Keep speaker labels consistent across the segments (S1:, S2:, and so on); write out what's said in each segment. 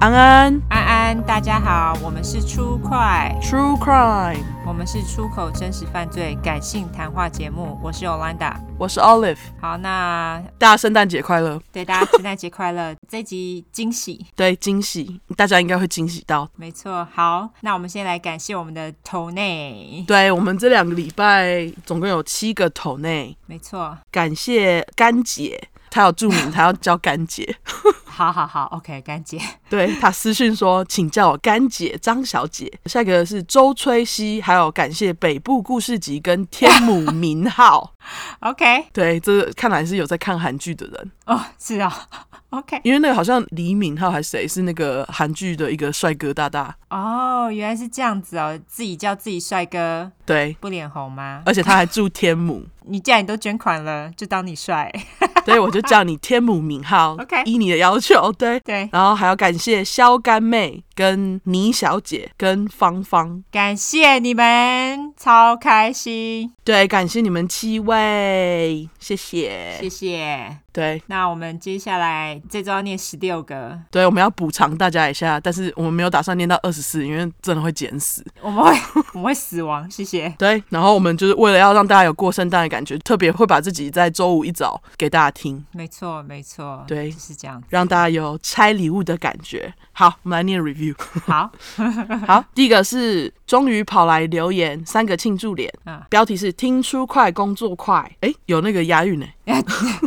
S1: 安安
S2: 安安，大家好，我们是出快，
S1: ，True Crime，
S2: 我们是出口真实犯罪感性谈话节目，我是 Olanda。
S1: 我是 Olive，
S2: 好，那
S1: 大家圣诞节快乐！
S2: 对大家圣诞节快乐，这集惊喜，
S1: 对，惊喜，大家应该会惊喜到。
S2: 没错。好，那我们先来感谢我们的头内，
S1: 对我们这两个礼拜总共有七个头内，
S2: 没错，
S1: 感谢干姐，她有注明她要叫干姐，
S2: 好好好，OK，干姐，
S1: 对她私讯说请叫我干姐张小姐。下一个是周吹熙，还有感谢北部故事集跟天母名号。
S2: OK，
S1: 对，这看来是有在看韩剧的人，
S2: 哦，是哦 ，OK，
S1: 因为那个好像李敏镐还是谁是那个韩剧的一个帅哥大大，
S2: 哦，原来是这样子哦，自己叫自己帅哥，
S1: 对，
S2: 不脸红吗？
S1: 而且他还住天母，
S2: 你既然你都捐款了，就当你帅。
S1: 对，我就叫你天母名号
S2: OK
S1: 依你的要求，对。
S2: 对，
S1: 然后还要感谢肖干妹、跟倪小姐、跟芳芳，
S2: 感谢你们，超开心，
S1: 对，感谢你们七位，谢谢。
S2: 谢谢。
S1: 对
S2: 那我们接下来这周要念十六个，
S1: 对，我们要补偿大家一下，但是我们没有打算念到二十四，因为真的会减死。
S2: 我们会 我们会死亡，谢谢。
S1: 对，然后我们就是为了要让大家有过圣诞的感觉，特别会把自己在周五一早给大家听，
S2: 没错，没错，
S1: 对。
S2: 就是这样
S1: 让大家有拆礼物的感觉。好，我们来念 review。
S2: 好，
S1: 好，第一个是终于跑来留言，三个庆祝脸，
S2: 嗯
S1: 标题是听出快，工作快，诶，有那个押韵呢。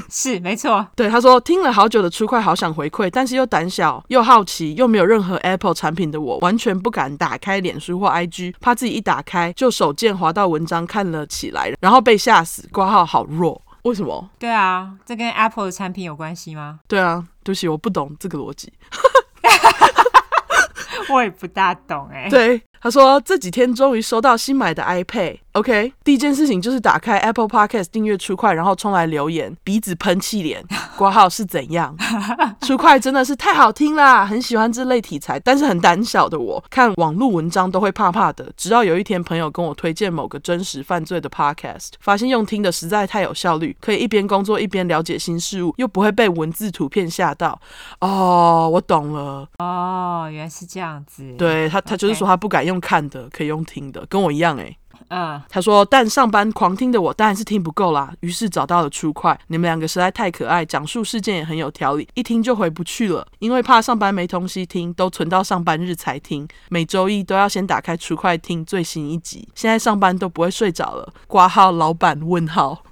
S2: 是没错，
S1: 对，他说听了好久的出快，好想回馈，但是又胆小又好奇，又没有任何 Apple 产品的我，完全不敢打开脸书或 IG，怕自己一打开就手贱滑到文章看了起来，然后被吓死，挂号好弱，为什么？
S2: 对啊，这跟 Apple 的产品有关系吗？
S1: 对啊，对不起，我不懂这个逻辑。
S2: 我也不大懂哎、
S1: 对，他说这几天终于收到新买的 iPad。OK，第一件事情就是打开 Apple Podcast 订阅出快，然后冲来留言，鼻子喷气脸，挂号是怎样？出快真的是太好听啦，很喜欢这类题材，但是很胆小的我看网络文章都会怕怕的。直到有一天朋友跟我推荐某个真实犯罪的 Podcast，发现用听的实在太有效率，可以一边工作一边了解新事物，又不会被文字图片吓到。哦，我懂了。
S2: 哦，原来是这样子。，
S1: 对他，他就是
S2: OK
S1: 说他不敢用看的，可以用听的，跟我一样诶、
S2: 嗯，
S1: 他说，但上班狂听的我当然是听不够啦，于是找到了初快。你们两个实在太可爱，讲述事件也很有条理，一听就回不去了。因为怕上班没东西听，都存到上班日才听。每周一都要先打开初快听最新一集。现在上班都不会睡着了。挂号老板问号。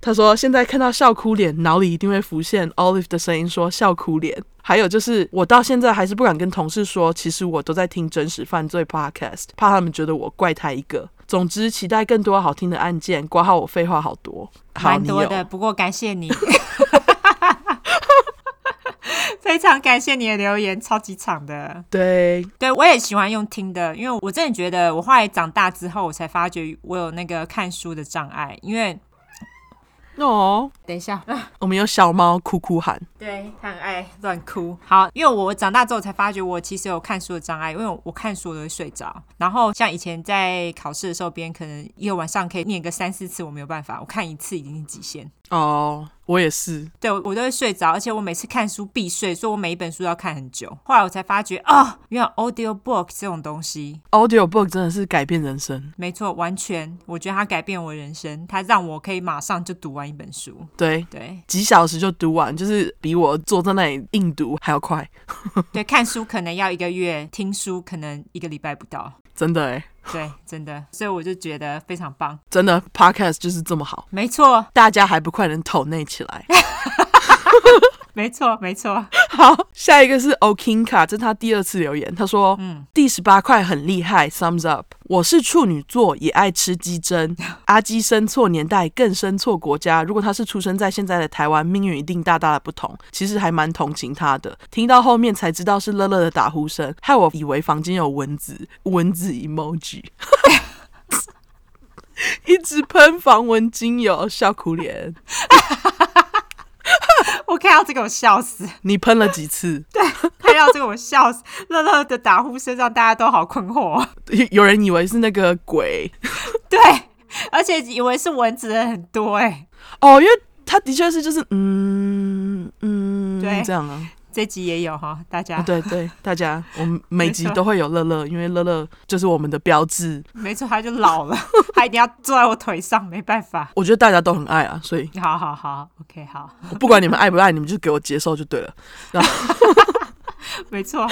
S1: 他说：“现在看到笑哭脸，脑里一定会浮现 Olive 的声音说笑哭脸。还有就是，我到现在还是不敢跟同事说，其实我都在听真实犯罪 podcast，怕他们觉得我怪他一个。总之，期待更多好听的案件。挂号我废话好多，好
S2: 蛮
S1: 你
S2: 多
S1: 有
S2: 的，不过感 谢你， 非常感谢你的留言，超级长的。
S1: 对
S2: 对，我也喜欢用听的，因为我真的觉得，我后来长大之后，我才发觉我有那个看书的障碍。因为
S1: 哦。
S2: 等一下，
S1: 我们有小猫哭哭喊，
S2: 对他很爱乱哭。好，因为我长大之后才发觉，我其实有看书的障碍，因为我我看书我都会睡着。然后像以前在考试的时候，别人可能一个晚上可以念个三四次，我没有办法，我看一次已经是极限。
S1: 哦，我也是，
S2: 对，我都会睡着，而且我每次看书必睡，所以我每一本书都要看很久。后来我才发觉，哦，原来 audio book 这种东西
S1: audio book 真的是改变人生。
S2: 没错，完全，我觉得它改变我人生，它让我可以马上就读完一本书。
S1: 对，
S2: 对
S1: 几小时就读完，就是比我坐在那里硬读还要快，
S2: 对，看书可能要一个月，听书可能一个礼拜不到。
S1: 真的诶，
S2: 对，真的，所以我就觉得非常棒。
S1: 真的 podcast 就是这么好。
S2: 没错，
S1: 大家还不快点投内起来！
S2: 没错，没错。
S1: 哎好，下一个是 Okinka，这是他第二次留言，他说：“嗯，第十八块很厉害，thumbs up。我是处女座，也爱吃鸡 胗。阿基生错年代，更生错国家。如果他是出生在现在的台湾，命运一定大大的不同。其实还蛮同情他的。听到后面才知道是乐乐的打呼声，害我以为房间有蚊子，蚊子 emoji。”一直喷防蚊精油，笑苦脸。
S2: 我看到这个我笑死，
S1: 你喷了几次？
S2: 看到这个我笑死。乐乐的打呼声让大家都好困惑哦。
S1: 有有人以为是那个鬼
S2: 对，而且以为是蚊子的人很多哎、
S1: 哦，因为他的确是就是嗯嗯，
S2: 对
S1: 这样啊，
S2: 这集也有哈，大家、
S1: 啊，对对，大家，我们每集
S2: 没错
S1: 都会有乐乐，因为乐乐就是我们的标志。
S2: 没错，他就老了，他一定要坐在我腿上，没办法。
S1: 我觉得大家都很爱啊，所以
S2: 好好好，OK，好，
S1: 我不管你们爱不爱，你们就给我接受就对了。
S2: 没错，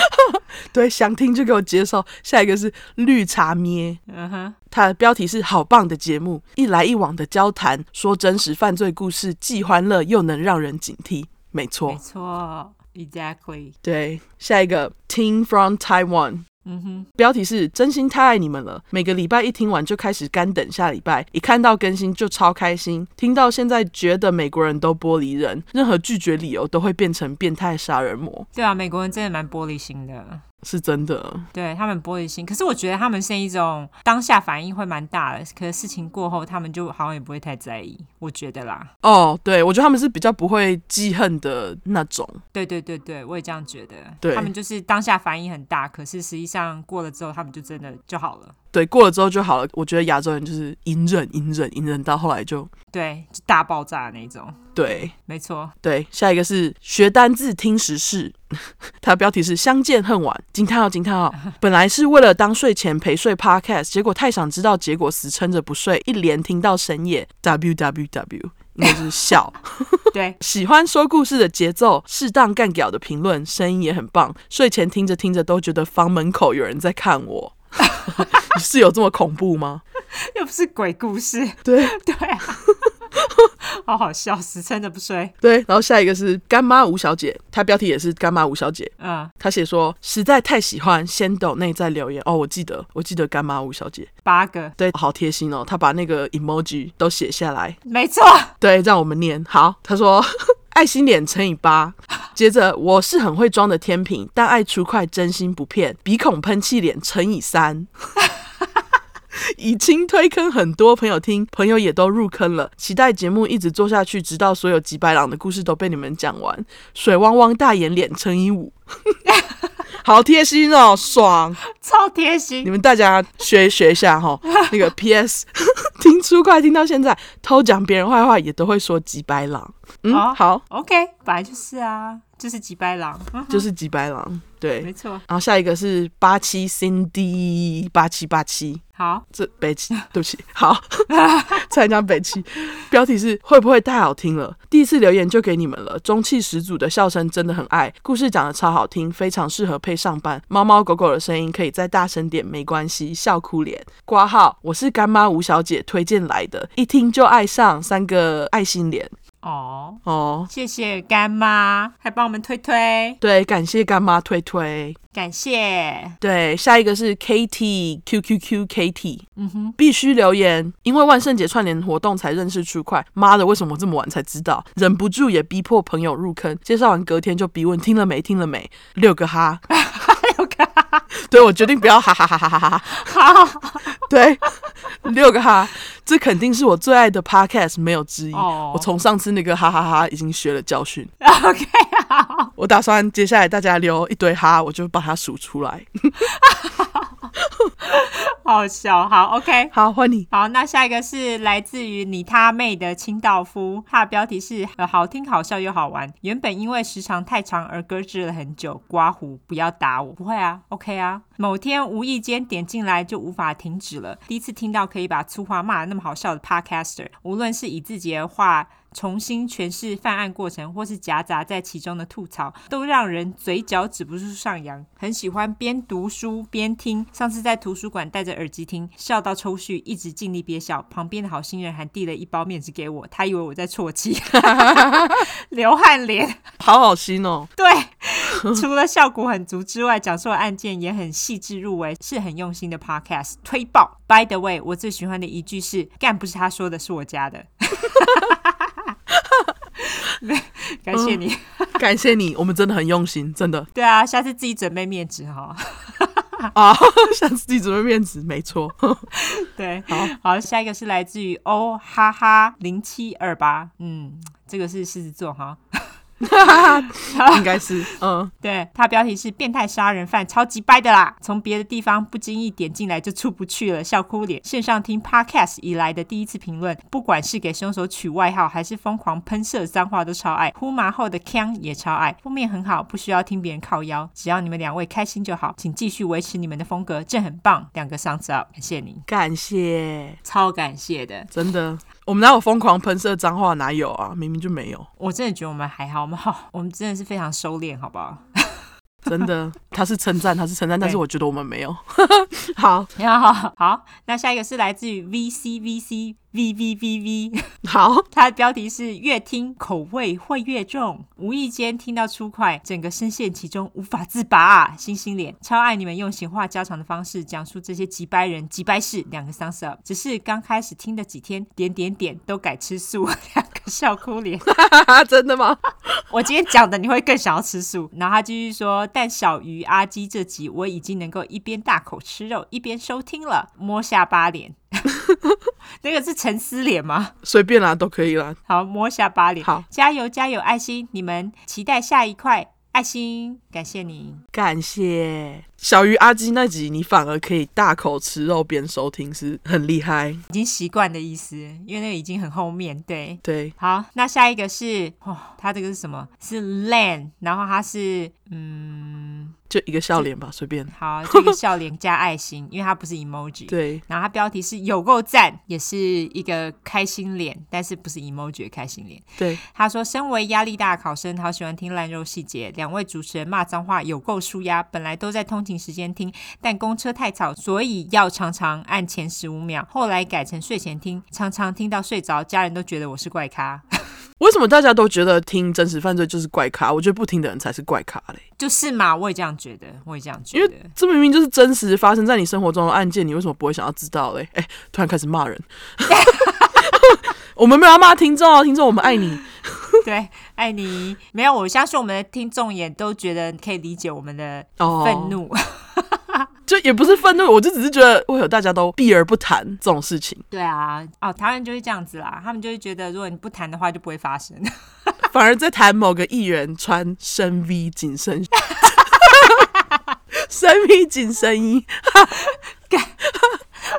S1: 对，想听就给我接受。下一个是绿茶咩，
S2: 嗯哼，
S1: 它的标题是“好棒的节目”，一来一往的交谈，说真实犯罪故事，既欢乐又能让人警惕。没
S2: 没
S1: 错，
S2: 错，exactly，
S1: 对。下一个 Team from Taiwan，
S2: 嗯哼，
S1: 标题是“真心太爱你们了”，每个礼拜一听完就开始干等下礼拜，一看到更新就超开心。听到现在觉得美国人都玻璃人，任何拒绝理由都会变成变态杀人魔，
S2: 对啊，美国人真的蛮玻璃心的，
S1: 是真的。
S2: 对他们玻璃心，可是我觉得他们是一种当下反应会蛮大的，可是事情过后他们就好像也不会太在意，我觉得啦，
S1: 哦，对，我觉得他们是比较不会记恨的那种。
S2: 对对对对，我也这样觉得，
S1: 对
S2: 他们就是当下反应很大，可是实际上过了之后他们就真的就好了，
S1: 对，过了之后就好了。我觉得亚洲人就是隐忍、隐忍、隐忍，到后来就
S2: 对，就大爆炸的那种，
S1: 对
S2: 没错，
S1: 对。下一个是学单字听时事， 它的标题是“相见恨晚”，惊叹号惊叹号。本来是为了当睡前陪睡 podcast，结果太想知道结果，死撑着不睡，一连听到深夜。w w w 应该就是笑。
S2: 对，
S1: 喜欢说故事的节奏，适当干屌的评论，声音也很棒。睡前听着听着都觉得房门口有人在看我， 是有这么恐怖吗？
S2: 又不是鬼故事，
S1: 对
S2: 对啊，好好笑，死撑着不睡，
S1: 对，然后下一个是干妈吴小姐，她标题也是干妈吴小姐，
S2: 嗯，
S1: 她写说实在太喜欢，先抖内再留言哦，我记得我记得干妈吴小姐，
S2: 八个，
S1: 对，好贴心哦，她把那个 emoji 都写下来，
S2: 没错，
S1: 对，让我们念好，她说爱心脸乘以八。接着，我是很会装的天平，但爱出快真心不骗，鼻孔喷气脸乘以三。 已经推坑很多朋友听，朋友也都入坑了，期待节目一直做下去，直到所有吉白狼的故事都被你们讲完。水汪汪大眼脸乘以五， 好贴心哦，爽！
S2: 超贴
S1: 你
S2: 心，
S1: 们大家学学一下哈、那个 PS，听出快听到现在，偷讲别人坏话也都会说吉白狼。嗯，
S2: 哦
S1: 好，
S2: OK，本来就是啊，就是几白狼，嗯，
S1: 就是吉白狼，对。
S2: 没错，
S1: 然后下一个是八七 Cindy 八七八七，
S2: 好，
S1: 这北七，对不起，好， 差点讲北七。标题是会不会太好听了？第一次留言就给你们了，中气十足的笑声真的很爱，故事讲的超好听，非常适合配上班。猫猫狗狗的声音可以再大声点，没关系，笑哭脸。挂号，我是干妈吴小姐推荐来的，一听就爱上，三个爱心脸
S2: 哦，
S1: 哦。
S2: 谢谢干妈，还帮我们推推，
S1: 对，感谢干妈推推。
S2: 感谢，
S1: 对，下一个是 K T Q Q Q K T，
S2: 嗯哼，
S1: 必须留言，因为万圣节串联活动才认识出快。妈的，为什么我这么晚才知道？忍不住也逼迫朋友入坑，介绍完隔天就逼问听了没，听了没，六个哈。
S2: 六个，
S1: 对我决定不要哈哈哈哈哈哈。
S2: 好，
S1: 对，六个哈，这肯定是我最爱的 podcast，没有之一。
S2: 哦
S1: 我从上次那个哈哈哈已经学了教训，
S2: ，OK，好，
S1: 我打算接下来大家留一堆哈，我就把它数出来。
S2: 好笑，好，OK。
S1: 好，换你。
S2: 好，那下一个是来自于你他妹的清道夫，他的标题是呃好听好笑又好玩。原本因为时长太长而搁置了很久，刮胡不要打我，不会啊，OK 啊。某天无意间点进来就无法停止了，第一次听到可以把粗话骂得那么好笑的 Podcaster，无论是以自己的话。重新诠释犯案过程，或是夹杂在其中的吐槽，都让人嘴角止不住上扬。很喜欢边读书边听，上次在图书馆戴着耳机听，笑到抽搐，一直尽力憋笑。旁边的好心人还递了一包面纸给我，他以为我在啜泣， 流汗脸。
S1: 好好心 哦，
S2: 对， 除了效果很足之外，讲述的案件也很细致入微，是很用心的 podcast，推爆。By the way，我最喜欢的一句是“干不是他说的，是我家的”。 感谢你。
S1: 感谢你，我们真的很用心，真的。
S2: 对啊，下次自己准备面纸哈。
S1: 啊， 想自己准备面子，没错。
S2: 对，好，好，下一个是来自于哦哈哈零七二八，嗯，这个是狮子座哈。
S1: 应该是，嗯，
S2: 对，它标题是“变态杀人犯超级掰的啦”，从别的地方不经意点进来就出不去了，笑哭脸。线上听 podcast 以来的第一次评论，不管是给凶手取外号，还是疯狂喷射脏话，都超爱。呼麻后的腔也超爱，封面很好，不需要听别人靠腰，只要你们两位开心就好，请继续维持你们的风格，这很棒。两个 thumbs up，感谢你，
S1: 感谢，
S2: 超感谢的。
S1: 真的，我们哪有疯狂喷射脏话？哪有啊？明明就没有，
S2: 我真的觉得我们还好，我们好，我们真的是非常收敛，好不好？
S1: 真 的，他是称赞，他是称赞，但是
S2: 对
S1: 我觉得我们没有。 好，
S2: 你好，好，那下一个是来自于 V C V C V V V V，
S1: 好，
S2: 它的标题是越听口味会越重，无意间听到出快，整个深陷其中无法自拔、啊，星星脸，超爱你们用闲话家常的方式讲述这些急掰人、急掰事，两个 thumbs up，只是刚开始听的几天，点点点都改吃素，两个笑哭脸。
S1: 真的吗？
S2: 我今天讲的你会更想要吃素。然后他继续说，但小鱼阿基这集我已经能够一边大口吃肉一边收听了，摸下巴脸。 那个是陈思脸吗？
S1: 随便啦，都可以啦。
S2: 好，摸下巴脸。
S1: 好，
S2: 加油加油，爱心！你们期待下一块爱心，感谢你。
S1: 感谢小鱼阿基那集，你反而可以大口吃肉边收听，是很厉害。
S2: 已经习惯的意思，因为那个已经很后面对。
S1: 对，
S2: 好，那下一个是哦，它这个是什么？是 land，然后它是嗯，
S1: 就一个笑脸吧，随便。
S2: 好，这个笑脸加爱心，因为它不是 emoji。
S1: 对，
S2: 然后它标题是有够赞，也是一个开心脸，但是不是 emoji 的开心脸。
S1: 对，
S2: 他说：“身为压力大的考生，好喜欢听烂肉细节。两位主持人骂脏话有够舒压，本来都在通勤时间听，但公车太吵，所以要常常按前十五秒。后来改成睡前听，常常听到睡着，家人都觉得我是怪咖。
S1: 为什么大家都觉得听真实犯罪就是怪咖？我觉得不听的人才是怪咖嘞，
S2: 就是嘛，我也这样觉得，我也这样觉
S1: 因
S2: 得。
S1: 为这明明就是真实发生在你生活中的案件，你为什么不会想要知道嘞？哎、突然开始骂人。哎我们没有要骂听众哦，听众我们爱你。
S2: 对，爱你没有，我相信我们的听众也都觉得可以理解我们的
S1: 哦，
S2: 愤怒。
S1: 就也不是愤怒，我就只是觉得为何大家都避而不谈这种事情，
S2: 对啊， 哦，台湾人就是这样子啦，他们就会觉得如果你不谈的话，就不会发生。
S1: 反而在谈某个艺人穿深 V 紧身。 深 V 紧身衣，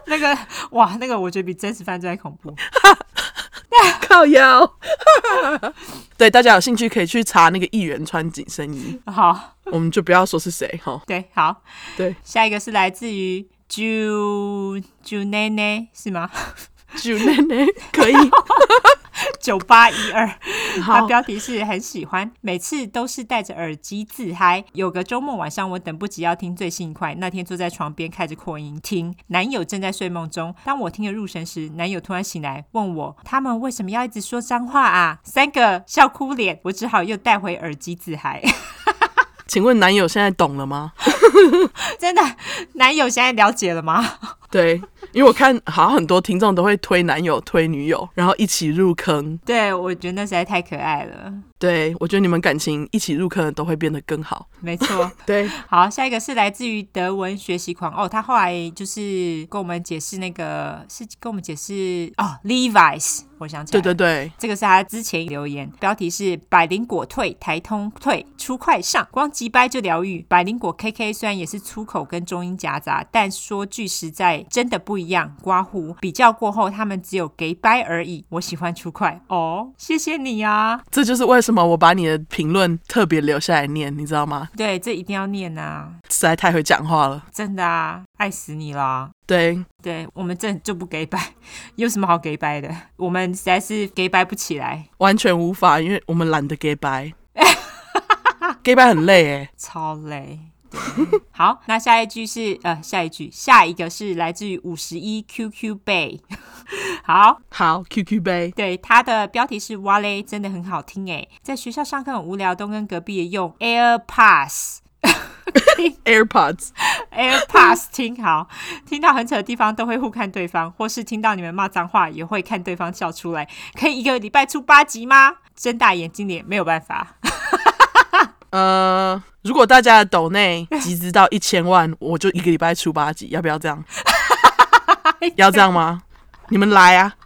S2: 那个哇，那个我觉得比真实犯罪还恐怖。
S1: 靠腰。 对，大家有兴趣可以去查那个艺人穿紧身衣，
S2: 好，
S1: 我们就不要说是谁哈。
S2: 对，好，
S1: 对，
S2: 下一个是来自于 Ju Ju 奶奶是吗？
S1: 九奶奶 可以，
S2: 九八一二，它
S1: 好，
S2: 标题是很喜欢，每次都是戴着耳机自嗨。有个周末晚上，我等不及要听最新一块，那天坐在床边开着扩音听，男友正在睡梦中。当我听得入神时，男友突然醒来问我，他们为什么要一直说脏话啊？三个笑哭脸，我只好又带回耳机自嗨。
S1: 请问男友现在懂了吗？
S2: 真的，男友现在了解了吗？
S1: 对，因为我看好像很多听众都会推男友、推女友，然后一起入坑。
S2: 对，我觉得那实在太可爱了。
S1: 对我觉得你们感情一起入坑的都会变得更好。
S2: 没错，
S1: 对，
S2: 好，下一个是来自于德文学习狂哦，他后来就是跟我们解释那个是跟我们解释哦，Levi's，我想起来
S1: 对对
S2: 了，
S1: 对，
S2: 这个是他之前留言，标题是“百灵果退，台通退，出快上”，光击掰就疗愈。百灵果 KK 虽然也是粗口跟中音夹杂，但说句实在，真的不一样。刮胡比较过后，他们只有给掰而已。我喜欢出快哦，谢谢你啊。
S1: 这就是为什么我把你的评论特别留下来念，你知道吗？
S2: 对，这一定要念啊，
S1: 实在太会讲话了。
S2: 真的啊，爱死你啦。
S1: 对，
S2: 对我们这就不给掰， 有什么好给掰的？我们实在是给掰不起来，
S1: 完全无法，因为我们懒得 gay 白，gay 白很累哎。
S2: 超累。对 好，那下一句是呃，下一句，下一个是来自于五十一 QQ 贝。 好，
S1: 好，QQ 杯，
S2: 对，它的标题是哇嘞，真的很好听诶，在学校上课很无聊，都跟隔壁的用 AirPods。
S1: AirPods，
S2: AirPods 听好，听到很扯的地方都会互看对方，或是听到你们骂脏话也会看对方笑出来。可以一个礼拜出八集吗？睁大眼睛脸没有办法，
S1: 呃，如果大家的抖内集资到一千万，我就一个礼拜出八集，要不要这样？要这样吗？你们来啊！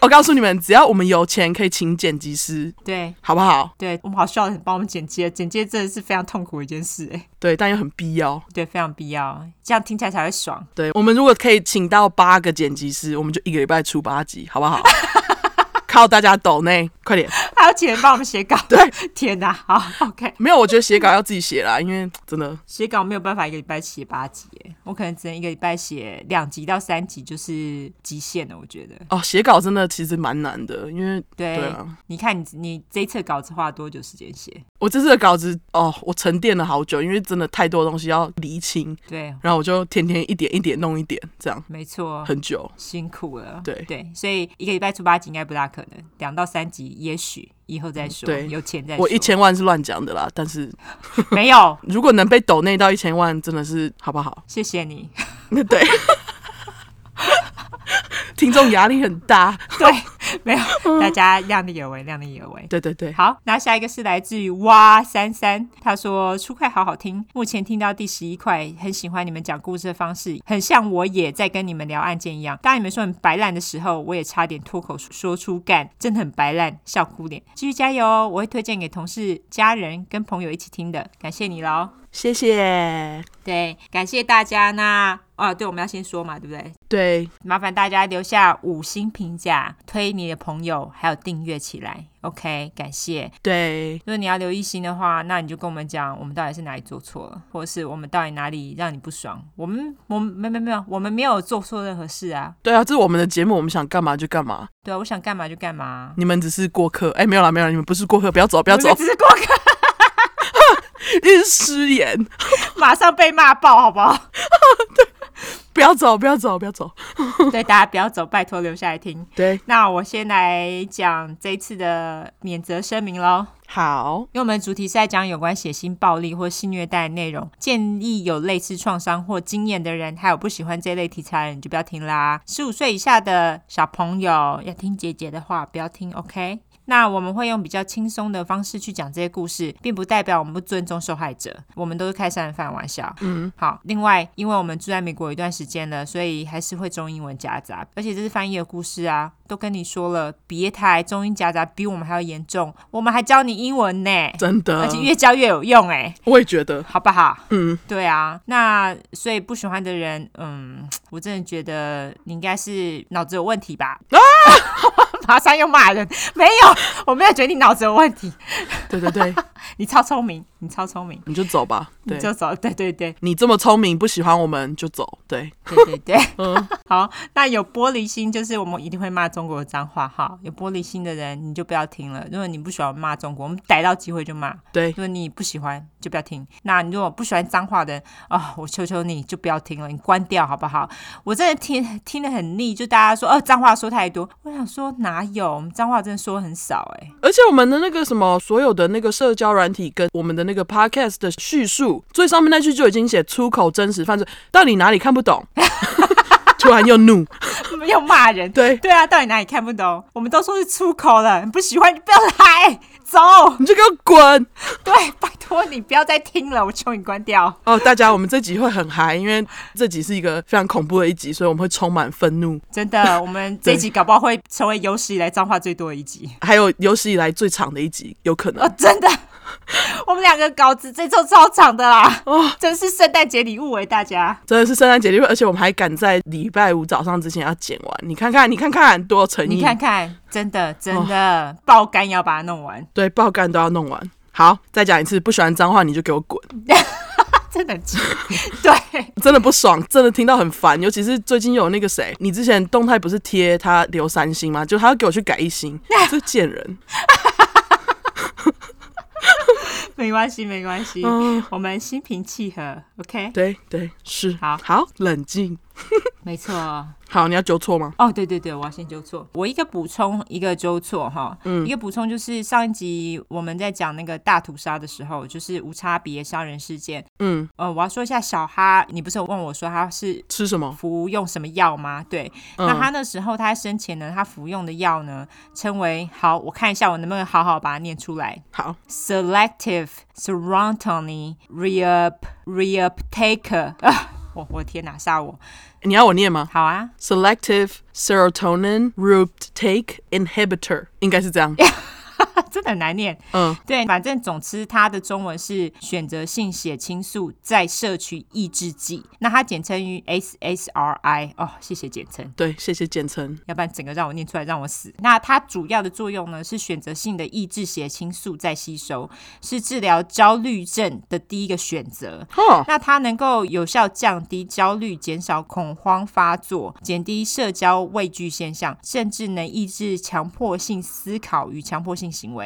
S1: 我告诉你们，只要我们有钱，可以请剪辑师，
S2: 对
S1: 好不好？
S2: 对，我们好需要人帮我们剪接，剪接真的是非常痛苦的一件事，哎，
S1: 对，但又很必要。
S2: 对，非常必要，这样听起来才会爽。
S1: 对我们如果可以请到八个剪辑师，我们就一个礼拜出八集，好不好？靠大家抖内，快点！
S2: 还有请人帮我们 写稿，
S1: 对，
S2: 天哪，好，OK，
S1: 没有，我觉得写稿要自己写啦，因为真的
S2: 写稿没有办法一个礼拜写八集，哎，我可能只能一个礼拜写两集到三集，就是极限了，我觉得。
S1: 哦，写稿真的其实蛮难的，因为
S2: 对，
S1: 对啊
S2: 你看你你这一次稿子花了多久时间写？
S1: 我这次的稿子哦，我沉淀了好久，因为真的太多东西要厘清，
S2: 对，
S1: 然后我就天天一点一点弄一点，这样
S2: 没错，
S1: 很久。
S2: 辛苦了。
S1: 对
S2: 对，所以一个礼拜出八集应该不大可能，两到三集也许以后再
S1: 嗯
S2: 说，
S1: 对
S2: 有钱再说。
S1: 我一千万是乱讲的啦，但是
S2: 没有，
S1: 如果能被抖内到一千万，真的是好不 好？
S2: 谢谢你。
S1: 那对，听众压力很大。
S2: 对，没有，大家量力而为，量力而为。
S1: 对对对，
S2: 好，那下一个是来自于哇三三，他说初快好好听，目前听到第十一块，很喜欢你们讲故事的方式，很像我也在跟你们聊案件一样。当你们说很白烂的时候，我也差点脱口说出干，真的很白烂，笑哭脸。继续加油哦，我会推荐给同事、家人跟朋友一起听的，感谢你喽。
S1: 谢谢。
S2: 对，感谢大家那哦，对，我们要先说嘛，对不对？
S1: 对，
S2: 麻烦大家留下五星评价，推你的朋友，还有订阅起来。OK，感谢。
S1: 对，
S2: 如果你要留一星的话，那你就跟我们讲，我们到底是哪里做错了，或者是我们到底哪里让你不爽。我们我们没没没有，我们没有做错任何事啊。
S1: 对啊，这是我们的节目，我们想干嘛就干嘛，
S2: 对啊，我想干嘛就干嘛。
S1: 你们只是过客。哎，没有啦，没有啦，你们不是过客，不要走，不要
S2: 我
S1: 走
S2: 们，只是过客，
S1: 一直失言，
S2: 马上被骂爆，好不好？
S1: 不要走，不要走，不要走。
S2: 对，大家不要走，拜托留下来听。
S1: 对，
S2: 那我先来讲这一次的免责声明喽。
S1: 好，
S2: 因为我们的主题是在讲有关血腥暴力或性虐待的内容，建议有类似创伤或经验的人，还有不喜欢这类题材的人，你就不要听啦。十五岁以下的小朋友要听姐姐的话，不要听，OK？那我们会用比较轻松的方式去讲这些故事，并不代表我们不尊重受害者，我们都是开杀人犯玩笑。嗯，好。另外，因为我们住在美国一段时间了，所以还是会中英文夹杂，而且这是翻译的故事啊，都跟你说了，别台中英夹杂比我们还要严重，我们还教你英文呢。
S1: 真的
S2: 而，且越教越有用哎、
S1: 我也觉得，
S2: 好不好？
S1: 嗯，
S2: 对啊，那所以不喜欢的人，嗯，我真的觉得你应该是脑子有问题吧？啊，马上又骂人，没有，我没有觉得你脑子有问题，
S1: 对对 对，
S2: 你超聪明，你超聪明，
S1: 你就走吧，
S2: 你
S1: 对。
S2: 就走，对对对
S1: 你这么聪明，不喜欢我们就走。对，
S2: 对对对。
S1: 嗯，
S2: 好，那有玻璃心，就是我们一定会骂中国的脏话哈。有玻璃心的人，你就不要听了。如果你不喜欢骂中国，我们逮到机会就骂。
S1: 对
S2: 如，果你不喜欢，就不要听。那你如果不喜欢脏话的人啊、我求求你就不要听了，你关掉好不好？我真的听听得很腻，就大家说哦，脏话说太多。我想说哪有，我们脏话真的说很少哎、
S1: 而且我们的那个什么，所有的那个社交软体跟我们的那个 podcast 的叙述，最上面那句就已经写出口真实犯罪，到底哪里看不懂？ 突然又怒，
S2: 又骂人。
S1: 对
S2: 对啊，到底哪里看不懂？我们都说是出口了，你不喜欢你不要来，走。
S1: 你就给我滚！
S2: 对，拜托你不要再听了，我求你关掉。
S1: 哦，大家，我们这集会很嗨，因为这集是一个非常恐怖的一集，所以我们会充满愤怒，
S2: 真的，我们这一集搞不好会成为有史以来脏话最多的一集
S1: 还有有史以来最长的一集，有可能
S2: 哦！真的， 我们两个稿子这周超长的啦，哦，真是圣诞节礼物哎，大家。
S1: 真的是圣诞节礼物，而且我们还赶在礼拜五早上之前要剪完。你看看，你看看，多有诚意！
S2: 你看看，真的真的爆肝也要把它弄完，
S1: 对，爆肝都要弄完。好，再讲一次，不喜欢脏话你就给我滚！
S2: 真的很气。 对
S1: 真的不爽，真的听到很烦。尤其是最近有那个谁，你之前动态不是贴他留三星吗？就他要给我去改一 星，这贱人！
S2: 没关系没关系，
S1: 嗯
S2: 我们心平气和，OK？
S1: 对对，是
S2: 好
S1: 好冷静。
S2: 没错。
S1: 好，你要纠错吗？
S2: 哦，对对对，我要先纠错。我一个补充，一个纠错哈。嗯，一个补充就是上一集我们在讲那个大屠杀的时候，就是无差别杀人事件。
S1: 嗯，
S2: 呃，我要说一下小哈，你不是有问我说他是
S1: 吃什么？
S2: 服用什么药吗？对，
S1: 嗯
S2: 那他那时候他在生前呢，他服用的药呢，称为好，我看一下我能不能好好把它念出来
S1: 好，
S2: ，selective serotony reap reuptake 啊、我我的天哪，杀我！
S1: 你要我念吗
S2: 好啊，
S1: ？Selective serotonin reuptake inhibitor 应该是这样。
S2: 真的很难念。
S1: 嗯，
S2: 对，反正总之它的中文是选择性血清素再摄取抑制剂，那它简称于 SSRI。哦，谢谢简称。
S1: 对，谢谢简 称。
S2: 要不然整个让我念出来让我死。那它主要的作用呢是选择性的抑制血清素再吸收，是治疗焦虑症的第一个选择。
S1: 哈，
S2: 那它能够有效降低焦虑，减少恐慌发作，减低社交畏惧现象，甚至能抑制强迫性思考与强迫性行为。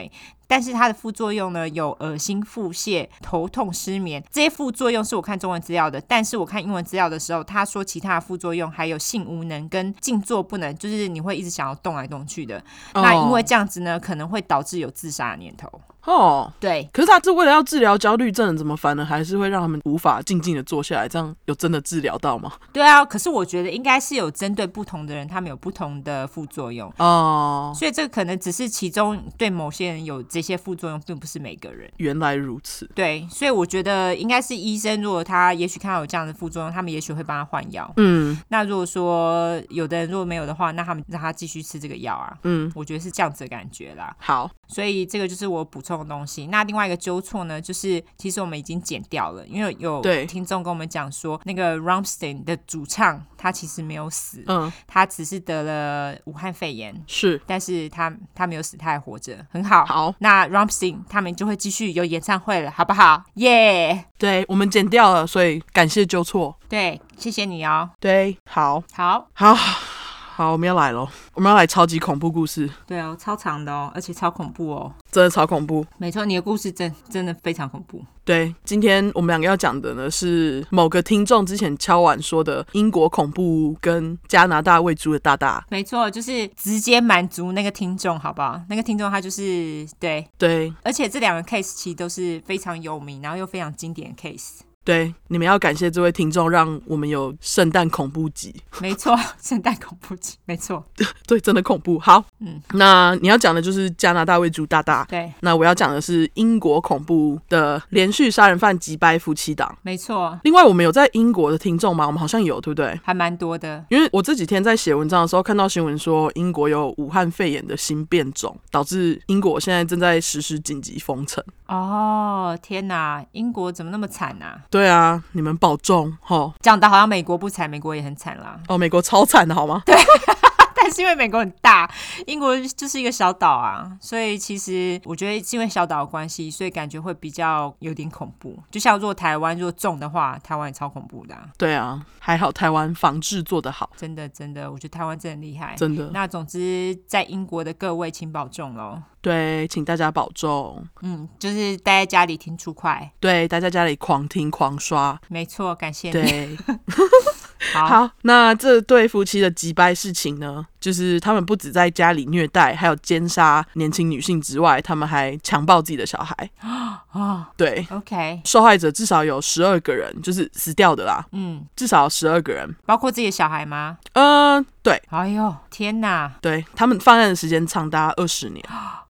S2: 但是它的副作用呢，有恶心、腹泻、头痛、失眠这些副作用是我看中文资料的，但是我看英文资料的时候，他说其他的副作用还有性无能跟静坐不能，就是你会一直想要动来动去的。那因为这样子呢，可能会导致有自杀的念头。
S1: 哦，
S2: 对，
S1: 可是他是为了要治疗焦虑症，怎么反而还是会让他们无法静静的坐下来？这样有真的治疗到吗？
S2: 对啊，可是我觉得应该是有针对不同的人，他们有不同的副作用，
S1: 哦，
S2: 所以这个可能只是其中对某些人有这些副作用，并不是每个人。
S1: 原来如此。
S2: 对，所以我觉得应该是医生，如果他也许看到有这样的副作用，他们也许会帮他换药。
S1: 嗯
S2: 那如果说有的人如果没有的话，那他们让他继续吃这个药啊。
S1: 嗯，
S2: 我觉得是这样子的感觉啦，
S1: 好，
S2: 所以这个就是我补充的东西。那另外一个纠错呢，就是其实我们已经剪掉了，因为有
S1: 对
S2: 听众跟我们讲说，那个 Ramstein 的主唱他其实没有死，
S1: 嗯，
S2: 他只是得了武汉肺炎，
S1: 是
S2: 但是他他没有死，他还活着，很好。
S1: 好。
S2: 那 Ramstein 他们就会继续有演唱会了，好不好？耶、
S1: 对我们剪掉了，所以感谢纠错。
S2: 对，谢谢你哦。
S1: 对，好，
S2: 好，
S1: 好，好，我们要来喽，我们要来超级恐怖故事，
S2: 对哦，超长的哦，而且超恐怖哦。
S1: 真的超恐怖。
S2: 没错，你的故事真真的非常恐怖。
S1: 对，今天我们两个要讲的呢是某个听众之前敲碗说的英国恐怖跟加拿大喂猪的大大。
S2: 没错，就是直接满足那个听众，好不好？那个听众他就是对，
S1: 对
S2: 而且这两个 case 其实都是非常有名，然后又非常经典的 case。
S1: 对，你们要感谢这位听众，让我们有圣诞恐怖集。
S2: 没错， 圣诞恐怖集，没错，
S1: 对，真的恐怖。好，
S2: 嗯，
S1: 那你要讲的就是加拿大喂猪大大。
S2: 对，
S1: 那我要讲的是英国恐怖的连续杀人犯击败夫妻档。
S2: 没错，
S1: 另外，我们有在英国的听众吗？我们好像有，对不对？
S2: 还蛮多的。
S1: 因为我这几天在写文章的时候看到新闻说，英国有武汉肺炎的新变种，导致英国现在正在实施紧急封城。
S2: 哦，天哪，英国怎么那么惨啊？
S1: 对啊，你们保重哈。
S2: 讲的好像美国不惨，美国也很惨啦。
S1: 哦，美国超惨的好吗？ 对，
S2: 但是因为美国很大，英国就是一个小岛啊，所以其实我觉得是因为小岛的关系，所以感觉会比较有点恐怖。就像如果台湾如果中的话，台湾也超恐怖的啊、
S1: 啊，还好台湾防治做得好，
S2: 真的真的，我觉得台湾真的很厉害。
S1: 真的。
S2: 那总之，在英国的各位请保重喽。
S1: 对，请大家保重。
S2: 嗯，就是待在家里听出快，
S1: 对，大家家里狂听狂刷。
S2: 没错，感谢你。
S1: 对，
S2: 好，
S1: 好，那这对夫妻的击败事情呢，就是他们不止在家里虐待，还有奸杀年轻女性之外，他们还强暴自己的小孩。
S2: 哦
S1: 对，
S2: ，OK，
S1: 受害者至少有十二个人，就是死掉的啦，
S2: 嗯，
S1: 至少十二个人。
S2: 包括自己的小孩吗？
S1: 嗯、对
S2: 哎呦，天哪！
S1: 对，他们犯案的时间长达二十年，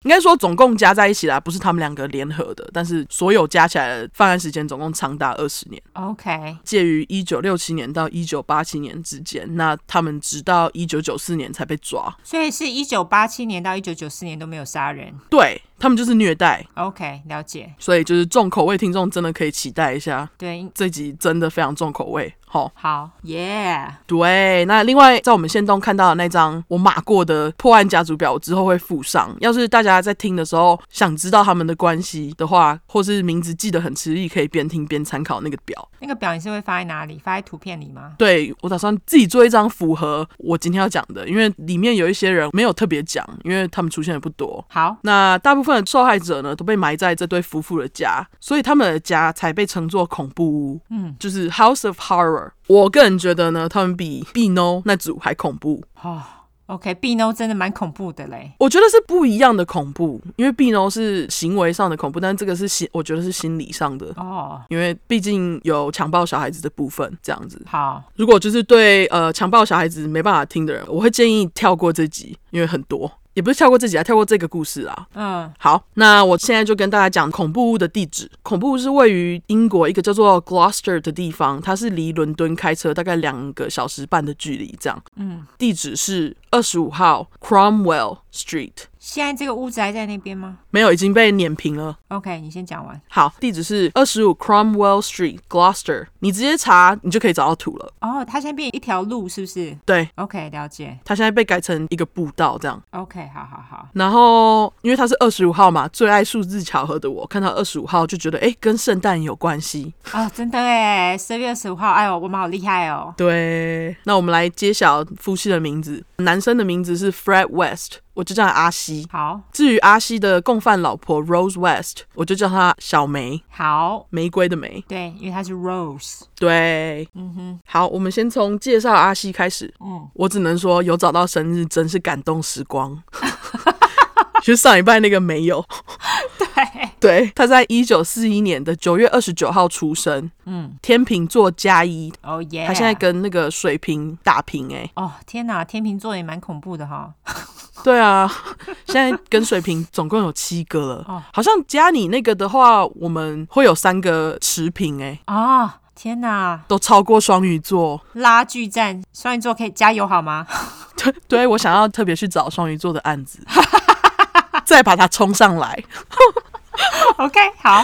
S1: 应该说总共加在一起啦，不是他们两个联合的，但是所有加起来的犯案时间总共长达二十年。
S2: OK，
S1: 介于一九六七年到一九八七年之间，那他们直到一九九四年才被抓。
S2: 所以是一九八七年到一九九四年都没有杀人。
S1: 对他们就是虐待，
S2: OK，了解。
S1: 所以就是重口味听众真的可以期待一下，
S2: 对，应
S1: 这集真的非常重口味。好，
S2: 好耶
S1: 对，那另外在我们线动看到的那张我码过的破案家族表，我之后会附上。要是大家在听的时候想知道他们的关系的话，或是名字记得很吃力，可以边听边参考那个表。
S2: 那个表你是会发在哪里？发在图片里吗？
S1: 对我打算自己做一张符合我今天要讲的，因为里面有一些人没有特别讲，因为他们出现的不多。
S2: 好，
S1: 那大部分的受害者呢，都被埋在这对夫妇的家，所以他们的家才被称作恐怖屋，
S2: 嗯，
S1: 就是 House of Horror。我个人觉得呢，他们比 b No 那组还恐怖。
S2: 哦，OK，b no 真的蛮恐怖的嘞。
S1: 我觉得是不一样的恐怖，因为 b No 是行为上的恐怖，但这个是心，我觉得是心理上的。
S2: 哦，
S1: 因为毕竟有强暴小孩子的部分，这样子。
S2: 好，
S1: 如果就是对呃强暴小孩子没办法听的人，我会建议跳过这集，因为很多。也不是跳过这集啊，跳过这个故事啊。
S2: 嗯，
S1: 好，那我现在就跟大家讲恐怖屋的地址。恐怖屋是位于英国一个叫做 Gloucester 的地方，它是离伦敦开车大概两个小时半的距离。这样，嗯，地址是二十五号 Cromwell Street，
S2: 现在这个屋子还在那边吗
S1: 没有已经被碾平了。
S2: ？OK，你先讲完。
S1: 好，地址是二十五 Cromwell Street Gloucester，你直接查你就可以找到图了。
S2: 哦，它现在变一条路是不是
S1: 对，
S2: ？OK，了解。
S1: 它现在被改成一个步道这样。
S2: OK，好好好。
S1: 然后因为它是二十五号嘛，最爱数字巧合的我看到二十五号就觉得，哎，跟圣诞有关系。
S2: 哦，真的哎，十月十五号，哎呦，我们好厉害哦。
S1: 对，那我们来揭晓夫妻的名字，男生的名字是 Fred West，我就叫他阿西。
S2: 好
S1: 至于阿西的共犯老婆 Rose West，我就叫她小梅，
S2: 好，
S1: 玫瑰的梅。
S2: 对，因为它是 Rose。
S1: 对，
S2: 嗯哼，
S1: 好，我们先从介绍阿西开始。
S2: 嗯，
S1: 我只能说，有找到生日真是感动时光。 其实上礼拜那个没有，
S2: 对，
S1: 对，他在一九四一年的九月二十九号出生，
S2: 嗯，
S1: 天秤座加一，
S2: 哦耶。
S1: 他现在跟那个水瓶打平哎、
S2: 哦天哪，天秤座也蛮恐怖的哈。
S1: 对啊， 现在跟水瓶总共有七个了，
S2: 哦
S1: 好像加你那个的话，我们会有三个持平哎、
S2: 哦天哪，
S1: 都超过双鱼座，
S2: 拉锯战，双鱼座可以加油好吗？
S1: 对对，我想要特别去找双鱼座的案子， 再把它冲上来。
S2: OK，好，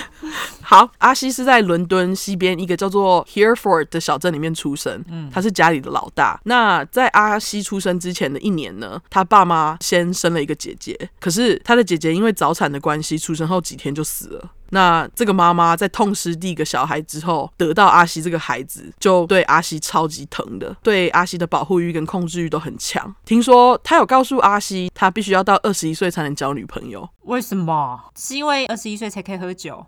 S1: 好，阿西是在伦敦西边一个叫做 Hereford 的小镇里面出生，嗯，他是家里的老大。那在阿西出生之前的一年呢，他爸妈先生了一个姐姐，可是他的姐姐因为早产的关系，出生后几天就死了。那这个妈妈在痛失第一个小孩之后，得到阿西这个孩子，就对阿西超级疼的，对阿西的保护欲跟控制欲都很强。听说他有告诉阿西，他必须要到二十一岁才能交女朋友，
S2: 为什么？是因为二十一岁才可以喝酒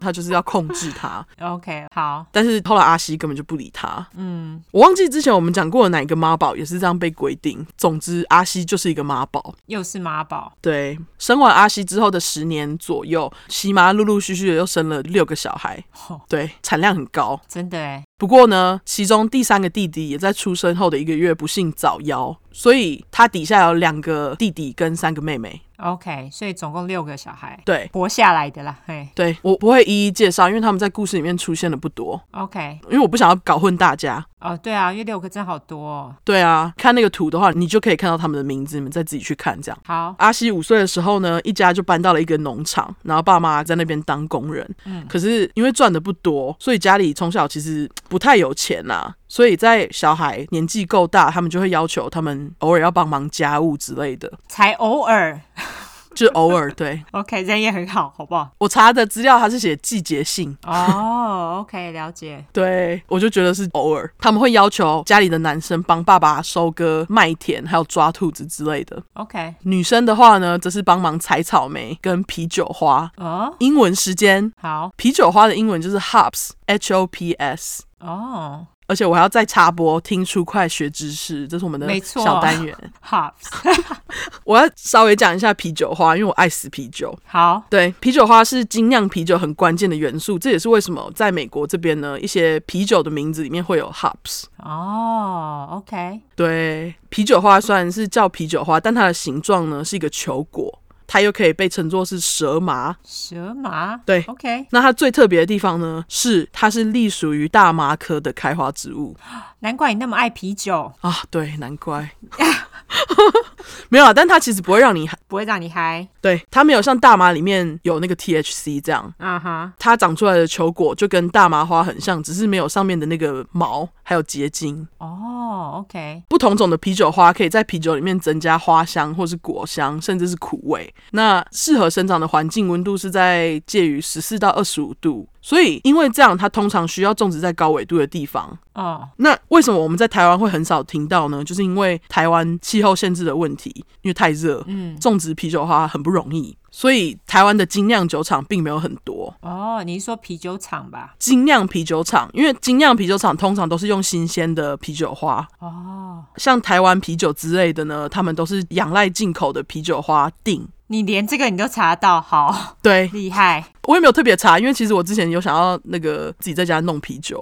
S1: 他就是要控制他。
S2: ？OK，好，
S1: 但是后来阿西根本就不理他。嗯，我忘记之前我们讲过的哪一个妈宝也是这样被规定。总之，阿西就是一个妈宝。
S2: 又是妈宝，
S1: 对，生完阿西之后的十年左右，西妈陆陆续续的又生了六个小孩，
S2: 哦
S1: 对，产量很高。
S2: 真的哎，
S1: 不过呢，其中第三个弟弟也在出生后的一个月不幸早夭，所以他底下有两个弟弟跟三个妹妹。
S2: OK，所以总共六个小孩
S1: 对，
S2: 活下来的啦。嘿
S1: 对我不会一一介绍，因为他们在故事里面出现的不多，
S2: ，OK，
S1: 因为我不想要搞混大家。
S2: 哦，对啊，因为六个真好多、哦。
S1: 对啊，看那个图的话，你就可以看到他们的名字，你们再自己去看这样。
S2: 好，
S1: 阿西五岁的时候呢，一家就搬到了一个农场，然后爸妈在那边当工人。嗯，可是因为赚的不多，所以家里从小其实不太有钱呐、所以在小孩年纪够大，他们就会要求他们偶尔要帮忙家务之类的，
S2: 才偶尔
S1: 就偶尔。对
S2: ，OK，人也很好，好不好？
S1: 我查的资料，他是写季节性，
S2: 哦、o k 了解。
S1: 对我就觉得是偶尔。他们会要求家里的男生帮爸爸收割麦田，还有抓兔子之类的。
S2: OK，
S1: 女生的话呢，则是帮忙采草莓跟啤酒花。
S2: 哦、
S1: 英文时间，
S2: 好，
S1: 啤酒花的英文就是 hops，h o p s。
S2: 哦、
S1: 而且我还要再插播，听出快学知识，这是我们的
S2: 没错
S1: 小单元。
S2: h o p s
S1: 我要稍微讲一下啤酒花，因为我爱死啤酒。
S2: 好，
S1: 对，啤酒花是精酿啤酒很关键的元素，这也是为什么在美国这边呢，一些啤酒的名字里面会有 hops。
S2: 哦、o k
S1: 对，啤酒花虽然是叫啤酒花，但它的形状呢是一个球果，它又可以被称作是蛇麻，
S2: 蛇麻，
S1: 对
S2: ，OK，
S1: 那它最特别的地方呢，是它是隶属于大麻科的开花植物
S2: 难怪你那么爱啤酒，
S1: 啊，对，难怪。 没有啊，但它其实不会让你，
S2: 不会让你嗨，
S1: 对，它没有像大麻里面有那个 THC 这样，
S2: 啊哈，
S1: 它长出来的球果就跟大麻花很像，只是没有上面的那个毛，还有结晶。
S2: 哦，OK，
S1: 不同种的啤酒花可以在啤酒里面增加花香，或是果香，甚至是苦味。那适合生长的环境温度是在介于十四到二十五度，所以因为这样，它通常需要种植在高纬度的地方。
S2: 哦、
S1: 那为什么我们在台湾会很少听到呢？就是因为台湾气候限制的问题，因为太热，嗯，种植啤酒花很不容易，所以台湾的精酿酒厂并没有很多。
S2: 哦、你是说啤酒厂吧？
S1: 精酿啤酒厂，因为精酿啤酒厂通常都是用新鲜的啤酒花，
S2: 哦、
S1: 像台湾啤酒之类的呢，他们都是仰赖进口的啤酒花定。
S2: 你你连这个你都查得到，好
S1: 对
S2: 厉害
S1: 我也没有特别查，因为其实我之前有想要那个自己在家弄啤酒，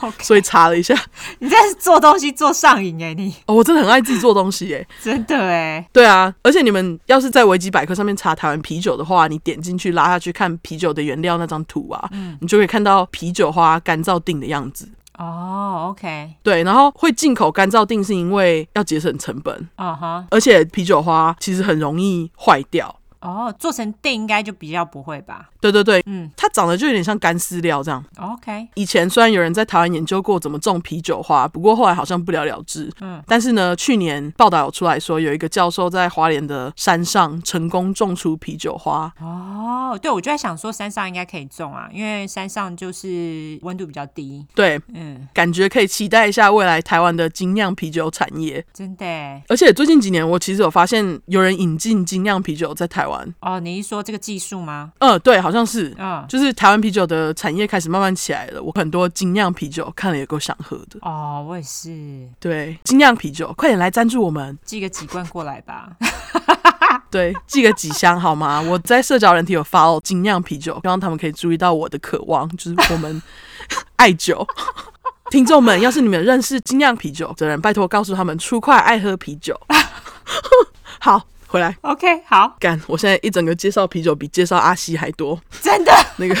S2: ！OK，
S1: 所以查了一下。
S2: 你这是做东西做上瘾哎，你
S1: 哦，我真的很爱自己做东西耶。
S2: 真的哎，
S1: 对啊，而且你们要是在维基百科上面查台湾啤酒的话，你点进去拉下去看啤酒的原料那张图啊，你就可以看到啤酒花干燥定的样子。
S2: 哦，OK，
S1: 对，然后会进口干燥定是因为要节省成本，
S2: 嗯哼，
S1: 而且啤酒花其实很容易坏掉。
S2: 哦，做成定应该就比较不会吧？
S1: 对对对，
S2: 嗯
S1: 它长得就有点像干饲料这样。
S2: ，OK，
S1: 以前虽然有人在台湾研究过怎么种啤酒花，不过后来好像不了了之。
S2: 嗯，
S1: 但是呢，去年报道有出来说，有一个教授在花莲的山上成功种出啤酒花。
S2: 哦，对，我就在想说山上应该可以种啊，因为山上就是温度比较低。
S1: 对，
S2: 嗯，
S1: 感觉可以期待一下未来台湾的精酿啤酒产业。
S2: 真的耶。
S1: 而且最近几年，我其实有发现有人引进精酿啤酒在台湾。
S2: 哦，你是说这个技术吗？
S1: 嗯，对，好像是。
S2: 嗯，
S1: 就是台湾啤酒的产业开始慢慢起来了，我很多精酿啤酒看了也够想喝的。
S2: 哦，我也是，
S1: 对，精酿啤酒，快点来赞助我们，
S2: 寄个几罐过来吧。
S1: 对，寄个几箱好吗？我在社交人体有发哦，精酿啤酒，希望他们可以注意到我的渴望，就是我们爱酒。 听众们，要是你们认识精酿啤酒的人，拜托告诉他们出快爱喝啤酒。 好，回来
S2: OK，好，
S1: 干！我现在一整个介绍啤酒比介绍阿西还多，
S2: 真的
S1: 那个，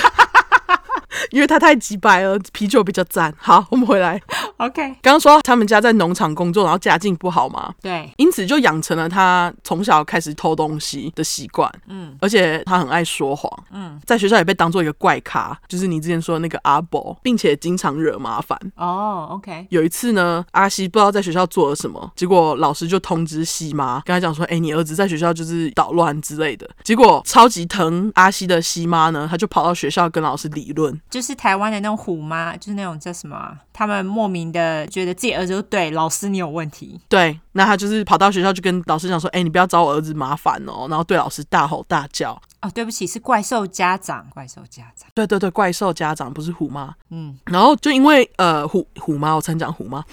S1: 因为他太鸡白了，啤酒比较赞。好，我们回来，
S2: OK。
S1: 刚刚说他们家在农场工作，然后家境不好嘛，
S2: 对，
S1: 因此就养成了他从小开始偷东西的习惯，
S2: 嗯
S1: 而且他很爱说谎，
S2: 嗯，
S1: 在学校也被当做一个怪咖，就是你之前说的那个阿伯，并且经常惹麻烦。
S2: 哦，OK，
S1: 有一次呢，阿西不知道在学校做了什么，结果老师就通知西妈，跟他讲说：“哎、你儿子在学校就是捣乱之类的。”结果超级疼阿西的西妈呢，他就跑到学校跟老师理论，
S2: 就是台湾的那种虎妈，就是那种叫什么啊，他们莫名的觉得自己儿子就对，老师你有问题。
S1: 对，那他就是跑到学校就跟老师讲说：“哎、你不要找我儿子麻烦哦。”然后对老师大吼大叫。
S2: 哦，对不起，是怪兽家长，怪兽家长。
S1: 对对对，怪兽家长不是虎妈。
S2: 嗯，
S1: 然后就因为呃虎虎妈，我常讲虎 妈，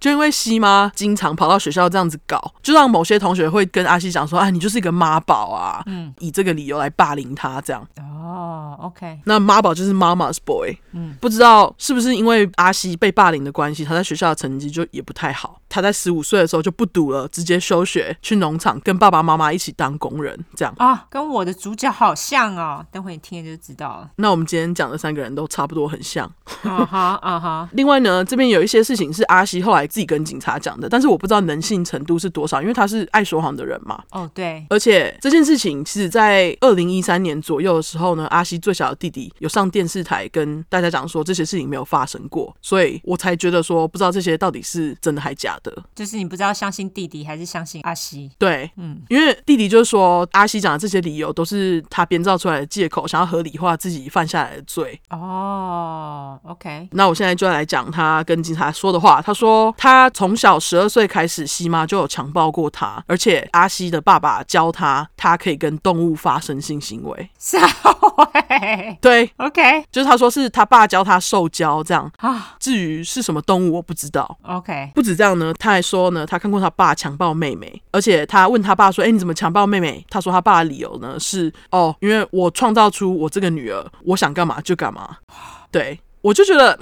S1: 就因为西妈经常跑到学校这样子搞，就让某些同学会跟阿西讲说：“啊，你就是一个妈宝啊。”嗯，以这个理由来霸凌他这样。
S2: 哦，OK，
S1: 那妈宝就是 Mama's boy，嗯，不知道是不是因为阿西被霸凌的关系，他在学校的成绩就也不太好。他在十五岁的时候就不读了，直接休学去农场跟爸爸妈妈一起当工人，这样。
S2: 啊、跟我的主角好像哦，等会你听了就知道了。
S1: 那我们今天讲的三个人都差不多很像。
S2: 啊哈啊哈，
S1: 另外呢，这边有一些事情是阿西后来自己跟警察讲的，但是我不知道能信程度是多少，因为他是爱说谎的人嘛。
S2: 哦对，
S1: 而且这件事情，其实在二零一三年左右的时候呢，阿西最小的弟弟有上电视台跟大家讲说这些事情没有发生过，所以我才觉得说不知道这些到底是真的还假的。
S2: 就是你不知道相信弟弟还是相信阿西。
S1: 对，
S2: 嗯，
S1: 因为弟弟就是说阿西讲的这些理由都是他编造出来的借口，想要合理化自己犯下来的罪。
S2: 哦，OK，
S1: 那我现在就要来讲他跟警察说的话。他说他从小十二岁开始，西妈就有强暴过他，而且阿西的爸爸教他，他可以跟动物发生性行为。
S2: 撒喂
S1: 对，
S2: ，OK
S1: 就是他说是他爸教他受教这样。
S2: 啊
S1: 至于是什么动物，我不知道。
S2: ，OK，
S1: 不止这样呢，他还说呢，他看过他爸强暴妹妹，而且他问他爸说：“哎、你怎么强暴妹妹？”他说他爸的理由呢是：“哦，因为我创造出我这个女儿，我想干嘛就干嘛。”对，我就觉得。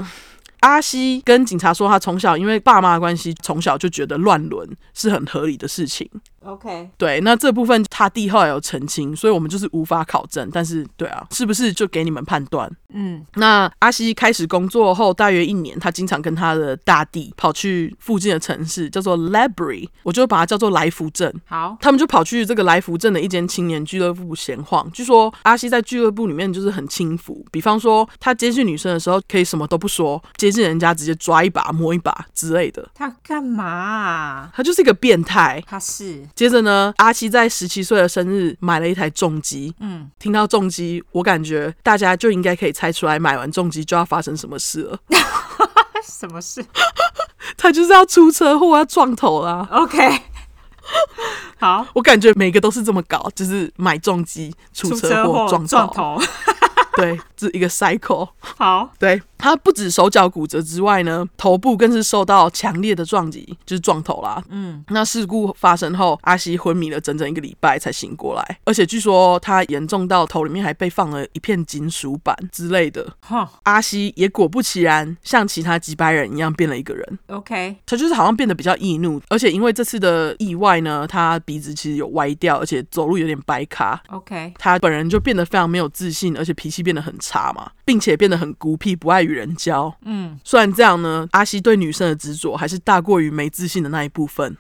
S1: 阿西跟警察说，他从小因为爸妈的关系，从小就觉得乱伦是很合理的事情。
S2: OK，
S1: 对，那这部分他弟后来有澄清，所以我们就是无法考证。但是，对啊，是不是就给你们判断？
S2: 嗯，
S1: 那阿西开始工作后大约一年，他经常跟他的大弟跑去附近的城市，叫做 Labry，我就把它叫做来福镇。
S2: 好，
S1: 他们就跑去这个来福镇的一间青年俱乐部闲晃。据说阿西在俱乐部里面就是很轻浮，比方说他接近女生的时候可以什么都不说，接近人家直接抓一把、摸一把之类的。
S2: 他干嘛啊？
S1: 他就是一个变态。
S2: 他是，
S1: 接着呢，阿西在十七岁的生日买了一台重机。
S2: 嗯，
S1: 听到重机，我感觉大家就应该可以猜出来，买完重机就要发生什么事了。
S2: 什么事
S1: 他就是要出车祸，要撞头啦。
S2: ？OK，好，
S1: 我感觉每个都是这么搞，就是买重机、出
S2: 出
S1: 车
S2: 车
S1: 祸、
S2: 祸
S1: 撞头。
S2: 撞头，
S1: 对，这一个 cycle。
S2: 好，
S1: 对他不止手脚骨折之外呢，头部更是受到强烈的撞击，就是撞头啦。嗯，那事故发生后，阿西昏迷了整整一个礼拜才醒过来，而且据说他严重到头里面还被放了一片金属板之类的。
S2: 哈
S1: 阿西也果不其然，像其他几百人一样变了一个人。
S2: ，OK，
S1: 他就是好像变得比较易怒，而且因为这次的意外呢，他鼻子其实有歪掉，而且走路有点掰咖。
S2: OK，
S1: 他本人就变得非常没有自信，而且脾气变得很差嘛，并且变得很孤僻，不爱与人交。
S2: 嗯，
S1: 虽然这样呢，阿西对女生的执着还是大过于没自信的那一部分，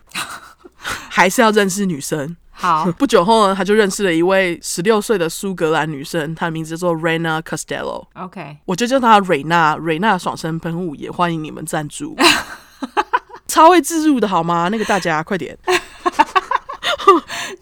S1: 还是要认识女生。
S2: 好
S1: 不久后呢，他就认识了一位十六岁的苏格兰女生，她的名字叫做 Rena Costello。
S2: ，OK，
S1: 我就叫她瑞娜，瑞娜爽身喷雾也欢迎你们赞助，超会自入的好吗？那个大家快点。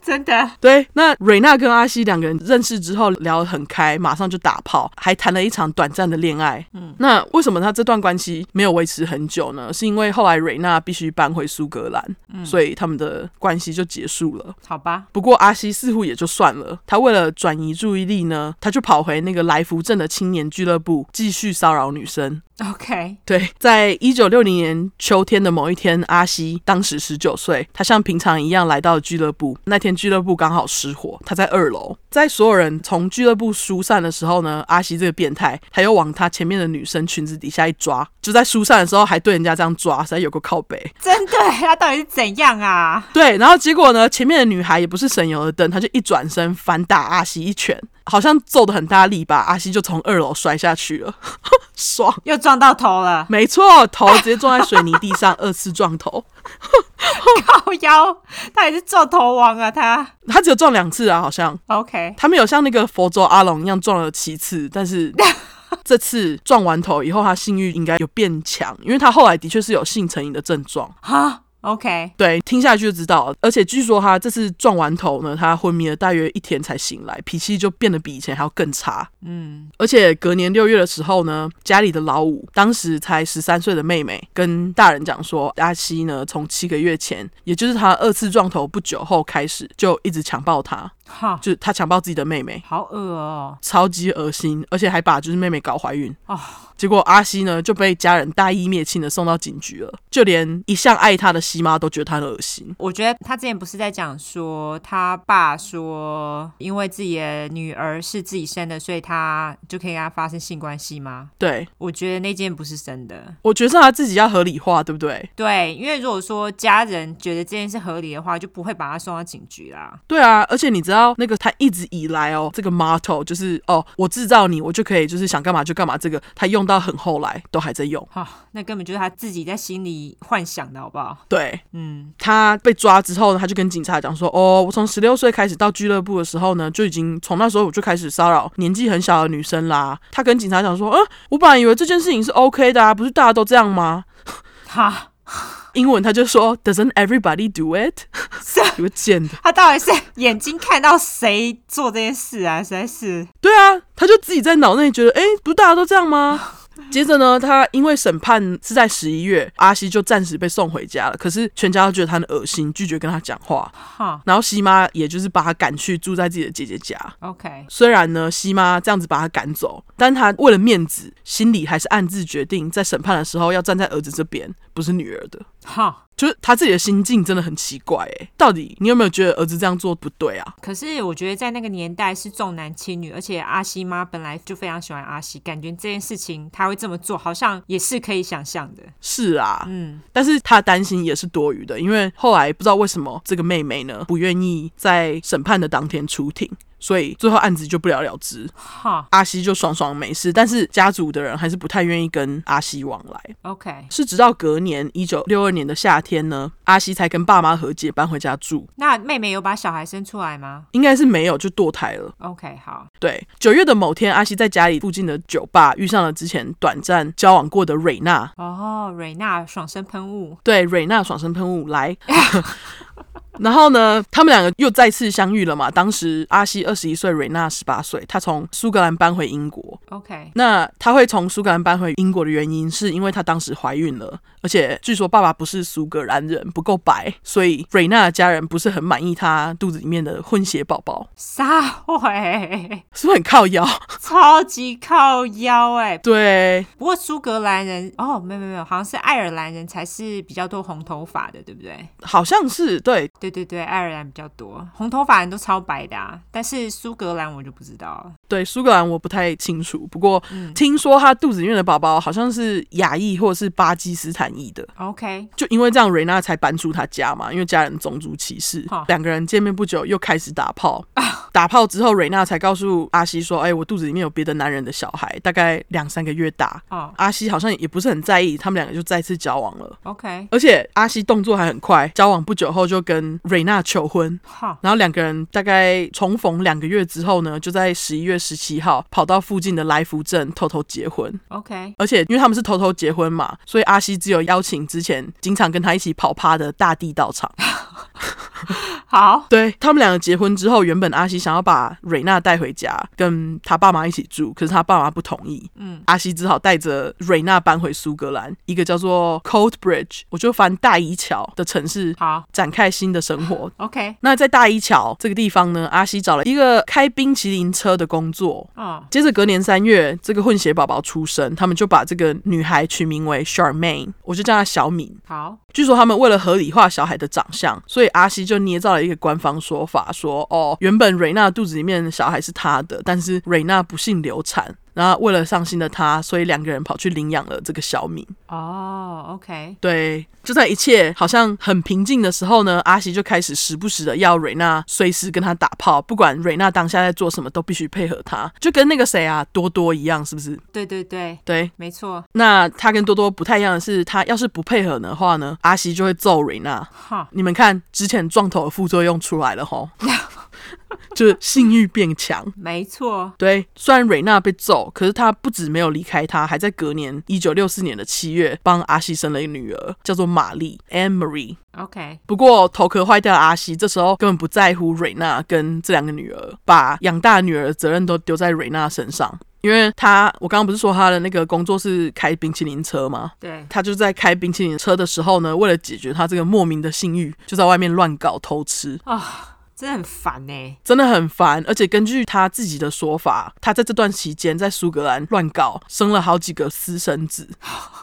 S2: 真的
S1: 对，那瑞娜跟阿西两个人认识之后聊得很开，马上就打炮，还谈了一场短暂的恋爱。嗯，那为什么他这段关系没有维持很久呢？是因为后来瑞娜必须搬回苏格兰，所以他们的关系就结束了。
S2: 好吧，
S1: 不过阿西似乎也就算了，他为了转移注意力呢，他就跑回那个来福镇的青年俱乐部继续骚扰女生。
S2: OK，
S1: 对，在一九六零年秋天的某一天，阿西当时十九岁，他像平常一样来到俱乐部。那天俱乐部刚好失火，他在二楼。在所有人从俱乐部疏散的时候呢，阿西这个变态，他又往他前面的女生裙子底下一抓，就在疏散的时候还对人家这样抓，实在有个靠背。
S2: 真的，他到底是怎样啊？
S1: 对，然后结果呢，前面的女孩也不是省油的灯，她就一转身反打阿西一拳，好像揍的很大力吧，阿西就从二楼摔下去了， 爽。
S2: 又撞到头了，
S1: 没错，头直接撞在水泥地上， 二次撞头。
S2: 靠腰，他也是撞头王啊，他
S1: 他只有撞两次啊，好像
S2: OK，
S1: 他没有像那个佛州阿龙一样撞了七次，但是这次撞完头以后，他性欲应该有变强，因为他后来的确是有性成瘾的症状。
S2: 哈，OK，
S1: 对，听下去就知道了。而且据说他这次撞完头呢，他昏迷了大约一天才醒来，脾气就变得比以前还要更差。
S2: 嗯，
S1: 而且隔年六月的时候呢，家里的老五当时才十三岁的妹妹跟大人讲说，阿西呢从七个月前，也就是他二次撞头不久后开始，就一直强暴他，
S2: 哈，
S1: 就是他强暴自己的妹妹，
S2: 好恶哦，
S1: 超级恶心，而且还把就是妹妹搞怀孕。
S2: 哦，
S1: 结果阿西呢就被家人大义灭亲的送到警局了，就连一向爱他的西妈都觉得他很恶心。
S2: 我觉得他之前不是在讲说，他爸说，因为自己的女儿是自己生的，所以他就可以跟他发生性关系吗？
S1: 对，
S2: 我觉得那件不是真的。
S1: 我觉得是他自己要合理化，对不对？
S2: 对，因为如果说家人觉得这件事合理的话，就不会把他送到警局啦。
S1: 对啊，而且你知道那个他一直以来哦，这个 motto 就是哦，我制造你，我就可以就是想干嘛就干嘛，这个他用到很后来都还在用。
S2: 哈、那根本就是他自己在心里幻想的，好不好？
S1: 对
S2: 嗯，
S1: 他被抓之后呢，他就跟警察讲说，哦，我从十六岁开始到俱乐部的时候呢，就已经从那时候我就开始骚扰年纪很小的女生啦。他跟警察讲说，嗯，我本来以为这件事情是 OK 的啊，不是大家都这样吗？
S2: 哈，
S1: 英文他就说，Doesn't everybody do it？
S2: 是
S1: 有贱的。
S2: 他到底是眼睛看到谁做这件事啊？实在是，
S1: 对啊，他就自己在脑内觉得，哎，不是大家都这样吗？接着呢，他因为审判是在十一月，阿西就暂时被送回家了。可是全家都觉得他很恶心，拒绝跟他讲话。
S2: 哈
S1: 然后西妈也就是把他赶去住在自己的姐姐家。
S2: ，OK，
S1: 虽然呢，西妈这样子把他赶走，但他为了面子，心里还是暗自决定，在审判的时候要站在儿子这边，不是女儿的。
S2: 哈。
S1: 就是他自己的心境真的很奇怪哎，到底你有没有觉得儿子这样做不对啊？
S2: 可是我觉得在那个年代是重男轻女，而且阿西妈本来就非常喜欢阿西，感觉这件事情她会这么做，好像也是可以想象的。
S1: 是啊，
S2: 嗯，
S1: 但是他担心也是多余的，因为后来不知道为什么这个妹妹呢不愿意在审判的当天出庭，所以最后案子就不了了之。
S2: 哈
S1: 阿西就爽爽没事，但是家族的人还是不太愿意跟阿西往来。
S2: ，OK。
S1: 是直到隔年一九六二年的夏天呢，阿西才跟爸妈和解，搬回家住。
S2: 那妹妹有把小孩生出来吗
S1: 应该是没有就堕胎了。
S2: ？OK，好，
S1: 对，九月的某天，阿西在家里附近的酒吧遇上了之前短暂交往过的瑞娜。
S2: 哦，瑞娜爽身喷雾，
S1: 对，瑞娜爽身喷雾来。 然后呢，他们两个又再次相遇了嘛。当时阿西二十一岁，瑞娜十八岁，她从苏格兰搬回英国。
S2: OK，
S1: 那她会从苏格兰搬回英国的原因，是因为她当时怀孕了，而且据说爸爸不是苏格兰人，不够白，所以瑞娜的家人不是很满意她肚子里面的混血宝宝，
S2: 撒会，
S1: 是不是很靠腰？
S2: 超级靠腰哎、
S1: 对，
S2: 不过苏格兰人哦，没有没有没有，好像是爱尔兰人才是比较多红头发的，对不对？
S1: 好像是对，
S2: 对对对，爱尔兰比较多，红头发人都超白的啊。但是苏格兰我就不知道了。
S1: 对，苏格兰我不太清楚，不过听说她肚子里面的宝宝好像是亚裔或者是巴基斯坦裔的。
S2: OK，
S1: 就因为这样，瑞娜才搬出她家嘛，因为家人种族歧视
S2: 哈。
S1: 两个人见面不久，又开始打炮。打炮之后，瑞娜才告诉阿西说：“哎、我肚子里面有别的男人的小孩，大概两三个月大。”
S2: 哦
S1: 阿西好像也不是很在意，他们两个就再次交往了。
S2: ，OK，
S1: 而且阿西动作还很快，交往不久后就跟瑞娜求婚。
S2: 哈，
S1: 然后两个人大概重逢两个月之后呢，就在十一月十七号跑到附近的来福镇偷偷结婚。
S2: OK，
S1: 而且因为他们是偷偷结婚嘛，所以阿西只有邀请之前经常跟他一起跑趴的大地到场。
S2: 好，
S1: 对他们两个结婚之后，原本阿西想要把蕊娜带回家跟他爸妈一起住，可是他爸妈不同意。嗯，阿西只好带着蕊娜搬回苏格兰一个叫做 Cold Bridge，我就翻大一桥的城市，
S2: 好
S1: 展开新的生活。
S2: ，OK，
S1: 那在大一桥这个地方呢，阿西找了一个开冰淇淋车的工作，
S2: 哦
S1: 接着隔年三月，这个混血宝宝出生，他们就把这个女孩取名为 Charmaine，我就叫她小敏。
S2: 好
S1: 据说他们为了合理化小孩的长相，所以阿西就捏造了一个官方说法，说哦，原本瑞娜肚子里面的小孩是她的，但是瑞娜不幸流产。然后为了伤心的她，所以两个人跑去领养了这个小敏。
S2: 哦，OK，
S1: 对，就在一切好像很平静的时候呢，阿西就开始时不时的要蕊娜随时跟他打炮，不管蕊娜当下在做什么，都必须配合他，就跟那个谁啊多多一样，是不是？
S2: 对对对，
S1: 对，
S2: 没错，
S1: 那他跟多多不太一样的是，他要是不配合的话呢，阿西就会揍蕊娜。
S2: 哈，
S1: 你们看之前撞头的副作用出来了 吼，就是性欲变强。
S2: 没错，
S1: 对，虽然蕊娜被揍，可是她不止没有离开他，还在隔年一九六四年的七月帮阿西生了一个女儿，叫做玛丽 （Anne Marie）。
S2: OK，
S1: 不过头壳坏掉的阿西这时候根本不在乎蕊娜跟这两个女儿，把养大女儿的责任都丢在蕊娜身上。因为他，我刚刚不是说他的那个工作是开冰淇淋车吗？
S2: 对，
S1: 他就在开冰淇淋车的时候呢，为了解决他这个莫名的性欲，就在外面乱搞偷吃，
S2: 真的很烦呢、
S1: 真的很烦。而且根据他自己的说法，他在这段期间在苏格兰乱搞，生了好几个私生子，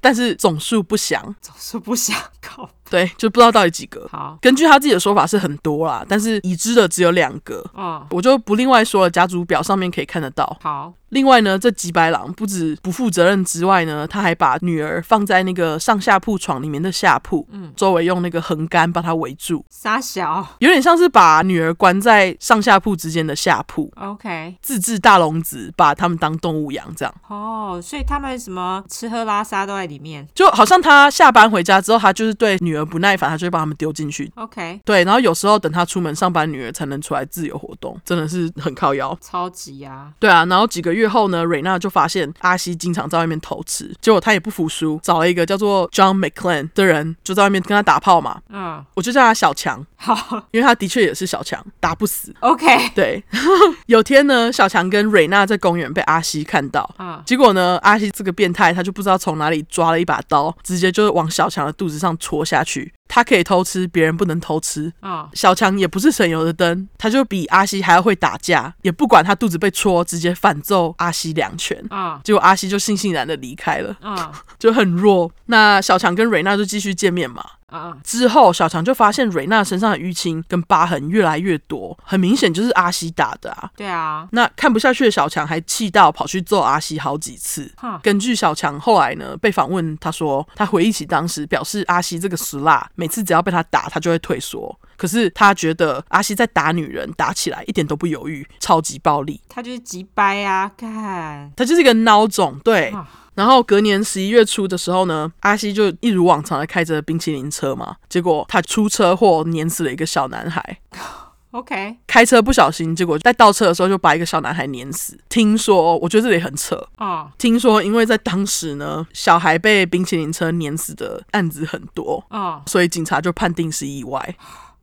S1: 但是总数不详，
S2: 总是不想搞。
S1: 对，就不知道到底几个。
S2: 好，
S1: 根据他自己的说法是很多啦，但是已知的只有两个，
S2: 哦，
S1: 我就不另外说了。家族表上面可以看得到。
S2: 好，
S1: 另外呢，这吉白狼不止不负责任之外呢，他还把女儿放在那个上下铺床里面的下铺，嗯，周围用那个横杆把它围住，
S2: 傻小
S1: 有点像是把女儿关在上下铺之间的下铺。
S2: ，OK，
S1: 自制大笼子，把他们当动物养，这样
S2: 哦，所以他们什么吃喝拉撒都在里面。
S1: 就好像他下班回家之后，他就是对女儿不耐烦，他就会把他们丢进去。
S2: OK，
S1: 对，然后有时候等他出门上班，女儿才能出来自由活动，真的是很靠腰。
S2: 超级啊，
S1: 对啊，然后几个月后呢，瑞娜就发现阿西经常在外面偷吃，结果她也不服输，找了一个叫做 John McClan 的人，就在外面跟他打炮嘛，
S2: 嗯，
S1: 我就叫他小强，
S2: 好
S1: 因为他的确也是小强，打不死。
S2: ，OK，
S1: 对， 有天呢，小强跟瑞娜在公园被阿西看到。
S2: 嗯，
S1: 结果呢，阿西这个变态，他就不知道从哪里抓了一把刀，直接就往小强的肚子上戳下去。他可以偷吃，别人不能偷吃。
S2: 嗯，
S1: 小强也不是省油的灯，他就比阿西还要会打架，也不管他肚子被戳，直接反揍阿西两拳。
S2: 嗯，
S1: 结果阿西就悻悻然的离开了，
S2: 嗯，
S1: 就很弱。那小强跟蕊娜就继续见面嘛。
S2: 嗯，
S1: 之后，小强就发现蕊娜身上的淤青跟疤痕越来越多，很明显就是阿西打的啊。
S2: 对啊，
S1: 那看不下去的小强还气到跑去揍阿西好几次。
S2: 哈，
S1: 根据小强后来呢被访问，他说他回忆起当时，表示阿西这个死辣，每次只要被他打，他就会退缩。可是他觉得阿西在打女人，打起来一点都不犹豫，超级暴力。
S2: 他就是急掰啊，干，
S1: 他就是一个孬种，对
S2: 啊。
S1: 然后隔年十一月初的时候呢，阿西就一如往常的开着冰淇淋车嘛，结果他出车祸碾死了一个小男孩。
S2: ，OK，
S1: 开车不小心，结果在倒车的时候就把一个小男孩碾死。听说，我觉得这里很扯。
S2: 哦，
S1: 听说，因为在当时呢，小孩被冰淇淋车碾死的案子很多，
S2: 哦，
S1: 所以警察就判定是意外。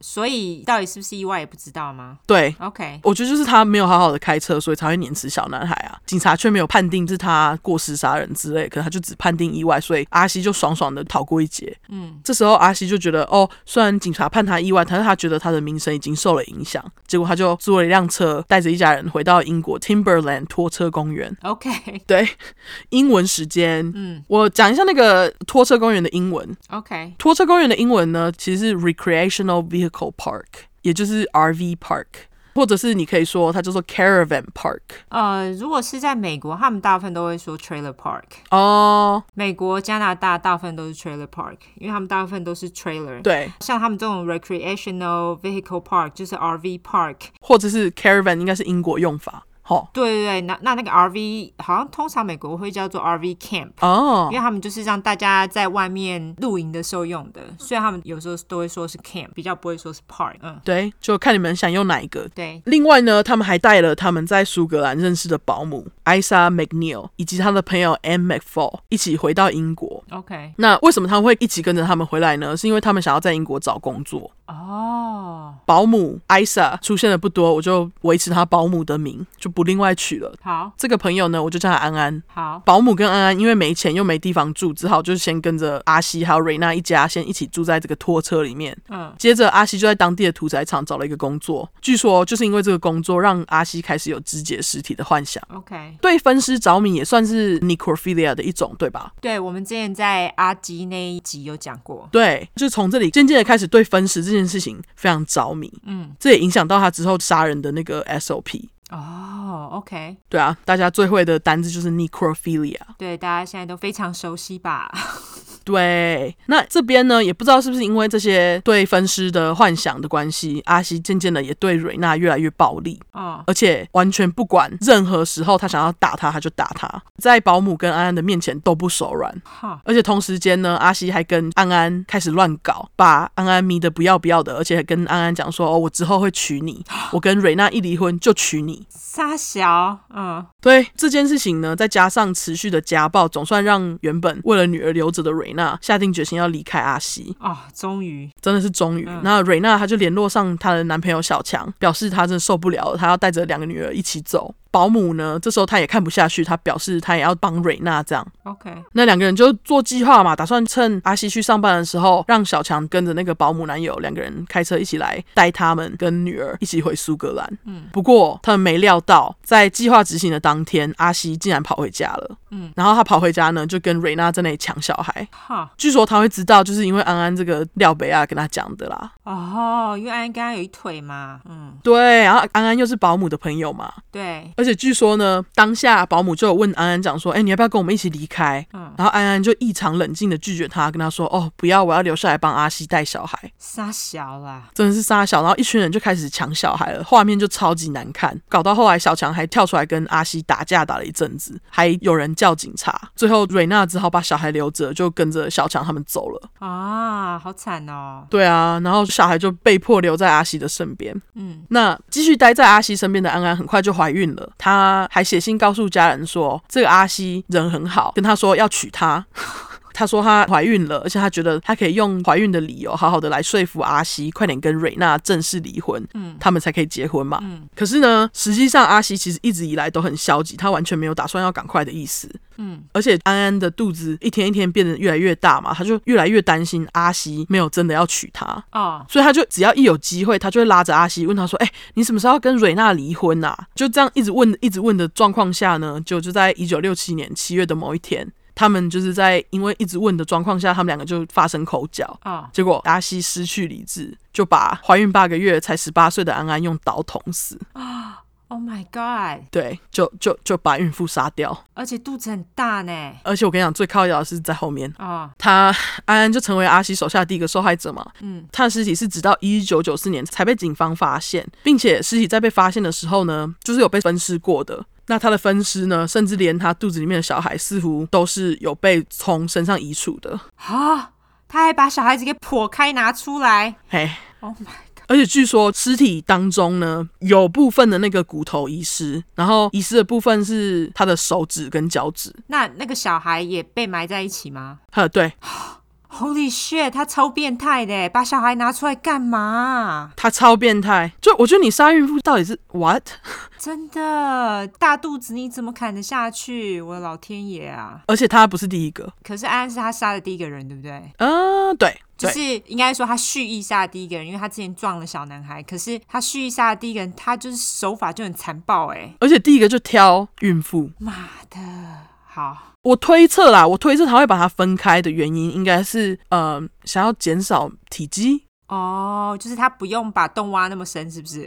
S2: 所以到底是不是意外也不知道吗
S1: 对，
S2: ？OK，
S1: 我觉得就是他没有好好的开车，所以才会碾死小男孩啊。警察却没有判定是他过失杀人之类，可能他就只判定意外，所以阿西就爽爽的逃过一劫。嗯，这时候阿西就觉得，哦，虽然警察判他意外，但是他觉得他的名声已经受了影响，结果他就租了一辆车，带着一家人回到英国 Timberland 拖车公园。
S2: OK
S1: 对，英文时间，
S2: 嗯
S1: 我讲一下那个拖车公园的英文。
S2: OK
S1: 拖车公园的英文呢，其实是 recreational vehicle park，也就是 RV park，或者是你可以说它叫做 caravan park。
S2: 呃，如果是在美国，他们大部分都会说 trailer park。
S1: 哦、
S2: 美国、加拿大大部分都是 trailer park，因为他们大部分都是 trailer。，
S1: 对，
S2: 像他们这种 recreational vehicle park 就是 RV park。
S1: 或者是 caravan 应该是英国用法。好、
S2: 对对对，那那那个 RV 好像通常美国会叫做 RV camp。
S1: 哦
S2: 因为他们就是让大家在外面露营的时候用的，所以他们有时候都会说是 camp，比较不会说是 park。嗯，
S1: 对，就看你们想用哪一个。
S2: 对，
S1: 另外呢，他们还带了他们在苏格兰认识的保姆 Isa McNeil 以及他的朋友 Anne McFall 一起回到英国。
S2: OK，
S1: 那为什么他们会一起跟着他们回来呢？是因为他们想要在英国找工作。
S2: 哦，
S1: 保姆 Isa 出现的不多，我就维持她保姆的名，就不另外取了。
S2: 好
S1: 这个朋友呢，我就叫她安安。
S2: 好
S1: 保姆跟安安因为没钱又没地方住，只好就是先跟着阿西还有瑞娜一家先一起住在这个拖车里面。
S2: 嗯，
S1: 接着阿西就在当地的屠宰场找了一个工作，据说就是因为这个工作让阿西开始有肢解尸体的幻想。
S2: ，OK，
S1: 对分尸着迷也算是 necrophilia 的一种，对吧？
S2: 对，我们之前在阿吉那一集有讲过，
S1: 对，就从这里渐渐的开始对分食这件事情非常着迷，
S2: 嗯，
S1: 这也影响到他之后杀人的那个 SOP。
S2: 哦，OK，
S1: 对啊，大家最会的单字就是 necrophilia。
S2: 对，大家现在都非常熟悉吧？
S1: 对，那这边呢，也不知道是不是因为这些对分尸的幻想的关系，阿西渐渐的也对瑞娜越来越暴力，
S2: 哦，
S1: 而且完全不管任何时候他想要打他，他就打他，在保姆跟安安的面前都不手软。
S2: 哈，
S1: 而且同时间呢，阿西还跟安安开始乱搞，把安安迷得不要不要的，而且还跟安安讲说：“哦，我之后会娶你，我跟瑞娜一离婚就娶你。
S2: 沙小，嗯，”
S1: 对这件事情呢，再加上持续的家暴，总算让原本为了女儿留着的瑞娜下定决心要离开阿西，
S2: 哦，终于，
S1: 真的是终于
S2: 嗯。
S1: 那瑞娜她就联络上她的男朋友小强，表示她真的受不了了，她要带着两个女儿一起走。保姆呢，这时候她也看不下去，她表示她也要帮瑞娜这样。
S2: OK，
S1: 那两个人就做计划嘛，打算趁阿西去上班的时候，让小强跟着那个保姆男友两个人开车一起来带他们跟女儿一起回苏格兰。嗯，不过他们没料到，在计划执行的当天，阿西竟然跑回家了。嗯，然后他跑回家呢，就跟瑞娜在那里抢小孩。
S2: 哈，
S1: 据说他会知道，就是因为安安这个廖北啊亚跟他讲的啦。
S2: 哦，因为安安刚刚有一腿嘛，嗯，
S1: 对，然后安安又是保姆的朋友嘛，
S2: 对，
S1: 而且据说呢，当下保姆就有问安安讲说：“哎、你要不要跟我们一起离开？”
S2: 嗯
S1: 然后安安就异常冷静的拒绝他，跟他说：“哦，不要，我要留下来帮阿西带小孩。
S2: 沙小啦”，
S1: 真的是傻小，然后一群人就开始抢小孩了，画面就超级难看，搞到后来小强还跳出来跟阿西打架打了一阵子，还有人叫警察，最后瑞娜只好把小孩留着，就跟着小强他们走了。
S2: 啊，好惨哦，
S1: 对啊，然后小孩就被迫留在阿西的身边。
S2: 嗯，
S1: 那继续待在阿西身边的安安很快就怀孕了，她还写信告诉家人说，这个阿西人很好，跟她说要娶她。 她说她怀孕了，而且她觉得她可以用怀孕的理由好好的来说服阿西，快点跟瑞娜正式离婚，嗯，他们才可以结婚嘛。嗯，可是呢，实际上阿西其实一直以来都很消极，她完全没有打算要赶快的意思。嗯，而且安安的肚子一天一天变得越来越大嘛，她就越来越担心阿西没有真的要娶她。
S2: 哦，
S1: 所以他就只要一有机会，他就会拉着阿西问他说：“哎、你什么时候要跟蕊娜离婚啊？”就这样一直问、一直问的状况下呢，就就在一九六七年七月的某一天，他们就是在因为一直问的状况下，他们两个就发生口角，
S2: 哦，
S1: 结果阿西失去理智，就把怀孕八个月才十八岁的安安用刀捅死，
S2: Oh my god！
S1: 对，就就就把孕妇杀掉。
S2: 而且肚子很大呢。
S1: 而且我跟你讲，最靠腰的是在后面，
S2: 哦，
S1: 他安安就成为阿西手下的第一个受害者嘛。
S2: 嗯，
S1: 他的尸体是直到一九九四年才被警方发现，并且尸体在被发现的时候呢，就是有被分尸过的。那他的分尸呢，甚至连他肚子里面的小孩似乎都是有被从身上移除的。
S2: 啊，他还把小孩子给剖开拿出来。
S1: 嘿，
S2: Oh my god！
S1: 而且据说尸体当中呢，有部分的那个骨头遗失，然后遗失的部分是他的手指跟脚趾。呃
S2: 那那个小孩也被埋在一起吗
S1: 呵，对，
S2: Holy shit，他超变态的，把小孩拿出来干嘛？
S1: 他超变态，就我觉得你杀孕妇到底是 what？
S2: 真的，大肚子你怎么砍得下去？我的老天爷啊！
S1: 而且他不是第一个，
S2: 可是安安是他杀的第一个人，对不对？
S1: 嗯、对，
S2: 就
S1: 对，
S2: 是应该说他蓄意杀的第一个人，因为他之前撞了小男孩，可是他蓄意杀的第一个人，他就是手法就很残暴哎，
S1: 而且第一个就挑孕妇。
S2: 妈的！好，
S1: 我推测啦，我推测他会把它分开的原因应该是，呃，想要减少体积
S2: 哦，就是他不用把洞挖那么深，是不 是？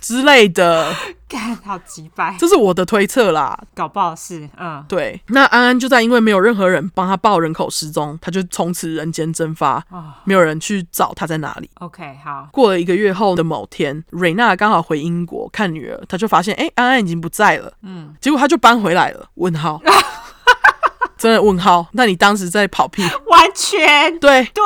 S1: 之类的，
S2: 干，好鸡掰，
S1: 这是我的推测啦。
S2: 搞不好是，嗯，
S1: 对，那安安就在因为没有任何人帮他报人口失踪，他就从此人间蒸发，
S2: 哦
S1: 没有人去找他在哪里。
S2: ，OK，好，
S1: 过了一个月后的某天，瑞娜刚好回英国看女儿，她就发现，哎、安安已经不在了。嗯，结果她就搬回来了。问号，真的问号？那你当时在跑屁？
S2: 完全
S1: 对，
S2: 对，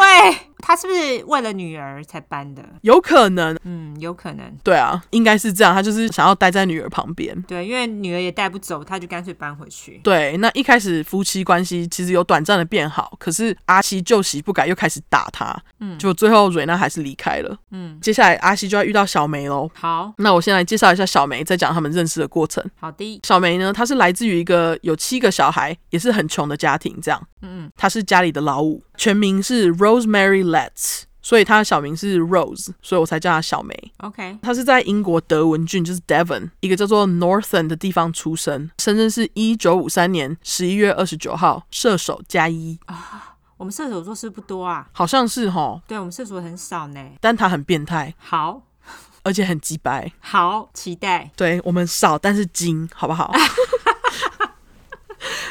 S2: 他是不是为了女儿才搬的？
S1: 有可能，
S2: 嗯，有可能，
S1: 对啊，应该是这样。她就是想要待在女儿旁边。
S2: 对，因为女儿也带不走，他就干脆搬回去。
S1: 对，那一开始夫妻关系其实有短暂的变好，可是阿西旧习不改，又开始打他。嗯，就最后瑞娜还是离开了。
S2: 嗯，
S1: 接下来阿西就要遇到小梅喽。
S2: 好
S1: 那我先来介绍一下小梅，再讲他们认识的过程。
S2: 好的，
S1: 小梅呢，她是来自于一个有七个小孩，也是很穷的家庭，这样。
S2: 嗯，
S1: 她是家里的老五，全名是 Rosemary Letts，所以她的小名是 Rose，所以我才叫她小梅。
S2: ，OK，
S1: 她是在英国德文郡，就是 Devon 一个叫做 Northern 的地方出生，生日是一九五三年十一月二十九号，射手加一，
S2: 我们射手座是不是不多啊，
S1: 好像是吼，
S2: 对我们射手很少呢。
S1: 但她很变态，
S2: 好
S1: 而且很鸡白。
S2: 好期待，
S1: 对我们少，但是精，好不好？
S2: 啊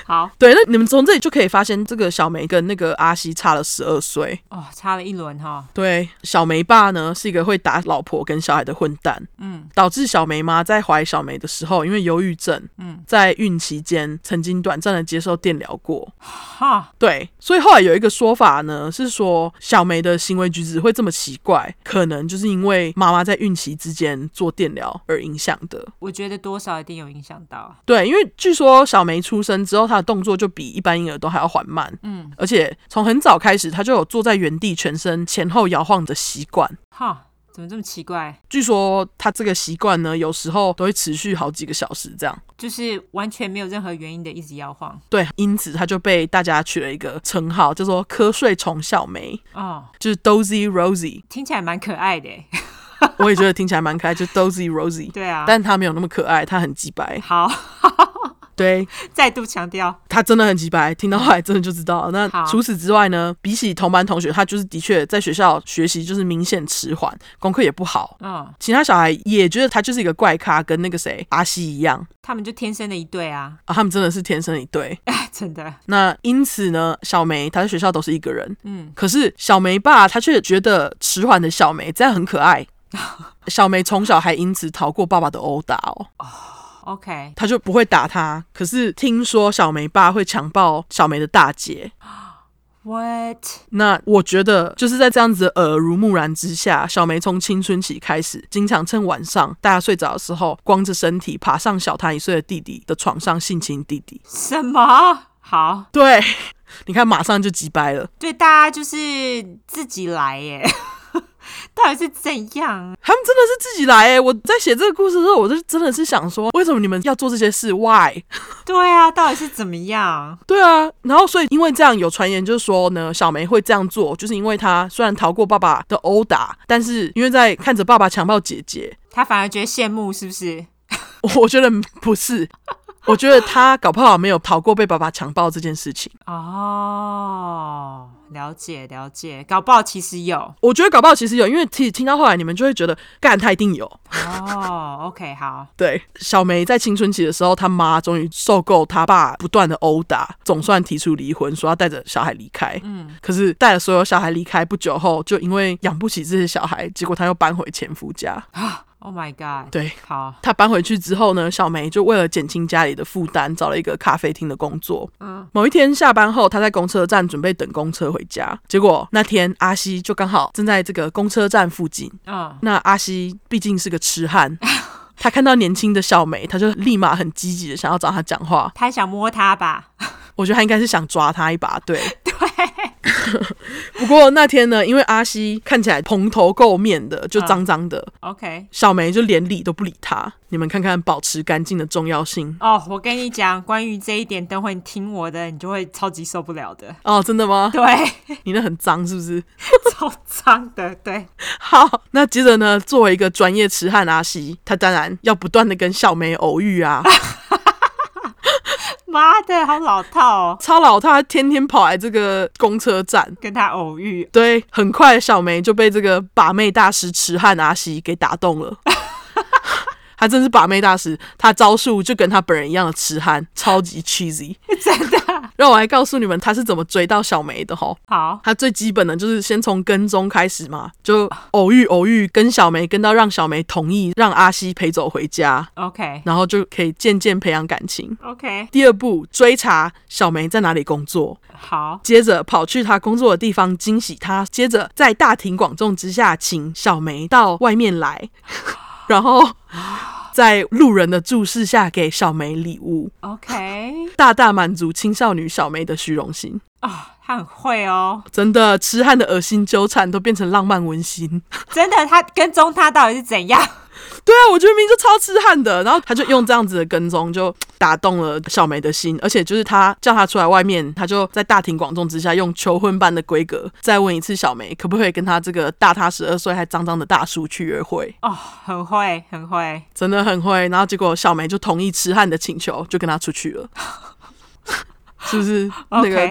S2: 好
S1: 对，那你们从这里就可以发现，这个小梅跟那个阿西差了十二岁。
S2: 哦，差了一轮哈，
S1: 对，小梅爸呢是一个会打老婆跟小孩的混蛋，
S2: 嗯，
S1: 导致小梅妈在怀小梅的时候，因为忧郁症，
S2: 嗯，
S1: 在孕期间曾经短暂的接受电疗过。
S2: 哈，
S1: 对，所以后来有一个说法呢，是说小梅的行为举止会这么奇怪，可能就是因为妈妈在孕期之间做电疗而影响的。
S2: 我觉得多少一定有影响到啊，
S1: 对，因为据说小梅出生之后，她的动作就比一般婴儿都还要缓慢。嗯，而且从很早开始，她就有坐在原地、全身前后摇晃的习惯。
S2: 哈，怎么这么奇怪？
S1: 据说她这个习惯呢，有时候都会持续好几个小时这样。
S2: 就是完全没有任何原因的一直摇晃
S1: 对，因此她就被大家取了一个称号，叫做“瞌睡虫小梅
S2: 哦”，，
S1: 就是 Dozy Rosie。
S2: 听起来蛮可爱的耶，
S1: 我也觉得听起来蛮可爱，就 Dozy Rosie。
S2: 对啊，
S1: 但她没有那么可爱，她很鸡白。
S2: 好，
S1: 对，
S2: 再度强调，
S1: 他真的很鸡白，听到后来真的就知道了。那
S2: 好
S1: 除此之外呢，比起同班同学，他就是的确在学校学习就是明显迟缓，功课也不好。
S2: 嗯，
S1: 其他小孩也觉得他就是一个怪咖，跟那个谁阿西一样
S2: 他们就天生的一对啊，
S1: 啊，他们真的是天生一对。
S2: 真的，
S1: 那因此呢，小梅她在学校都是一个人，
S2: 嗯，
S1: 可是小梅爸他却觉得迟缓的小梅这样很可 爱。小梅从小还因此逃过爸爸的殴打哦，
S2: OK，
S1: 他就不会打她。可是听说小梅爸会强暴小梅的大姐，
S2: What？
S1: 那我觉得就是在这样子耳濡目染之下，小梅从青春期开始，经常趁晚上大家睡着的时候，光着身体爬上小她一岁的弟弟的床上性侵弟弟。
S2: 什么？好，
S1: 对，你看马上就急掰了。
S2: 对，大家就是自己来耶， 到底是怎样？
S1: 他们真的是自己来诶、欸我在写这个故事的时候，我就真的是想说，为什么你们要做这些事？Why？
S2: 对啊，到底是怎么样？
S1: 对啊，然后所以因为这样有传言就是说呢，小梅会这样做，就是因为她虽然逃过爸爸的殴打，但是因为在看着爸爸强暴姐姐，
S2: 他反而觉得羡慕，是不是？
S1: 我觉得不是，我觉得他搞不好没有逃过被爸爸强暴这件事情。
S2: 哦，了解了解，搞不好其实有。
S1: 我觉得搞不好其实有，因为听听到后来，你们就会觉得干他一定有。
S2: 哦，OK，好，
S1: 对，小梅在青春期的时候，她妈终于受够她爸不断的殴打，总算提出离婚，说要带着小孩离开。嗯，可是带了所有小孩离开不久后，就因为养不起这些小孩，结果她又搬回前夫家。
S2: Oh my God，
S1: 对。
S2: 好，
S1: 她搬回去之后呢，小梅就为了减轻家里的负担，找了一个咖啡厅的工作。嗯，某一天下班后，她在公车站准备等公车回家，结果那天阿西就刚好正在这个公车站附近。
S2: 嗯，
S1: 那阿西毕竟是个痴汉，他看到年轻的小梅，他就立马很积极的想要找她讲话。
S2: 他还想摸他吧？
S1: 我觉得他应该是想抓她一把，对对。 不过那天呢，因为阿西看起来蓬头垢面的，就脏脏的，
S2: OK，
S1: 小梅就连理都不理他。你们看看保持干净的重要性
S2: 哦，我跟你讲，关于这一点，等会你听我的，你就会超级受不了的。
S1: 哦，真的吗？
S2: 对，
S1: 你那很脏是不是？
S2: 超脏的，对，
S1: 好，那接着呢，作为一个专业痴汉阿西，他当然要不断的跟小梅偶遇啊，
S2: 妈的，好老套哦，
S1: 超老他天天跑来这个公车站。
S2: 跟他偶遇，
S1: 对，很快小梅就被这个把妹大师痴汉阿西给打动 了。他真是把妹大师，他招数就跟他本人一样的痴汉，超级 cheesy。
S2: 真的啊
S1: 让我来告诉你们他是怎么追到小梅的哈。
S2: 好，
S1: 他最基本的就是先从跟踪开始嘛，就偶遇偶遇，跟小梅跟到让小梅同意让阿西陪走回家，
S2: OK，OK，、
S1: 然后就可以渐渐培养感情。第二步，追查小梅在哪里工作，
S2: 好，
S1: 接着跑去她工作的地方惊喜她，接着在大庭广众之下请小梅到外面来，然后在路人的注视下给小梅礼物，
S2: OK，
S1: 大大满足青少女小梅的虚荣心。
S2: 啊、他很会哦，
S1: 真的，痴汉的恶心纠缠都变成浪漫温馨。
S2: 真的，他跟踪他到底是怎样？
S1: 对啊，我觉得明明就超痴汉的，然后他就用这样子的跟踪就打动了小梅的心，而且就是他叫她出来外面，他就在大庭广众之下用求婚般的规格再问一次小梅可不可以跟他这个大她十二岁还脏脏的大叔去约会，
S2: 哦，很会，很会，
S1: 真的很会。然后结果小梅就同意痴汉的请求，就跟他出去了，是不是？那
S2: OK，、
S1: 个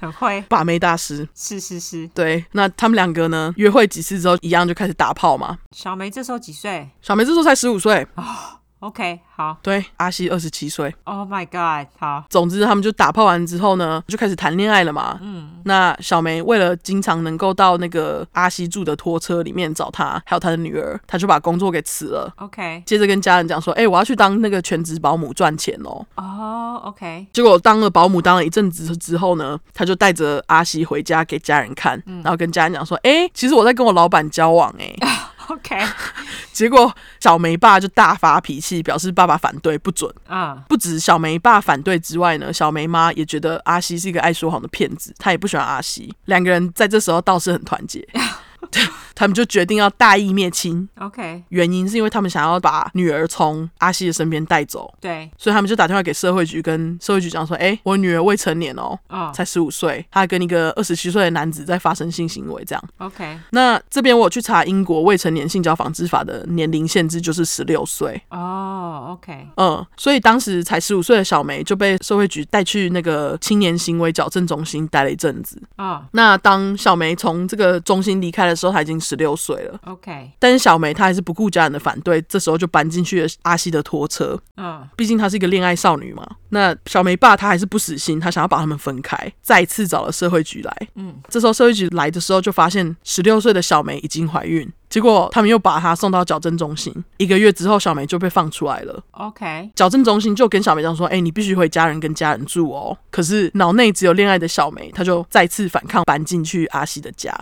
S2: 很会，
S1: 把妹大师。
S2: 是是是。
S1: 对，那他们两个呢？约会几次之后，一样就开始打炮嘛。
S2: 小梅这时候几岁
S1: 小梅这时候才十五岁，
S2: ？OK，好
S1: 对，阿西二十七岁。
S2: ，Oh my God，好，
S1: 总之，他们就打炮完之后呢，就开始谈恋爱了嘛。嗯，那小梅为了经常能够到那个阿西住的拖车里面找他，还有他的女儿，她就把工作给辞了。
S2: OK，
S1: 接着跟家人讲说：“哎、我要去当那个全职保姆赚钱哦。
S2: 哦、o k ”
S1: 结果当了保姆当了一阵子之后呢，她就带着阿西回家给家人看，然后跟家人讲说：“哎、其实我在跟我老板交往哎、
S2: o k
S1: 结果小梅爸就大发脾气，表示爸爸反对不准。
S2: 嗯，
S1: 不止小梅爸反对之外呢，小梅妈也觉得阿西是一个爱说谎的骗子，她也不喜欢阿西。两个人在这时候倒是很团结，他们就决定要大义灭亲。
S2: OK，
S1: 原因是因为他们想要把女儿从阿西的身边带走，
S2: 对，
S1: 所以他们就打电话给社会局，跟社会局讲说：“哎、我女儿未成年哦，
S2: 哦、
S1: 才十五岁，她跟一个二十七岁的男子在发生性行为。”这样，
S2: o k
S1: 那这边我有去查英国未成年性交防治法的年龄限制就是十六岁。
S2: 哦、o k
S1: 嗯，所以当时才十五岁的小梅就被社会局带去那个青年行为矫正中心待了一阵子。
S2: 哦、
S1: 那当小梅从这个中心离开的时候，她已经十六岁了。
S2: o k
S1: 但是小梅她还是不顾家人的反对，这时候就搬进去了阿西的拖车。
S2: 嗯，
S1: 毕竟她是一个恋爱少女嘛。那小梅爸他还是不死心，他想要把他们分开，再次找了社会局来。
S2: 嗯，
S1: 这时候社会局来的时候，就发现十六岁的小梅已经怀孕。结果他们又把她送到矫正中心，一个月之后，小梅就被放出来了。
S2: OK，
S1: 矫正中心就跟小梅讲说：“哎、你必须回家人跟家人住哦。”可是脑内只有恋爱的小梅，她就再次反抗，搬进去阿西的家。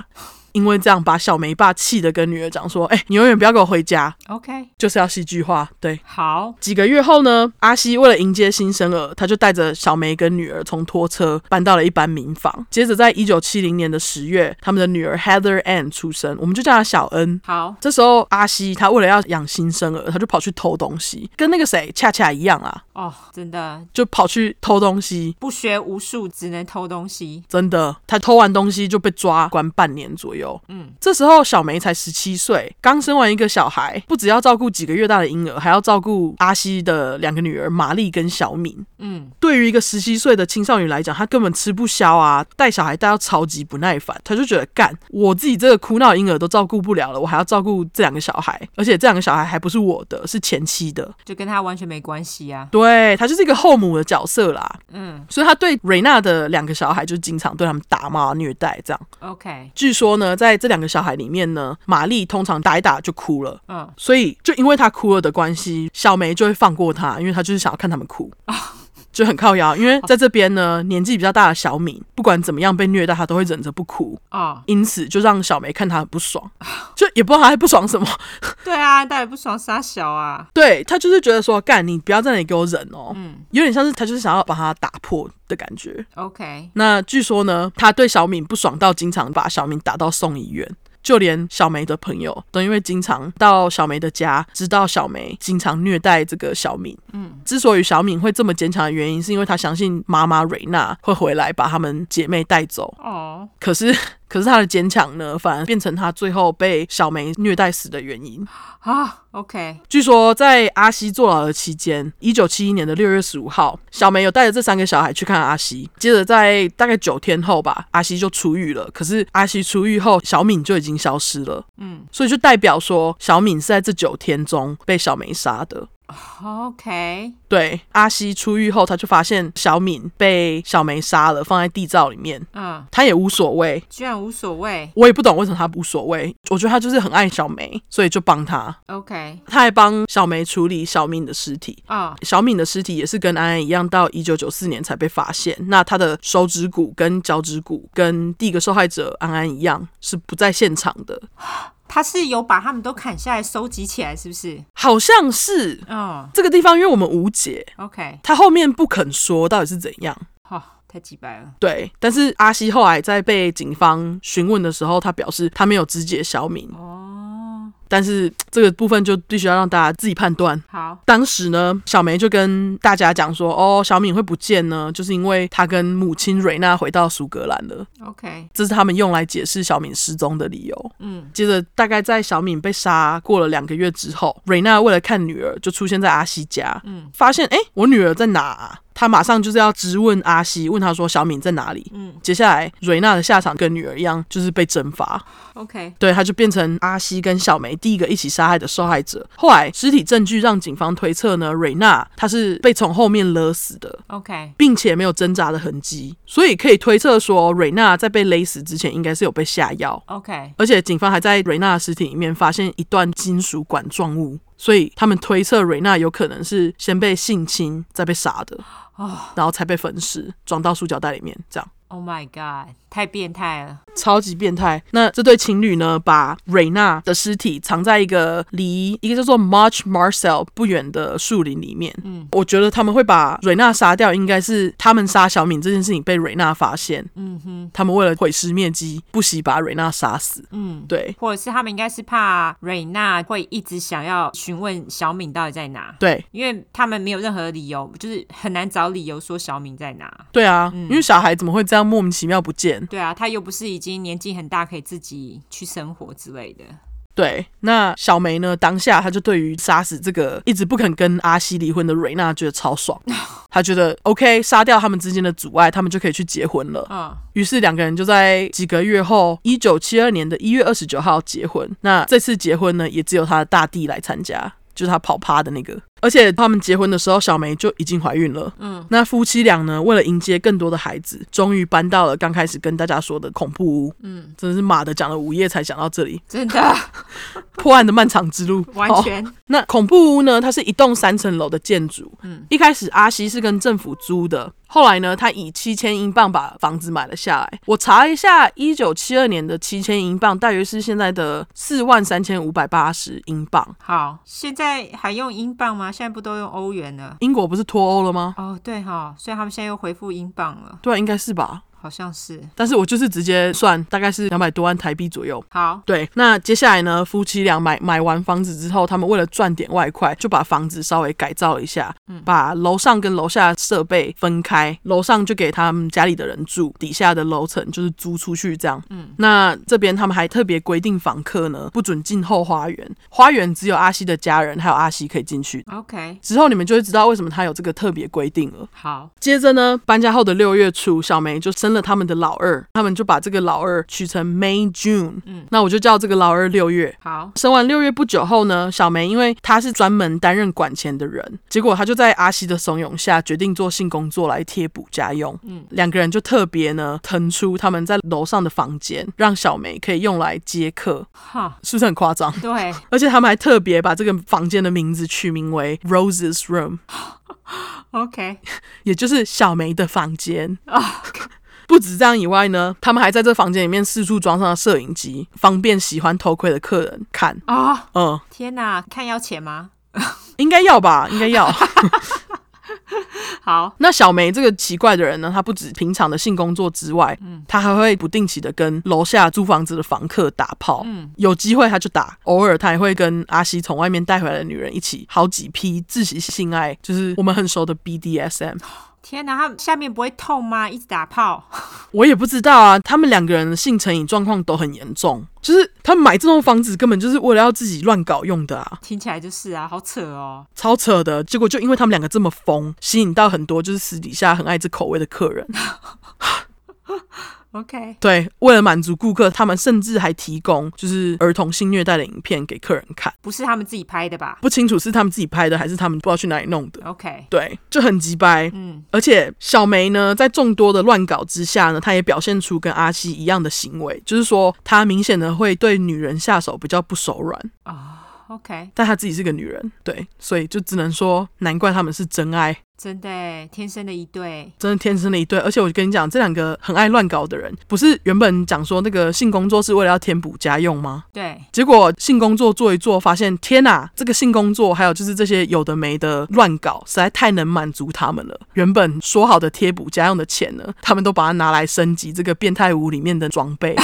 S1: 因为这样把小梅爸气得跟女儿讲说：“哎、你永远不要给我回家，
S2: OK，
S1: 就是要戏剧化。”对，
S2: 好，
S1: 几个月后呢，阿西为了迎接新生儿，他就带着小梅跟女儿从拖车搬到了一般民房。接着，在一九七零年的十月，他们的女儿 Heather Ann 出生，我们就叫她小恩。
S2: 好，
S1: 这时候，阿西他为了要养新生儿，他就跑去偷东西，跟那个谁恰恰一样啊。
S2: 哦、真的
S1: 就跑去偷东西，
S2: 不学无术，只能偷东西。
S1: 真的，他偷完东西就被抓，关半年左右。嗯，这时候小梅才十七岁，刚生完一个小孩，不只要照顾几个月大的婴儿，还要照顾阿西的两个女儿玛丽跟小敏。
S2: 嗯，
S1: 对于一个十七岁的青少年来讲，她根本吃不消啊，带小孩带到超级不耐烦，她就觉得干，我自己这个苦恼婴儿都照顾不了了，我还要照顾这两个小孩，而且这两个小孩还不是我的，是前妻的。
S2: 就跟他完全没关系啊。
S1: 对，她就是一个后母的角色啦。
S2: 嗯
S1: 所以他对瑞娜的两个小孩就经常对他们打骂、虐待这样。
S2: ，OK，
S1: 据说呢，在这两个小孩里面呢，玛丽通常打一打就哭了，
S2: 嗯，
S1: 所以就因为她哭了的关系，小梅就会放过她，因为她就是想要看他们哭。就很靠腰，因为在这边呢，年纪比较大的小敏，不管怎么样被虐待，她都会忍着不哭，
S2: 哦、
S1: 因此就让小梅看她很不爽，就也不知道她在不爽什么，
S2: 对啊，到底不爽傻小啊？
S1: 对他就是觉得说，干你不要在那里给我忍哦，嗯，有点像是他就是想要把他打破的感觉。
S2: OK，
S1: 那据说呢，他对小敏不爽到经常把小敏打到送医院，就连小梅的朋友都因为经常到小梅的家，知道小梅经常虐待这个小敏。嗯，之所以小敏会这么坚强的原因，是因为她相信妈妈蕊娜会回来把她们姐妹带走。
S2: 哦，
S1: 可是， 可是她的坚强呢，反而变成她最后被小梅虐待死的原因。
S2: 啊，OK，
S1: 据说在阿西坐牢的期间，一九七一年的六月十五号，小梅有带着这三个小孩去看阿西。接着在大概九天后吧，阿西就出狱了。可是阿西出狱后，小敏就已经消失了。嗯，所以就代表说，小敏是在这九天中被小梅杀的。
S2: OK，
S1: 对，阿西出狱后，他就发现小敏被小梅杀了，放在地窖里面，
S2: 嗯，
S1: 他也无所谓。
S2: 居然无所谓。
S1: 我也不懂为什么他无所谓，我觉得他就是很爱小梅，所以就帮他。
S2: OK，
S1: 他还帮小梅处理小敏的尸体，
S2: 啊、
S1: 小敏的尸体也是跟安安一样，到一九九四年才被发现。那她的手指骨跟脚趾骨跟第一个受害者安安一样，是不在现场的，
S2: 他是有把他们都砍下来收集起来，是不是？
S1: 好像是
S2: 嗯
S1: 这个地方，因为我们无解，
S2: ，OK，
S1: 他后面不肯说到底是怎样。
S2: 好、太鸡掰了。
S1: 对，但是阿西后来在被警方询问的时候，他表示他没有肢解小敏，
S2: 哦，
S1: 但是这个部分就必须要让大家自己判断。
S2: 好，
S1: 当时呢，小梅就跟大家讲说，哦，小敏会不见呢，就是因为她跟母亲瑞娜回到苏格兰了。
S2: OK，
S1: 这是他们用来解释小敏失踪的理由。
S2: 嗯，
S1: 接着，大概在小敏被杀过了两个月之后，瑞娜为了看女儿，就出现在阿西家，
S2: 嗯，
S1: 发现诶，我女儿在哪啊、她马上就是要质问阿西，问他说小敏在哪里。
S2: 嗯
S1: 接下来，瑞娜的下场跟女儿一样，就是被蒸发。
S2: ，OK，
S1: 对，他就变成阿西跟小梅第一个一起杀害的受害者。后来，尸体证据让警方推测呢，瑞娜她是被从后面勒死的，
S2: OK，
S1: 并且没有挣扎的痕迹，所以可以推测说，瑞娜在被勒死之前应该是有被下药。
S2: OK，
S1: 而且警方还在瑞娜的尸体里面发现一段金属管状物，所以他们推测瑞娜有可能是先被性侵，再被杀的，
S2: 哦
S1: 然后才被焚尸，装到塑胶袋里面，这样。
S2: ，Oh my God，太变态了。
S1: 超级变态。那这对情侣呢，把瑞娜的尸体藏在一个离一个叫做 March Marcel 不远的树林里面。嗯，我觉得他们会把瑞娜杀掉，应该是他们杀小敏这件事情被瑞娜发现。
S2: 嗯哼，
S1: 他们为了毁尸灭迹，不惜把瑞娜杀死。
S2: 嗯，
S1: 对
S2: 或者是他们应该是怕瑞娜会一直想要询问小敏到底在哪。
S1: 对
S2: 因为他们没有任何理由，就是很难找理由说小敏在哪。
S1: 对啊，
S2: 嗯
S1: 因为小孩怎么会这样莫名其妙不见？
S2: 对啊，他又不是已经年纪很大，可以自己去生活之类的。
S1: 对，那小梅呢？当下她就对于杀死这个一直不肯跟阿西离婚的瑞娜觉得超 爽，她觉得 OK，杀掉他们之间的阻碍，他们就可以去结婚了。
S2: 嗯，
S1: 于是两个人就在几个月后，一九七二年的一月二十九号结婚。那这次结婚呢，也只有他的大弟来参加，就是他跑趴的那个。而且他们结婚的时候，小梅就已经怀孕了。嗯，那夫妻俩呢，为了迎接更多的孩子，终于搬到了刚开始跟大家说的恐怖屋。嗯，真的是马的讲了午夜才讲到这里，
S2: 真的
S1: 破案的漫长之路，
S2: 完
S1: 好
S2: 全
S1: 那恐怖屋呢？它是一栋三层楼的建筑。嗯，一开始阿西是跟政府租的，后来呢，他以七千英镑把房子买了下来。我查一下，一九七二年的七千英镑大约是现在的四万三千五百八十英镑。
S2: 好。现在还用英镑吗？现在不都用欧元了？
S1: 英国不是脱欧了吗？
S2: 哦，对哈、所以他们现在又恢复英镑了，
S1: 对啊，应该是吧。
S2: 好像是。
S1: 但是我就是直接算，大概是两百多万台币左右。
S2: 好，
S1: 对，那接下来呢？夫妻俩买买完房子之后，他们为了赚点外快，就把房子稍微改造了一下，把楼上跟楼下的设备分开，楼上就给他们家里的人住，底下的楼层就是租出去这样。嗯，那这边他们还特别规定房客呢不准进后花园，花园只有阿西的家人还有阿西可以进去。
S2: OK，
S1: 之后你们就会知道为什么他有这个特别规定了。
S2: 好，
S1: 接着呢，搬家后的六月初，小梅就生了他们的老二，他们就把这个老二取成 May June，嗯，那我就叫这个老二六月。
S2: 好，
S1: 生完六月不久后呢，小梅因为她是专门担任管钱的人，结果她就在阿西的怂恿下，决定做性工作来贴补家用。嗯，两个人就特别呢腾出他们在楼上的房间，让小梅可以用来接客，
S2: 哈，
S1: 是不是很夸张？
S2: 对，
S1: 而且他们还特别把这个房间的名字取名为 Rose's Room，
S2: OK，
S1: 也就是小梅的房间。 不止这样以外呢，他们还在这房间里面四处装上了摄影机，方便喜欢偷窥的客人看。
S2: 啊、
S1: 嗯，
S2: 天哪，看要钱吗？
S1: 应该要吧，应该要。
S2: 好，
S1: 那小梅这个奇怪的人呢，她不止平常的性工作之外，她还会不定期的跟楼下租房子的房客打炮，有机会她就打，偶尔她也会跟阿西从外面带回来的女人一起好几批自习性爱，就是我们很熟的 BDSM。
S2: 天哪，他下面不会痛吗？一直打炮，
S1: 我也不知道啊，他们两个人的性成瘾状况都很严重，就是他们买这栋房子根本就是为了要自己乱搞用的啊，
S2: 听起来就是啊，好扯哦。
S1: 超扯的。结果就因为他们两个这么疯，吸引到很多就是私底下很爱这口味的客人。
S2: OK，
S1: 对，为了满足顾客，他们甚至还提供就是儿童性虐待的影片给客人看，
S2: 不是他们自己拍的吧
S1: 不清楚是他们自己拍的还是他们不知道去哪里弄的。
S2: ？OK，
S1: 对，就很鸡掰。
S2: 嗯，
S1: 而且小梅呢，在众多的乱搞之下呢，她也表现出跟阿西一样的行为，就是说她明显的会对女人下手比较不手软，
S2: 啊、o k
S1: 但她自己是个女人，对，所以就只能说难怪他们是真爱，
S2: 真的耶天生的一对，
S1: 真的天生的一对。而且我跟你讲，这两个很爱乱搞的人，不是原本讲说那个性工作是为了要填补家用吗？
S2: 对，
S1: 结果性工作做一做，发现天哪，这个性工作还有就是这些有的没的乱搞，实在太能满足他们了。原本说好的贴补家用的钱呢，他们都把它拿来升级这个变态屋里面的装备，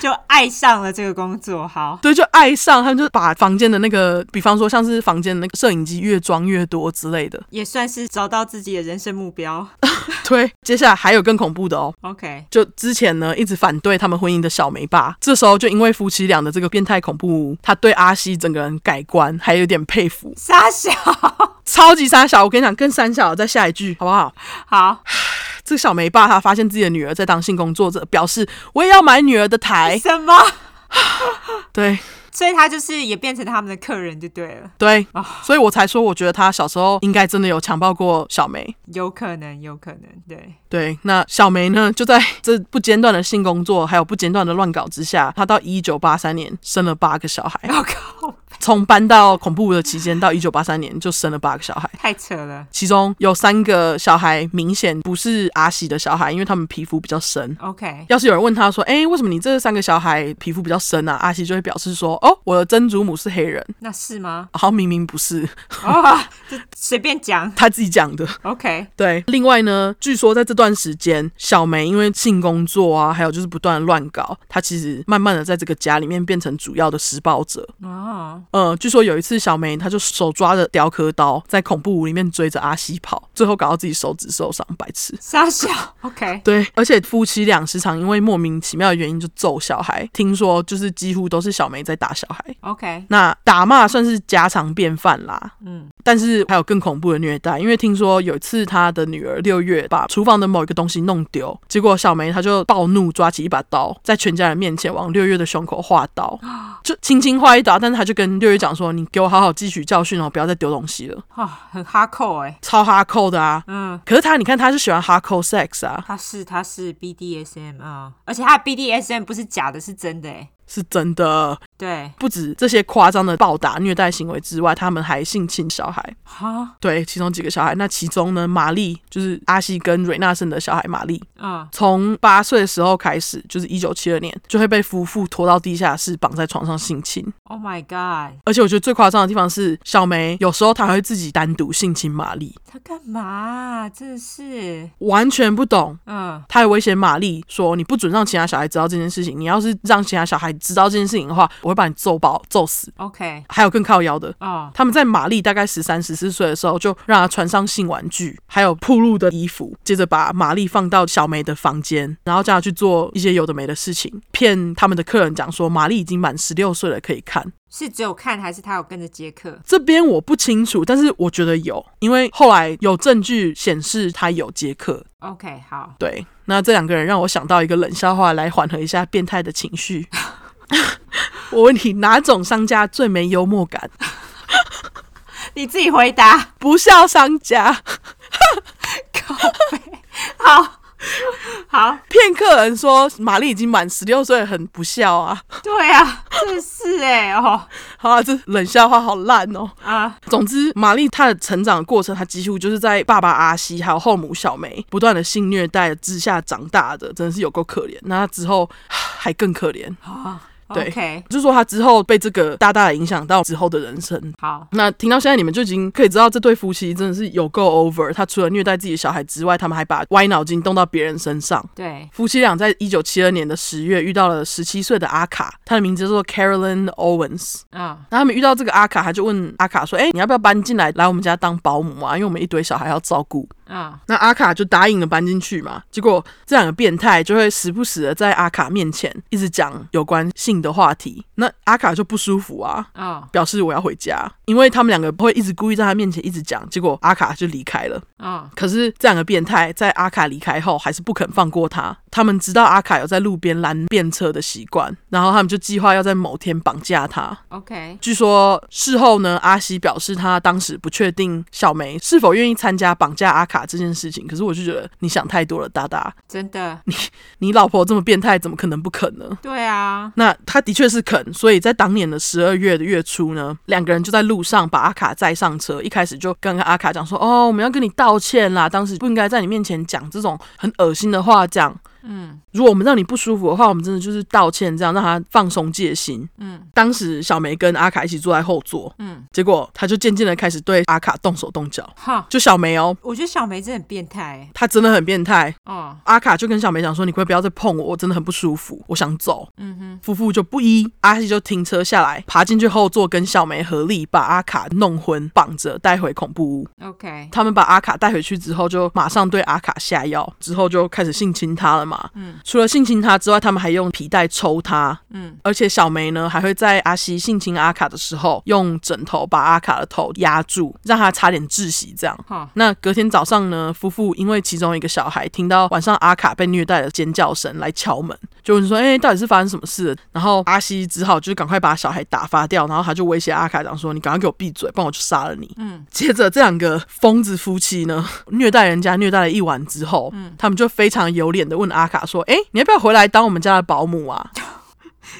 S2: 就爱上了这个工作。好，
S1: 对，就爱上他们，就把房间的那个，比方说像是房间的那个摄影机越装越多之类的。
S2: 也算是找到自己的人生目标。
S1: 对，接下来还有更恐怖的哦。
S2: OK，
S1: 就之前呢，一直反对他们婚姻的小梅爸，这时候就因为夫妻俩的这个变态恐怖屋，他对阿西整个人改观，还有点佩服。
S2: 傻小，
S1: 超级三小，我跟你讲，跟三小在下一句好不好？
S2: 好，
S1: 这个小梅爸他发现自己的女儿在当性工作者，表示我也要买女儿的台。
S2: 什么？
S1: 对
S2: 所以他就是也变成他们的客人就对了，
S1: 对
S2: 啊，
S1: 所以我才说，我觉得他小时候应该真的有强暴过小梅。
S2: 有可能，有可能，对，
S1: 对，那小梅呢，就在这不间断的性工作，还有不间断的乱搞之下，她到一九八三年生了八个小孩，
S2: 我靠，
S1: 从搬到恐怖屋的期间到一九八三年就生了八个小孩。
S2: 太扯了。
S1: 其中有三个小孩明显不是阿喜的小孩，因为他们皮肤比较深，
S2: OK，
S1: 要是有人问他说：“哎、为什么你这三个小孩皮肤比较深啊？”阿西就会表示说：“哦，我的曾祖母是黑人。
S2: 那是吗”？
S1: 好，明明不是
S2: 哦，就随便讲。
S1: 他自己讲的。
S2: OK，
S1: 对，另外呢，据说在这段时间，小梅因为性工作啊，还有就是不断地乱搞，她其实慢慢的在这个家里面变成主要的施暴者。
S2: 哦，
S1: 呃，据说有一次小梅她就手抓着雕刻刀，在恐怖屋里面追着阿西跑，最后搞到自己手指受伤，白痴。
S2: 傻小。OK，
S1: 对，而且夫妻俩时常因为莫名其妙的原因就揍小孩，听说就是几乎都是小梅在打小孩。
S2: OK，
S1: 那打骂算是家常便饭啦，
S2: 嗯，
S1: 但是还有更恐怖的虐待，因为听说有一次他的女儿六月把厨房的某一个东西弄丢，结果小梅她就暴怒，抓起一把刀，在全家人面前往六月的胸口划刀，
S2: 啊
S1: 就轻轻划一刀，但是她就跟六月讲说：“你给我好好汲取教训哦，不要再丢东西了。
S2: 哦，很哈扣哎”，
S1: 超哈扣的啊！
S2: 嗯，
S1: 可是他，你看他是喜欢哈扣 sex 啊，
S2: 他是他是 BDSM 啊、而且他的 BDSM 不是假的，是真的哎。
S1: 是真的。
S2: 对，
S1: 不止这些夸张的暴打、虐待行为之外，他们还性侵小孩。
S2: 哈，
S1: 对，其中几个小孩，那其中呢，玛丽就是阿西跟瑞纳生的小孩玛丽，
S2: 嗯，
S1: 从八岁的时候开始，就是一九七二年，就会被夫妇拖到地下室，绑在床上性侵。
S2: Oh my god！
S1: 而且我觉得最夸张的地方是，小梅有时候她还会自己单独性侵玛丽，
S2: 他干嘛啊、真的是，
S1: 完全不懂。
S2: 嗯，
S1: 她还威胁玛丽说：“你不准让其他小孩知道这件事情，你要是让其他小孩知道这件事情的话，我会把你揍爆、揍死。
S2: OK，”
S1: 还有更靠腰的，
S2: 哦，
S1: 他们在玛丽大概十三、十四岁的时候，就让她穿上性玩具，还有铺路的衣服，接着把玛丽放到小梅的房间，然后叫她去做一些有的没的事情，骗他们的客人讲说玛丽已经满十六岁了，可以看。
S2: 是只有看还是他有跟着接客？
S1: 这边我不清楚，但是我觉得有，因为后来有证据显示她有接客。
S2: OK，好，
S1: 对，那这两个人让我想到一个冷笑话来缓和一下变态的情绪。我问你，哪种商家最没幽默感？
S2: 你自己回答。
S1: 不笑商家。
S2: 好，好，
S1: 骗客人说玛丽已经满十六岁，很不孝啊！
S2: 对啊，真的是哎、哦
S1: 好啊，这冷笑话好烂哦。
S2: 啊，
S1: 总之，玛丽她的成长过程，她几乎就是在爸爸阿西还有后母小梅不断的性虐待之下长大的，真的是有够可怜。那她之后还更可怜，
S2: 哦
S1: 对
S2: o k
S1: 就是说她之后被这个大大的影响到之后的人生。
S2: 好，
S1: 那听到现在，你们就已经可以知道这对夫妻真的是有够 over。他除了虐待自己的小孩之外，他们还把歪脑筋动到别人身上。
S2: 对，
S1: 夫妻俩在一九七二年的十月遇到了十七岁的阿卡，她的名字叫做 Carolyn Owens。
S2: 嗯，
S1: 然后他们遇到这个阿卡，他就问阿卡说：“哎、你要不要搬进来来我们家当保姆啊？因为我们一堆小孩要照顾。”
S2: 嗯，
S1: 那阿卡就答应了搬进去嘛。结果这两个变态就会时不时的在阿卡面前一直讲有关性的话题，那阿卡就不舒服啊，
S2: 嗯，
S1: 表示我要回家，因为他们两个会一直故意在他面前一直讲，结果阿卡就离开了。
S2: 嗯，
S1: 可是这两个变态在阿卡离开后，还是不肯放过他。他们知道阿卡有在路边拦便车的习惯，然后他们就计划要在某天绑架他。
S2: ，OK，
S1: 据说事后呢，阿西表示他当时不确定小梅是否愿意参加绑架阿卡这件事情。可是我就觉得你想太多了，大大，
S2: 真的，
S1: 你老婆这么变态，怎么可能不肯呢？
S2: 对啊，
S1: 那他的确是肯，所以在当年的十二月的月初呢，两个人就在路上把阿卡载上车。一开始就跟阿卡讲说：“哦，我们要跟你道歉啦，当时不应该在你面前讲这种很恶心的话。”这样，嗯，如果我们让你不舒服的话，我们真的就是道歉，这样让他放松戒心。嗯，当时小梅跟阿卡一起坐在后座，嗯，结果他就渐渐的开始对阿卡动手动脚。
S2: 哈，
S1: 就小梅哦，
S2: 我觉得小梅真的很变态、
S1: 她真的很变态，
S2: 欸，哦，
S1: 阿卡就跟小梅讲说：“你可不可以不要再碰我，我真的很不舒服，我想走。”嗯哼，夫妇就不依，阿西就停车下来，爬进去后座，跟小梅合力把阿卡弄昏，绑着带回恐怖屋。
S2: OK，
S1: 他们把阿卡带回去之后，就马上对阿卡下药，之后就开始性侵他了嘛。嗯，除了性侵他之外，他们还用皮带抽他。嗯，而且小梅呢，还会在阿西性侵阿卡的时候，用枕头把阿卡的头压住，让他差点窒息。这样，
S2: 哈，
S1: 那隔天早上呢，夫妇因为其中一个小孩听到晚上阿卡被虐待的尖叫声来敲门，就问说：“哎、到底是发生什么事了？”然后阿西只好就赶快把小孩打发掉，然后他就威胁阿卡讲说：“你赶快给我闭嘴，不然我就杀了你。”嗯，接着这两个疯子夫妻呢，虐待人家虐待了一晚之后，嗯，他们就非常有脸的问阿卡说：“哎、你要不要回来当我们家的保姆啊？”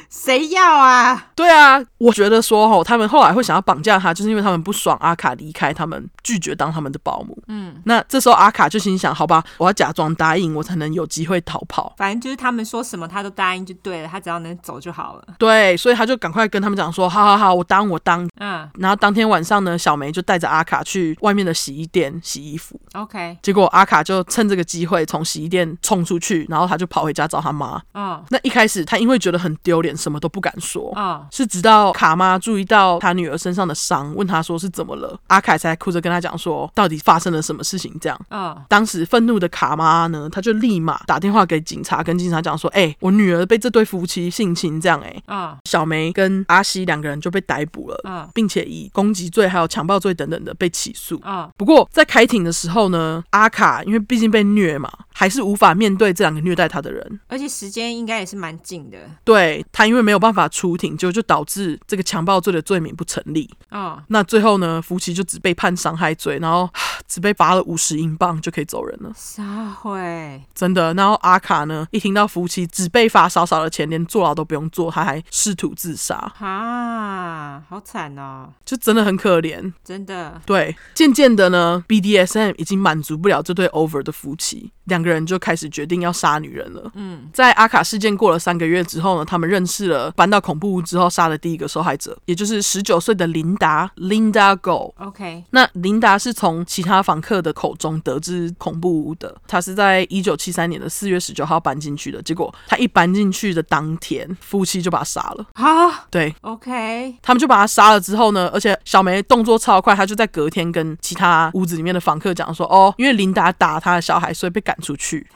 S2: 谁要啊？
S1: 对啊，我觉得说吼，他们后来会想要绑架他，就是因为他们不爽阿卡离开他们，拒绝当他们的保姆。嗯，那这时候阿卡就心想，好吧，我要假装答应，我才能有机会逃跑。
S2: 反正就是他们说什么他都答应就对了，他只要能走就好了。
S1: 对，所以他就赶快跟他们讲说，好好好，我当我当。
S2: 嗯
S1: 然后当天晚上呢，小梅就带着阿卡去外面的洗衣店洗衣服，
S2: ，OK，
S1: 结果阿卡就趁这个机会从洗衣店冲出去，然后他就跑回家找他妈。
S2: 嗯
S1: 那一开始他因为觉得很丢脸，什么都不敢说。
S2: 嗯
S1: 是直到卡妈注意到他女儿身上的伤，问他说是怎么了，阿凯才哭着跟他讲说到底发生了什么事情。这样，
S2: 嗯
S1: 当时愤怒的卡妈呢，他就立马打电话给警察，跟警察讲说：“哎、我女儿被这对夫妻性侵，这样哎、
S2: 嗯
S1: 小梅跟阿西两个人就被逮捕了，
S2: 嗯
S1: 并且以攻击罪还有强暴罪等等的被起诉。
S2: 嗯
S1: 不过在开庭的时候呢，阿卡因为毕竟被虐嘛，还是无法面对这两个虐待他的人，
S2: 而且时间应该也是蛮近的。
S1: 对他因为没有办法出庭，就就导致这个强暴罪的罪名不成立。
S2: 嗯，
S1: 那最后呢，夫妻就只被判伤害罪，然后 只被罚了五十英镑就可以走人了，
S2: 撒会
S1: 真的。然后阿卡呢，一听到夫妻只被罚少少的钱，连坐牢都不用坐，他还试图自杀，
S2: 哈，好惨哦，
S1: 就真的很可怜。
S2: 真的。
S1: 对，渐渐的呢，BDSM 已经满足不了这对 over 的夫妻，两个人就开始决定要杀女人了。嗯，在阿卡事件过了三个月之后呢，他们认识了搬到恐怖屋之后杀的第一个受害者，也就是十九岁的琳达 Linda Go。
S2: OK，
S1: 那琳达是从其他房客的口中得知恐怖屋的，她是在一九七三年的四月十九号搬进去的。结果她一搬进去的当天，夫妻就把她杀了。
S2: 好
S1: 对
S2: ，OK，
S1: 他们就把她杀了之后呢，而且小梅动作超快，她就在隔天跟其他屋子里面的房客讲说，哦，因为琳达打她的小孩，所以被赶出去。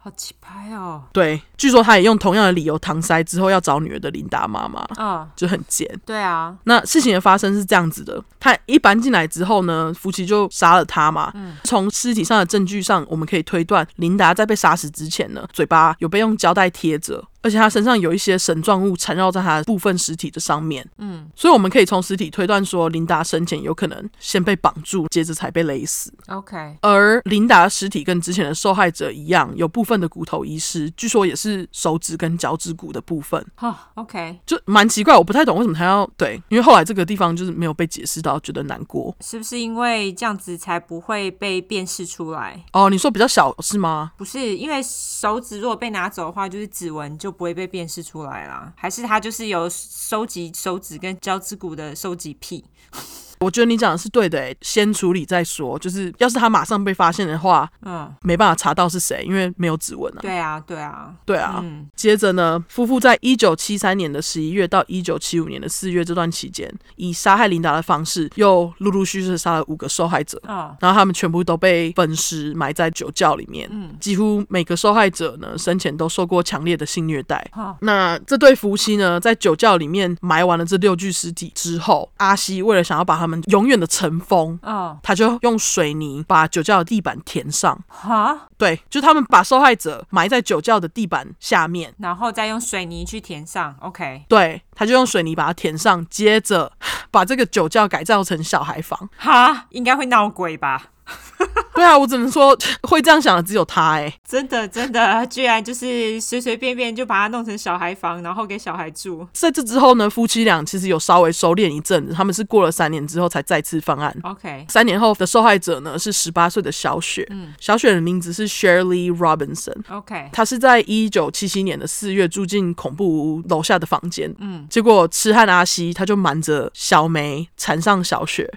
S2: 好气派哦。
S1: 对，据说她也用同样的理由搪塞之后要找女儿的琳达妈妈，
S2: 嗯，
S1: 就很贱。
S2: 对啊，
S1: 那事情的发生是这样子的，他一搬进来之后呢，夫妻就杀了他嘛。从尸体上的证据上，我们可以推断，琳达在被杀死之前呢，嘴巴有被用胶带贴着，而且他身上有一些绳状物缠绕在他的部分尸体的上面。嗯，所以我们可以从尸体推断说，琳达生前有可能先被绑住，接着才被勒死。
S2: OK，
S1: 而琳达的尸体跟之前的受害者一样，有部分的骨头遗失，据说也是手指跟脚趾骨的部分，
S2: 哈、o k
S1: 就蛮奇怪。我不太懂为什么他要对，因为后来这个地方就是没有被解释到，觉得难过。
S2: 是不是因为这样子才不会被辨识出来？
S1: 哦，你说比较小是吗？
S2: 不是，因为手指如果被拿走的话，就是指纹就不会被辨识出来啦。还是他就是有收集手指跟脚趾骨的收集癖？
S1: 我觉得你讲的是对的、欸，先处理再说。就是要是他马上被发现的话，
S2: 嗯，
S1: 没办法查到是谁，因为没有指纹啊。
S2: 对啊，对啊，
S1: 对啊，
S2: 嗯
S1: 接着呢，夫妇在一九七三年的十一月到一九七五年的四月这段期间，以杀害琳达的方式，又陆陆续续地杀了五个受害者，
S2: 哦，
S1: 然后他们全部都被分尸埋在酒窖里面。
S2: 嗯，
S1: 几乎每个受害者呢，生前都受过强烈的性虐待。
S2: 哦
S1: 那这对夫妻呢，在酒窖里面埋完了这六具尸体之后，阿西为了想要把他们永远的尘封，
S2: 哦，
S1: 他就用水泥把酒窖的地板填上。
S2: 哈，
S1: 对，就他们把受害者埋在酒窖的地板下面。
S2: 然后再用水泥去填上。OK，
S1: 对，他就用水泥把它填上，接着把这个酒窖改造成小孩房。
S2: 哈，应该会闹鬼吧？
S1: 对啊，我只能说会这样想的只有他哎、
S2: 真的，真的，居然就是随随便便就把它弄成小孩房，然后给小孩住。
S1: 在这之后呢，夫妻俩其实有稍微收敛一阵子，他们是过了三年之后才再次犯案。
S2: OK，
S1: 三年后的受害者呢是十八岁的小雪，小雪的名字是 Shirley Robinson。
S2: OK，
S1: 她是在一九七七年的四月住进恐怖屋楼下的房间，嗯，结果痴汉阿西他就瞒着小梅缠上小雪，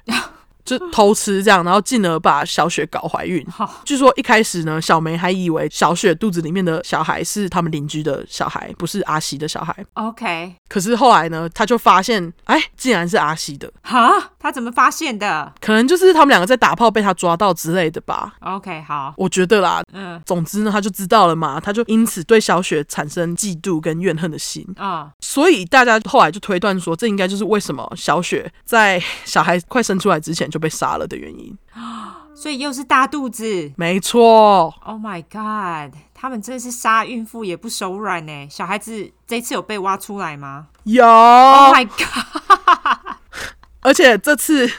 S1: 就偷吃这样，然后进而把小雪搞怀孕。
S2: 好，
S1: 据说一开始呢，小梅还以为小雪肚子里面的小孩是他们邻居的小孩，不是阿西的小孩。
S2: OK，
S1: 可是后来呢，她就发现，哎，竟然是阿西的，
S2: 哈，他怎么发现的
S1: 可能就是他们两个在打炮被他抓到之类的吧。
S2: ？OK，好，
S1: 我觉得啦，
S2: 嗯，
S1: 总之呢，他就知道了嘛，他就因此对小雪产生嫉妒跟怨恨的心，
S2: 啊、
S1: 所以大家后来就推断说，这应该就是为什么小雪在小孩快生出来之前就被杀了的原因。
S2: 所以又是大肚子。
S1: 没错，
S2: Oh my god！他们真的是杀孕妇也不手软呢。小孩子这次有被挖出来吗
S1: 有
S2: ？Oh my god！
S1: 而且这次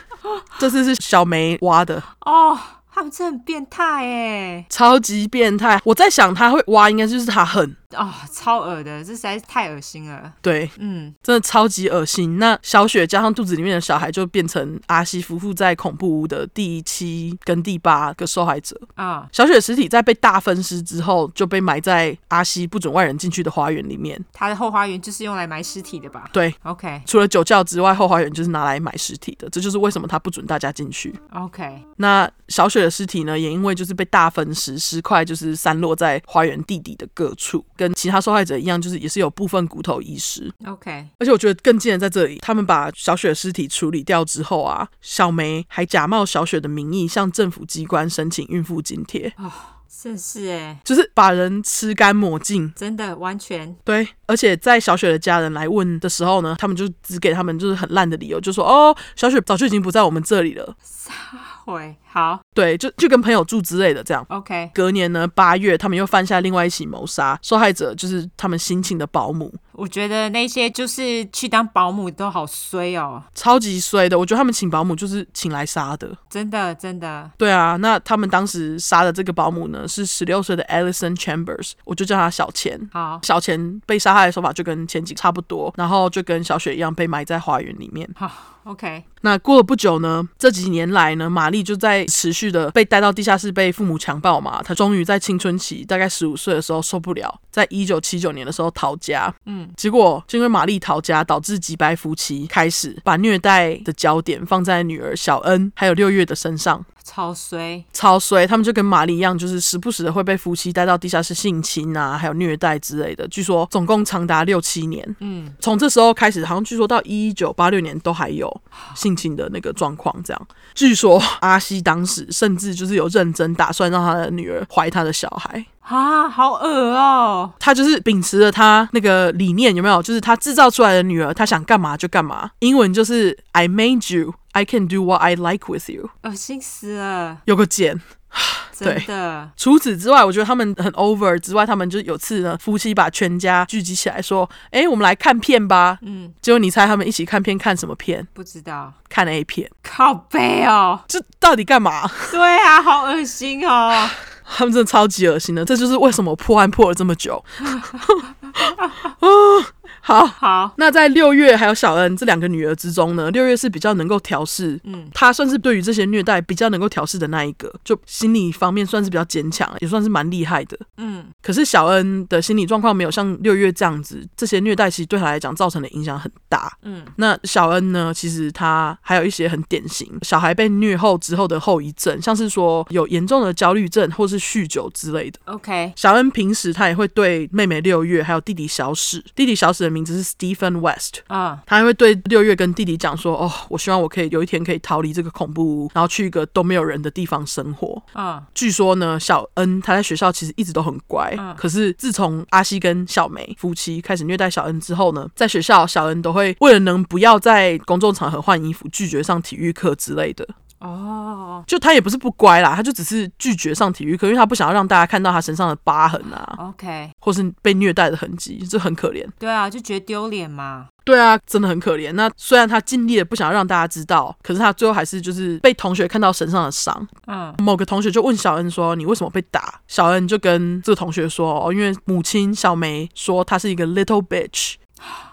S1: 这次是小梅挖的，
S2: 哦，他们真的很变态哎！
S1: 超级变态。我在想他会挖，应该就是他恨，
S2: 哦，超恶的，这实在是太恶心了。
S1: 对，
S2: 嗯，
S1: 真的超级恶心。那小雪加上肚子里面的小孩，就变成阿西夫妇在恐怖屋的第七跟第八个受害者。
S2: 啊、
S1: 小雪尸体在被大分尸之后，就被埋在阿西不准外人进去的花园里面。
S2: 他的后花园就是用来埋尸体的吧
S1: 对，
S2: ？OK
S1: 除了酒窖之外，后花园就是拿来埋尸体的，这就是为什么他不准大家进去。
S2: OK，
S1: 那小雪的尸体呢，也因为就是被大分尸，尸块就是散落在花园地底的各处，跟其他受害者一样，就是也是有部分骨头遗失。
S2: OK，
S1: 而且我觉得更贱的在这里，他们把小雪的尸体处理掉之后啊，小梅还假冒小雪的名义向政府机关申请孕妇津贴，
S2: 真是哎，
S1: 就是把人吃干抹净。
S2: 真的完全
S1: 对，而且在小雪的家人来问的时候呢，他们就只给他们就是很烂的理由，就说哦，小雪早就已经不在我们这里了，
S2: 会好
S1: 对，就就跟朋友住之类的这样。
S2: OK。
S1: 隔年呢，八月，他们又犯下另外一起谋杀，受害者就是他们新请的保姆，
S2: 我觉得那些就是去当保姆都好衰哦，
S1: 超级衰的。我觉得他们请保姆就是请来杀的。
S2: 真的真的
S1: 对啊，那他们当时杀的这个保姆呢，是十六岁的 Alison Chambers，我就叫她小钱。
S2: 好
S1: 小钱被杀害的手法就跟前几个差不多，然后就跟小雪一样被埋在花园里面。
S2: 好 OK
S1: 那过了不久呢，这几年来呢，玛丽就在持续的被带到地下室被父母强暴嘛。她终于在青春期，大概十五岁的时候受不了，在一九七九年的时候逃家。嗯，结果就因为玛丽逃家，导致几白夫妻开始把虐待的焦点放在女儿小恩还有六月的身上。
S2: 超衰
S1: 超衰，他们就跟玛丽一样，就是时不时的会被夫妻带到地下室性侵啊，还有虐待之类的。据说总共长达六七年。嗯，从这时候开始，好像据说到一九八六年都还有性侵的那个状况。这样，据说阿西当时甚至就是有认真打算让他的女儿怀他的小孩。
S2: 啊，好恶哦，
S1: 他就是秉持了他那个理念，有没有？就是他制造出来的女儿，他想干嘛就干嘛。英文就是 I made you, I can do what I like with you，
S2: 恶心死了。
S1: 有个茧。
S2: 真的。
S1: 除此之外，我觉得他们很 over 之外，他们就有次呢，夫妻把全家聚集起来说：“哎，我们来看片吧。”嗯，结果你猜他们一起看片看什么片？
S2: 不知道，
S1: 看 A 片，
S2: 靠背哦，
S1: 这到底干嘛？
S2: 对啊，好恶心哦，
S1: 他们真的超级恶心的，这就是为什么破案破了这么 久。哦好，
S2: 好，
S1: 那在六月还有小恩这两个女儿之中呢，六月是比较能够调试，嗯，她算是对于这些虐待比较能够调试的那一个，就心理方面算是比较坚强，也算是蛮厉害的。
S2: 嗯，
S1: 可是小恩的心理状况没有像六月这样子，这些虐待其实对她来讲造成的影响很大。
S2: 嗯，
S1: 那小恩呢，其实她还有一些很典型小孩被虐后之后的后遗症，像是说有严重的焦虑症或是酗酒之类的。
S2: ，OK，
S1: 小恩平时他也会对妹妹六月还有弟弟小史，弟弟小史的名字是 Stephen West。
S2: 嗯，
S1: 他还会对六月跟弟弟讲说：“哦，我希望我可以有一天可以逃离这个恐怖屋，然后去一个都没有人的地方生活。
S2: 嗯，”
S1: 据说呢，小恩他在学校其实一直都很乖，
S2: 嗯
S1: 可是自从阿西跟小梅夫妻开始虐待小恩之后呢，在学校小恩都会为了能不要在公众场合换衣服，拒绝上体育课之类的。
S2: 哦
S1: 就他也不是不乖啦，他就只是拒绝上体育课，因为他不想要让大家看到他身上的疤痕啊，
S2: ，OK，
S1: 或是被虐待的痕迹，这很可怜。
S2: 对啊，就觉得丢脸嘛，
S1: 对啊，真的很可怜。那虽然他尽力的不想让大家知道，可是他最后还是就是被同学看到身上的伤。
S2: 嗯，
S1: 某个同学就问小恩说：“你为什么被打？”小恩就跟这个同学说：“哦，因为母亲小梅说她是一个 little bitch，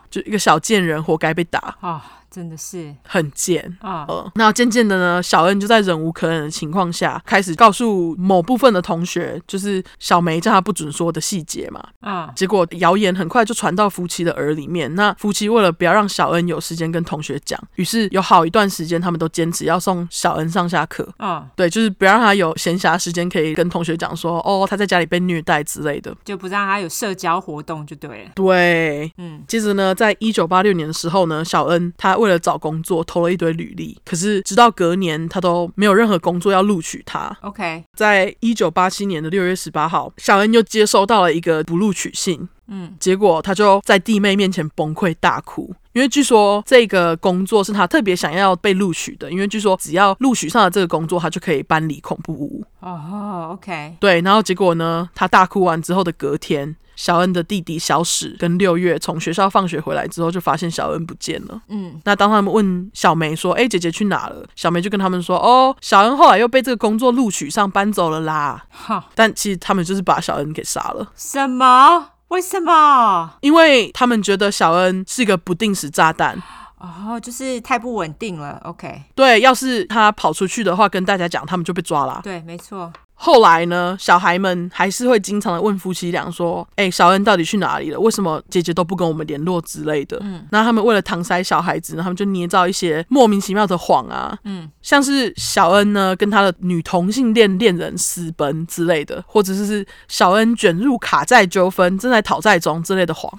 S1: 就一个小贱人，活该被打，
S2: 哦，真的是，
S1: 很贱。”
S2: 啊、
S1: 呃，那渐渐的呢，小恩就在忍无可忍的情况下，开始告诉某部分的同学，就是小梅叫他不准说的细节嘛。
S2: 嗯，
S1: 结果谣言很快就传到夫妻的耳里面。那夫妻为了不要让小恩有时间跟同学讲，于是有好一段时间他们都坚持要送小恩上下课。
S2: 嗯，
S1: 对，就是不要让他有闲暇时间可以跟同学讲说，哦，他在家里被虐待之类的。
S2: 就不让他有社交活动就对了，
S1: 对，
S2: 嗯，
S1: 接着呢，在一九八六年的时候呢，小恩他为了找工作投了一堆履历，可是直到隔年他都没有任何工作要录取他。
S2: ，OK，
S1: 在一九八七年的六月十八号，小恩又接收到了一个不录取信，
S2: 嗯，
S1: 结果他就在弟妹面前崩溃大哭。因为据说这个工作是他特别想要被录取的，因为据说只要录取上了这个工作，他就可以搬离恐怖屋。
S2: 哦，OK，
S1: 对，然后结果呢，他大哭完之后的隔天，小恩的弟弟小史跟六月从学校放学回来之后，就发现小恩不见了。
S2: 嗯，
S1: 那当他们问小梅说：“哎、姐姐去哪了？”小梅就跟他们说：“哦，小恩后来又被这个工作录取上搬走了啦。”
S2: 好，
S1: 但其实他们就是把小恩给杀了，
S2: 什么？为什么？
S1: 因为他们觉得小恩是一个不定时炸弹。
S2: 哦，就是太不稳定了，OK，
S1: 对，要是他跑出去的话，跟大家讲，他们就被抓啦。
S2: 对，没错，
S1: 后来呢，小孩们还是会经常的问夫妻俩说：“哎、小恩到底去哪里了？为什么姐姐都不跟我们联络之类的？”嗯，那他们为了搪塞小孩子呢，他们就捏造一些莫名其妙的谎啊，嗯，像是小恩呢跟他的女同性恋恋人私奔之类的，或者是小恩卷入卡债纠纷，正在讨债中之类的谎。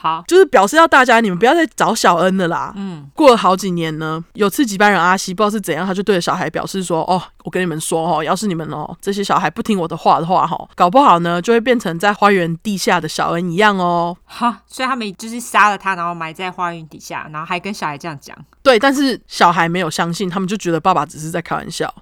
S2: 好，
S1: 就是表示要大家你们不要再找小恩了啦。
S2: 嗯，
S1: 过了好几年呢，有次几班人阿西不知道是怎样，他就对着小孩表示说：“哦，我跟你们说哦，要是你们哦这些小孩不听我的话的话哦，搞不好呢就会变成在花园地下的小恩一样哦。
S2: 好，所以他们就是杀了他，然后埋在花园底下，然后还跟小孩这样讲，”
S1: 对，但是小孩没有相信，他们就觉得爸爸只是在开玩笑，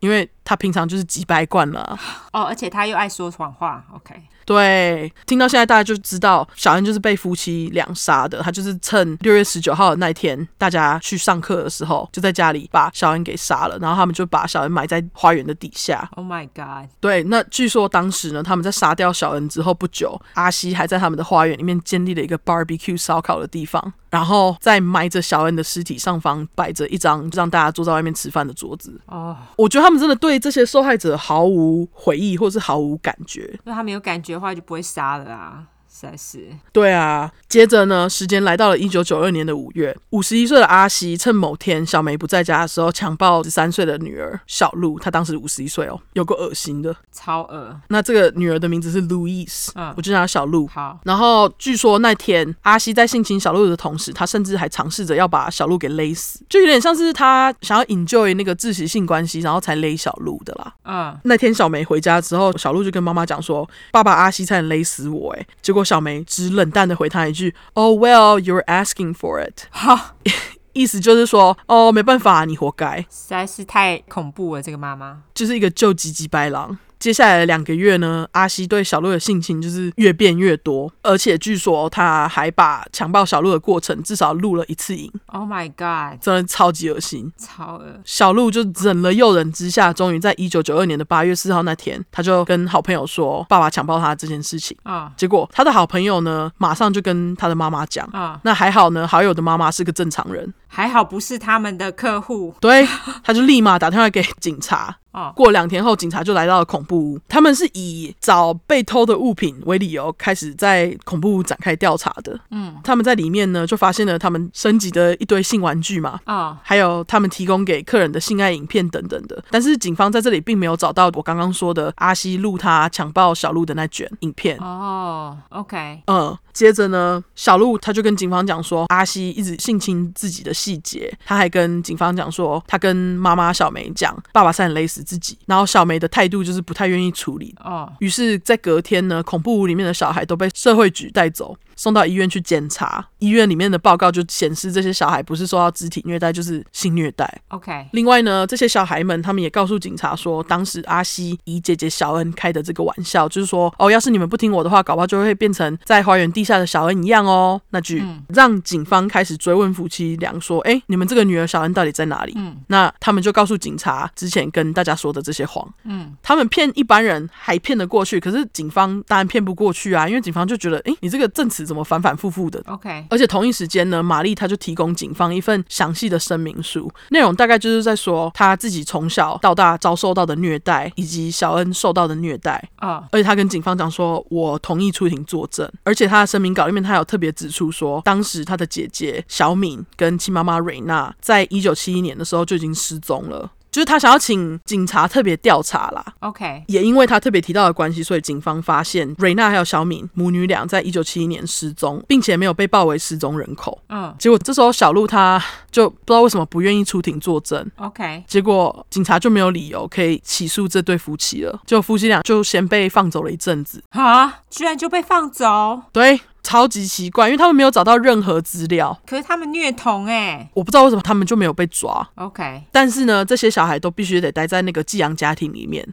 S1: 因为他平常就是几百惯了啊。
S2: 哦，而且他又爱说谎话，OK，
S1: 对，听到现在大家就知道小恩就是被夫妻俩杀的，他就是趁六月十九号的那一天，大家去上课的时候，就在家里把小恩给杀了，然后他们就把小恩埋在花园的底下。
S2: Oh my god！
S1: 对，那据说当时呢，他们在杀掉小恩之后不久，阿西还在他们的花园里面建立了一个 barbecue 烧烤的地方，然后在埋着小恩的尸体上方摆着一张让大家坐在外面吃饭的桌子。
S2: 哦，
S1: 我觉得他们真的对这些受害者毫无回忆，或是毫无感觉。
S2: 如果他没有感觉的话，就不会杀了啊，实在是，
S1: 对啊，接着呢，时间来到了一九九二年的五月，五十一岁的阿西趁某天小梅不在家的时候，强暴十三岁的女儿小露，她当时五十一岁哦，有个恶心的。
S2: 超恶，
S1: 那这个女儿的名字是 Louise，
S2: 嗯
S1: 我就叫她小露。
S2: 好，
S1: 然后据说那天阿西在性侵小鹿的同时，他甚至还尝试着要把小鹿给勒死，就有点像是他想要 enjoy 那个窒息性关系，然后才勒小鹿的啦。
S2: 嗯，
S1: 那天小梅回家之后，小鹿就跟妈妈讲说：“爸爸阿西差点勒死我。”哎，结果小梅只冷淡的回他一句：“Oh well, you're asking for it。
S2: 好，”
S1: 意思就是说，哦，没办法，你活该，
S2: 实在是太恐怖了，这个妈妈。
S1: 就是一个救急急白狼。接下来的两个月呢，阿西对小鹿的性情就是越变越多，而且据说他还把强暴小鹿的过程至少录了一次影，
S2: Oh my god，
S1: 真的超级恶心。
S2: 超恶
S1: 小鹿就忍了又忍之下，终于在一九九二年的八月四号那天，他就跟好朋友说爸爸强暴他这件事情。
S2: 啊
S1: 结果他的好朋友呢，马上就跟他的妈妈讲。
S2: 啊！
S1: 那还好呢，好友的妈妈是个正常人，
S2: 还好不是他们的客户
S1: 对，他就立马打电话给警察。
S2: 哦，
S1: 过两天后，警察就来到了恐怖屋，他们是以找被偷的物品为理由，开始在恐怖屋展开调查的。嗯，他们在里面呢，就发现了他们升级的一堆性玩具嘛，
S2: 哦，
S1: 还有他们提供给客人的性爱影片等等的。但是警方在这里并没有找到我刚刚说的阿西录他强暴小鹿的那卷影片。
S2: 哦，OK，
S1: 嗯，接着呢，小鹿他就跟警方讲说，阿西一直性侵自己的细节，他还跟警方讲说，他跟妈妈小梅讲，爸爸差点勒死自己，然后小梅的态度就是不太愿意处理。
S2: 哦，
S1: 于是，在隔天呢，恐怖屋里面的小孩都被社会局带走，送到医院去检查。医院里面的报告就显示，这些小孩不是受到肢体虐待，就是性虐待。
S2: ，OK，
S1: 另外呢，这些小孩们他们也告诉警察说，当时阿西以姐姐小恩开的这个玩笑，就是说，哦，要是你们不听我的话，搞不好就会变成在花园地下的小恩一样哦。 那句、让警方开始追问夫妻俩说，哎，你们这个女儿小恩到底在哪里？嗯，那他们就告诉警察之前跟大家说的这些谎。嗯，他们骗一般人还骗得过去，可是警方当然骗不过去啊，因为警方就觉得，哎，你这个证词怎么反反复复的？
S2: OK，
S1: 而且同一时间呢，玛丽她就提供警方一份详细的声明书，内容大概就是在说她自己从小到大遭受到的虐待，以及小恩受到的虐待。
S2: 哦，
S1: 而且她跟警方讲说，我同意出庭作证。而且她的声明稿里面，她有特别指出说，当时她的姐姐小敏跟亲妈妈瑞娜，在一九七一年的时候就已经失踪了。就是她想要请警察特别调查啦，
S2: ，OK，
S1: 也因为他特别提到的关系，所以警方发现瑞娜还有小敏母女俩在一九七一年失踪，并且没有被报为失踪人口。
S2: 嗯
S1: 结果这时候小鹿她就不知道为什么不愿意出庭作证，
S2: ，OK，
S1: 结果警察就没有理由可以起诉这对夫妻了。就夫妻俩就先被放走了一阵子，
S2: 啊，居然就被放走，
S1: 对，超级奇怪，因为他们没有找到任何资料，
S2: 可是他们虐童哎
S1: 我不知道为什么他们就没有被抓。
S2: ，OK，OK，
S1: 但是呢，这些小孩都必须得待在那个寄养家庭里面。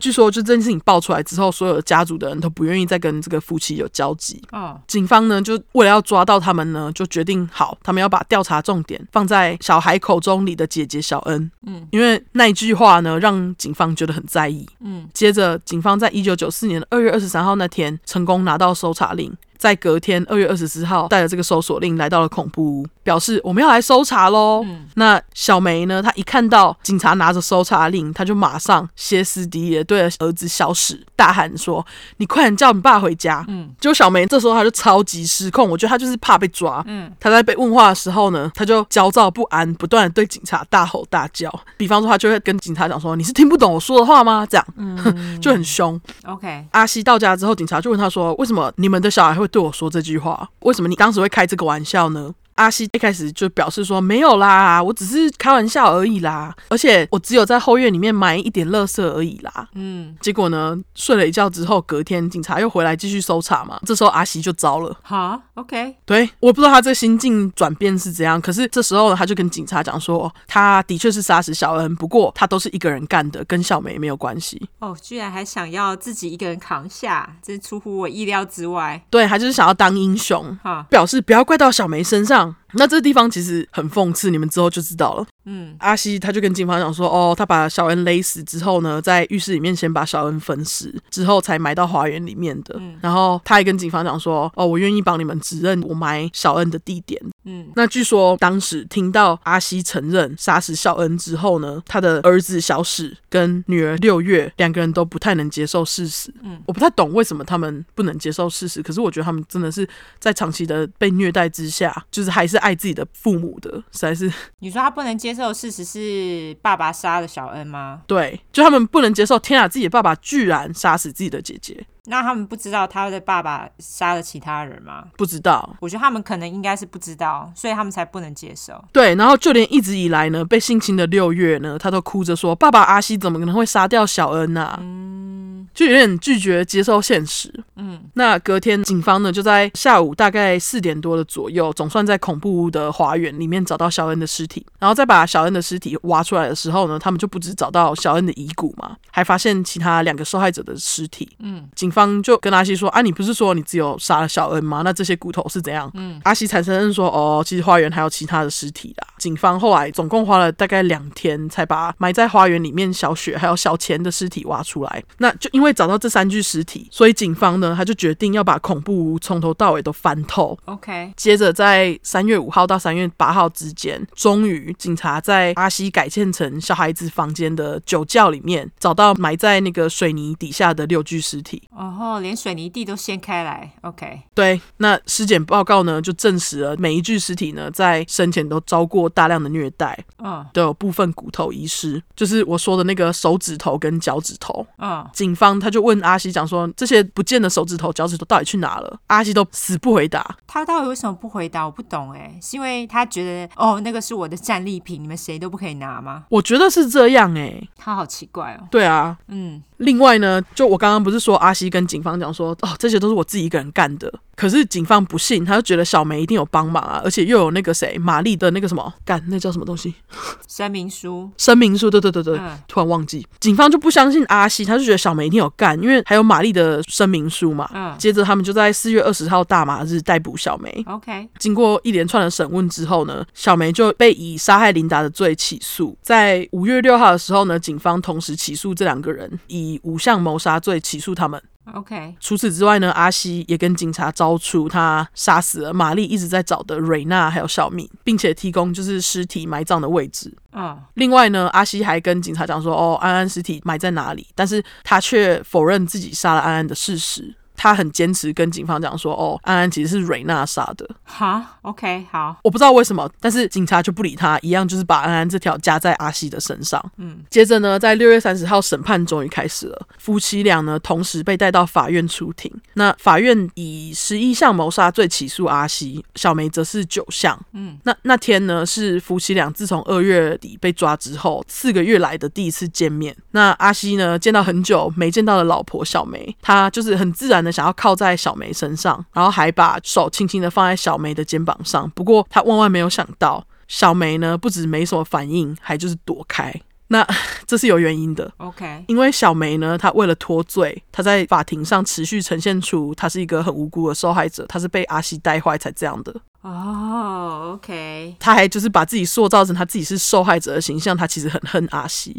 S1: 据说，就这件事情爆出来之后，所有的家族的人都不愿意再跟这个夫妻有交集。
S2: 哦，
S1: 警方呢，就为了要抓到他们呢，就决定好，他们要把调查重点放在小孩口中里的姐姐小恩。嗯，因为那一句话呢，让警方觉得很在意。
S2: 嗯，
S1: 接着，警方在一九九四年的二月二十三号那天，成功拿到搜查令。在隔天二月二十四号，带着这个搜索令来到了恐怖屋，表示我们要来搜查喽。那小梅呢，她一看到警察拿着搜查令，她就马上歇斯底里地对着儿子小史大喊说：“你快点叫你爸回家！”嗯，就小梅这时候她就超级失控，我觉得她就是怕被抓。嗯，她在被问话的时候呢，她就焦躁不安，不断的对警察大吼大叫。比方说，她就会跟警察讲说：“你是听不懂我说的话吗？”这样，嗯、 就很凶。
S2: ，OK，
S1: 阿西到家之后，警察就问他说：“为什么你们的小孩会对我说这句话？为什么你当时会开这个玩笑呢？”阿西一开始就表示说：“没有啦，我只是开玩笑而已啦，而且我只有在后院里面埋一点垃圾而已啦。”
S2: 嗯，
S1: 结果呢，睡了一觉之后，隔天警察又回来继续搜查嘛。这时候阿西就糟了，
S2: 好，OK，
S1: 对，我不知道他这心境转变是怎样，可是这时候呢，他就跟警察讲说，哦他的确是杀死小恩，不过他都是一个人干的，跟小梅没有关系。
S2: 哦，居然还想要自己一个人扛下，这出乎我意料之外，
S1: 对他就是想要当英雄，
S2: 哈，
S1: 表示不要怪到小梅身上。那这地方其实很讽刺，你们之后就知道了。
S2: 嗯
S1: 阿西他就跟警方讲说，哦，他把小恩勒死之后呢，在浴室里面先把小恩分尸，之后才埋到花园里面的。
S2: 嗯
S1: 然后他还跟警方讲说，哦，我愿意帮你们指认我埋小恩的地点。
S2: 嗯，
S1: 那据说当时听到阿西承认杀死小恩之后呢，他的儿子小史跟女儿六月两个人都不太能接受事实。嗯，我不太懂为什么他们不能接受事实，可是我觉得他们真的是在长期的被虐待之下，就是还是爱自己的父母的，实在是
S2: 你说他不能接受的事实是爸爸杀了小恩吗？
S1: 对，就他们不能接受，天啊，自己的爸爸居然杀死自己的姐姐，
S2: 那他们不知道他的爸爸杀了其他人吗？
S1: 不知道，
S2: 我觉得他们可能应该是不知道，所以他们才不能接受。
S1: 对，然后就连一直以来呢被性侵的六月呢，他都哭着说：“爸爸阿西怎么可能会杀掉小恩呐、啊？”就有点拒绝接受现实。嗯，那隔天警方呢就在下午大概四点多的左右，总算在恐怖屋的花园里面找到小恩的尸体，然后再把小恩的尸体挖出来的时候呢，他们就不只找到小恩的遗骨嘛，还发现其他两个受害者的尸体。嗯，警方就跟阿西说：“啊，你不是说你只有杀了小恩吗？那这些骨头是怎样？”嗯，阿西才承认说：“哦，其实花园还有其他的尸体啦。”警方后来总共花了大概两天，才把埋在花园里面小雪还有小钱的尸体挖出来。那就因为找到这三具尸体，所以警方呢，他就决定要把恐怖屋从头到尾都翻透。
S2: OK，
S1: 接着在三月五号到三月八号之间，终于警察在阿西改建成小孩子房间的酒窖里面找到埋在那个水泥底下的六具尸体。
S2: 然后哦连水泥地都掀开来，OK，
S1: 对，那尸检报告呢就证实了每一具尸体呢在生前都遭过大量的虐待，
S2: 嗯
S1: 都有部分骨头遗失，就是我说的那个手指头跟脚趾头。
S2: 嗯，
S1: 警方他就问阿西讲说，这些不见的手指头、脚趾头到底去哪了？阿西都死不回答。
S2: 他到底为什么不回答？我不懂哎，是因为他觉得哦那个是我的战利品，你们谁都不可以拿吗？
S1: 我觉得是这样诶、
S2: 他好奇怪哦，
S1: 对啊，
S2: 嗯，
S1: 另外呢，就我刚刚不是说阿西跟警方讲说，哦，这些都是我自己一个人干的。可是警方不信，他就觉得小梅一定有帮忙啊，而且又有那个谁，玛丽的那个什么干，那叫什么东西？
S2: 声明书，
S1: 声明书，对对对对，
S2: 嗯
S1: 突然忘记。警方就不相信阿西，他就觉得小梅一定有干，因为还有玛丽的声明书嘛。
S2: 嗯
S1: 接着他们就在四月二十号大马日逮捕小梅。
S2: ，OK，
S1: 经过一连串的审问之后呢，小梅就被以杀害琳达的罪起诉。在五月六号的时候呢，警方同时起诉这两个人，以五项谋杀罪起诉他们。
S2: OK，
S1: 除此之外呢，阿西也跟警察招出他杀死了玛丽一直在找的瑞娜还有小敏，并且提供就是尸体埋葬的位置。
S2: 嗯
S1: 另外呢，阿西还跟警察讲说，哦，安安尸体埋在哪里，但是他却否认自己杀了安安的事实。他很坚持跟警方讲说，哦，安安其实是瑞娜杀的。
S2: 好，OK，好，
S1: 我不知道为什么，但是警察就不理他，一样就是把安安这条加在阿西的身上。嗯，接着呢，在六月三十号审判终于开始了，夫妻俩呢同时被带到法院出庭。那法院以十一项谋杀罪起诉阿西，小梅则是九项。嗯，那那天呢是夫妻俩自从二月底被抓之后四个月来的第一次见面。那阿西呢见到很久没见到的老婆小梅，他就是很自然的想要靠在小梅身上，然后还把手轻轻的放在小梅的肩膀上。不过他万万没有想到，小梅呢不止没什么反应，还就是躲开。那 这是有原因的，
S2: ，OK，
S1: 因为小梅呢，她为了脱罪，她在法庭上持续呈现出她是一个很无辜的受害者，她是被阿西带坏才这样的。
S2: 哦，OK，OK，
S1: 她还就是把自己塑造成她自己是受害者的形象，她其实很恨阿西。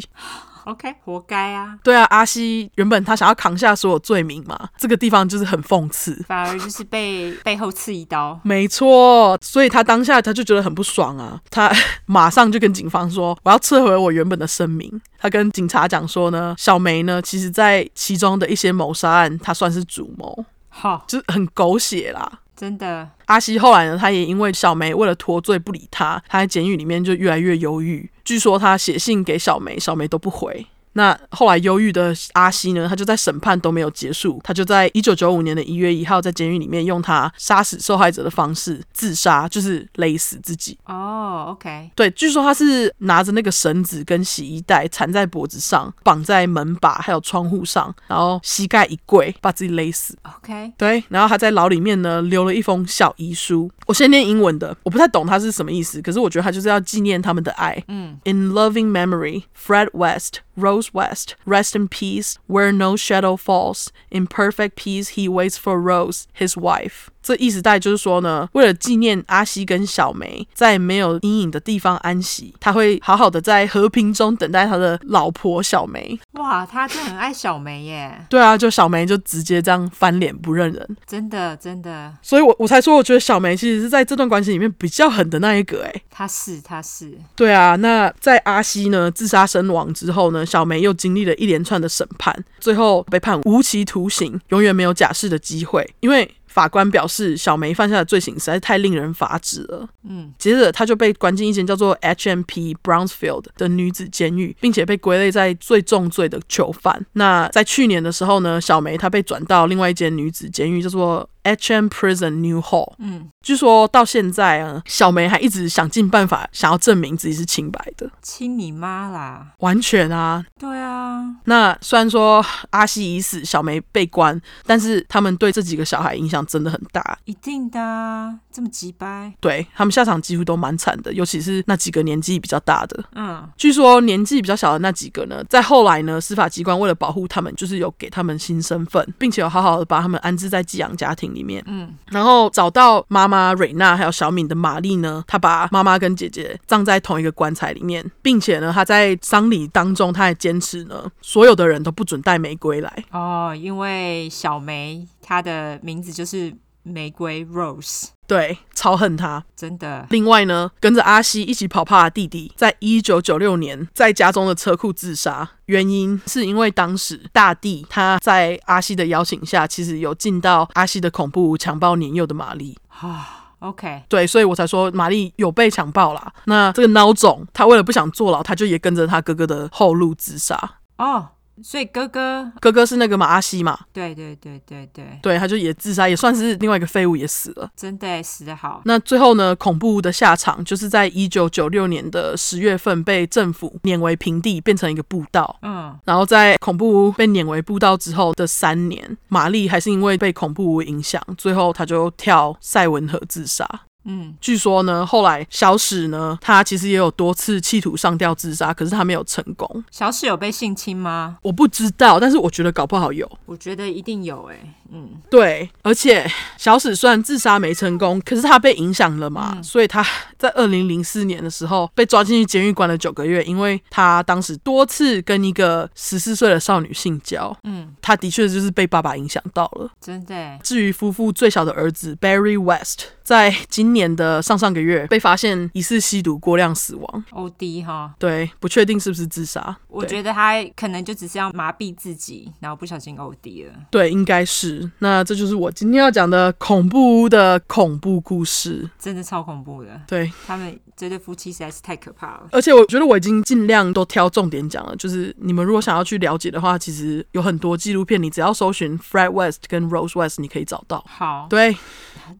S2: 活该啊，
S1: 对啊，阿西原本他想要扛下所有罪名嘛，这个地方就是很讽刺。
S2: 反而就是被背后刺一刀，
S1: 没错，所以他当下他就觉得很不爽啊，他马上就跟警方说：“我要撤回我原本的声明。”他跟警察讲说呢，小梅呢，其实在其中的一些谋杀案，她算是主谋，
S2: 好，
S1: 就是很狗血啦。
S2: 真的，
S1: 阿西后来呢，他也因为小梅为了脱罪不理他，他在监狱里面就越来越忧郁。据说他写信给小梅，小梅都不回。那后来忧郁的阿西呢，他就在审判都没有结束，他就在一九九五年的一月一号在监狱里面用他杀死受害者的方式自杀，就是勒死自己。
S2: 哦，OK，
S1: 对，据说他是拿着那个绳子跟洗衣袋缠在脖子上，绑在门把还有窗户上，然后膝盖一跪，把自己勒死。
S2: OK，
S1: 对，然后他在牢里面呢留了一封小遗书。我先念英文的，我不太懂它是什么意思，可是我觉得他就是要纪念他们的爱。嗯，In loving memory, Fred West, Rose West, rest in peace. Where no shadow falls, in perfect peace he waits for Rose, his wife. 这意思大概就是说呢，为了纪念阿西跟小梅在没有阴影的地方安息，他会好好的在和平中等待他的老婆小梅。
S2: 哇，他真的很爱小梅耶，
S1: 对啊，就小梅就直接这样翻脸不认人。
S2: 真的，真的，
S1: 所以我我才说，我觉得小梅其实是在这段关系里面比较狠的那一个、欸。
S2: 他是，他是，
S1: 对啊，那在阿西呢自杀身亡之后呢，小梅又经历了一连串的审判，最后被判无期徒刑，永远没有假释的机会，因为。法官表示，小梅犯下的罪行实在太令人发指了。嗯，接着她就被关进一间叫做 H&P Brownsfield 的女子监狱，并且被归类在最重罪的囚犯。那在去年的时候呢，小梅她被转到另外一间女子监狱，叫做 H M Prison New Hall。
S2: 嗯，
S1: 据说到现在啊，小梅还一直想尽办法想要证明自己是清白的，
S2: 亲你妈啦！
S1: 完全啊。
S2: 对啊，
S1: 那虽然说阿西已死，小梅被关，但是他们对这几个小孩影响真的很大，
S2: 一定的啊，这么急掰，
S1: 对他们下场几乎都蛮惨的，尤其是那几个年纪比较大的。
S2: 嗯，
S1: 据说年纪比较小的那几个呢，在后来呢，司法机关为了保护他们，就是有给他们新身份，并且有好好的把他们安置在寄养家庭里面。
S2: 嗯，
S1: 然后找到妈妈瑞娜还有小敏的玛丽呢，她把妈妈跟姐姐葬在同一个棺材里面，并且呢，她在丧礼当中，她还坚持呢，所有的人都不准带玫瑰来。
S2: 哦，因为小梅她的名字就是玫瑰 Rose，
S1: 对，超恨她。
S2: 真的，
S1: 另外呢，跟着阿西一起跑趴的弟弟，在一九九六年在家中的车库自杀，原因是因为当时大地他在阿西的邀请下，其实有进到阿西的恐怖屋强暴年幼的玛丽。
S2: 啊，OK，
S1: 对，所以我才说玛丽有被强暴啦。那这个孬种，他为了不想坐牢，他就也跟着他哥哥的后路自杀。
S2: 哦，所以哥哥，
S1: 哥哥是那个马阿西嘛，
S2: 对对对对对，
S1: 对，他就也自杀，也算是另外一个废物，也死了。
S2: 真的耶欸死得好，
S1: 那最后呢，恐怖的下场就是在一九九六年的十月份被政府碾为平地，变成一个步道。
S2: 嗯，
S1: 然后在恐怖屋被碾为步道之后的三年，玛丽还是因为被恐怖屋影响，最后她就跳塞文河自杀。
S2: 嗯，
S1: 据说呢，后来小史呢，他其实也有多次企图上吊自杀，可是他没有成功。
S2: 小史有被性侵吗？
S1: 我不知道，但是我觉得搞不好有。
S2: 我觉得一定有、欸，哎，嗯，
S1: 对，而且小史虽然自杀没成功，可是他被影响了
S2: 嗯
S1: 嘛，所以他在二零零四年的时候被抓进去监狱关了九个月，因为他当时多次跟一个十四岁的少女性交，
S2: 嗯，
S1: 他的确就是被爸爸影响到了。
S2: 真的欸耶，
S1: 至于夫妇最小的儿子 Barry West，在今年的上上个月被发现疑似吸毒过量死亡，
S2: 欧弟哈，
S1: 对，不确定是不是自杀，
S2: 我
S1: 对
S2: 觉得他可能就只是要麻痹自己，然后不小心欧弟了。
S1: 对，应该是。那这就是我今天要讲的恐怖屋的恐怖故事。
S2: 真的超恐怖的，
S1: 对，
S2: 他们这对夫妻实在是太可怕了。
S1: 而且我觉得我已经尽量都挑重点讲了，就是你们如果想要去了解的话，其实有很多纪录片，你只要搜寻 Fred West 跟 Rose West，你可以找到。
S2: 好，
S1: 对，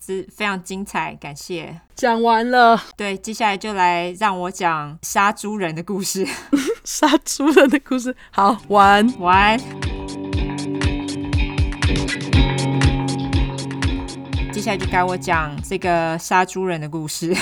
S2: 这非常精彩，感谢。
S1: 讲完了
S2: 对，接下来就来让我讲杀猪人的故事。
S1: 杀猪人的故事，好完。
S2: 晚安。接下来就该我讲这个杀猪人的故事。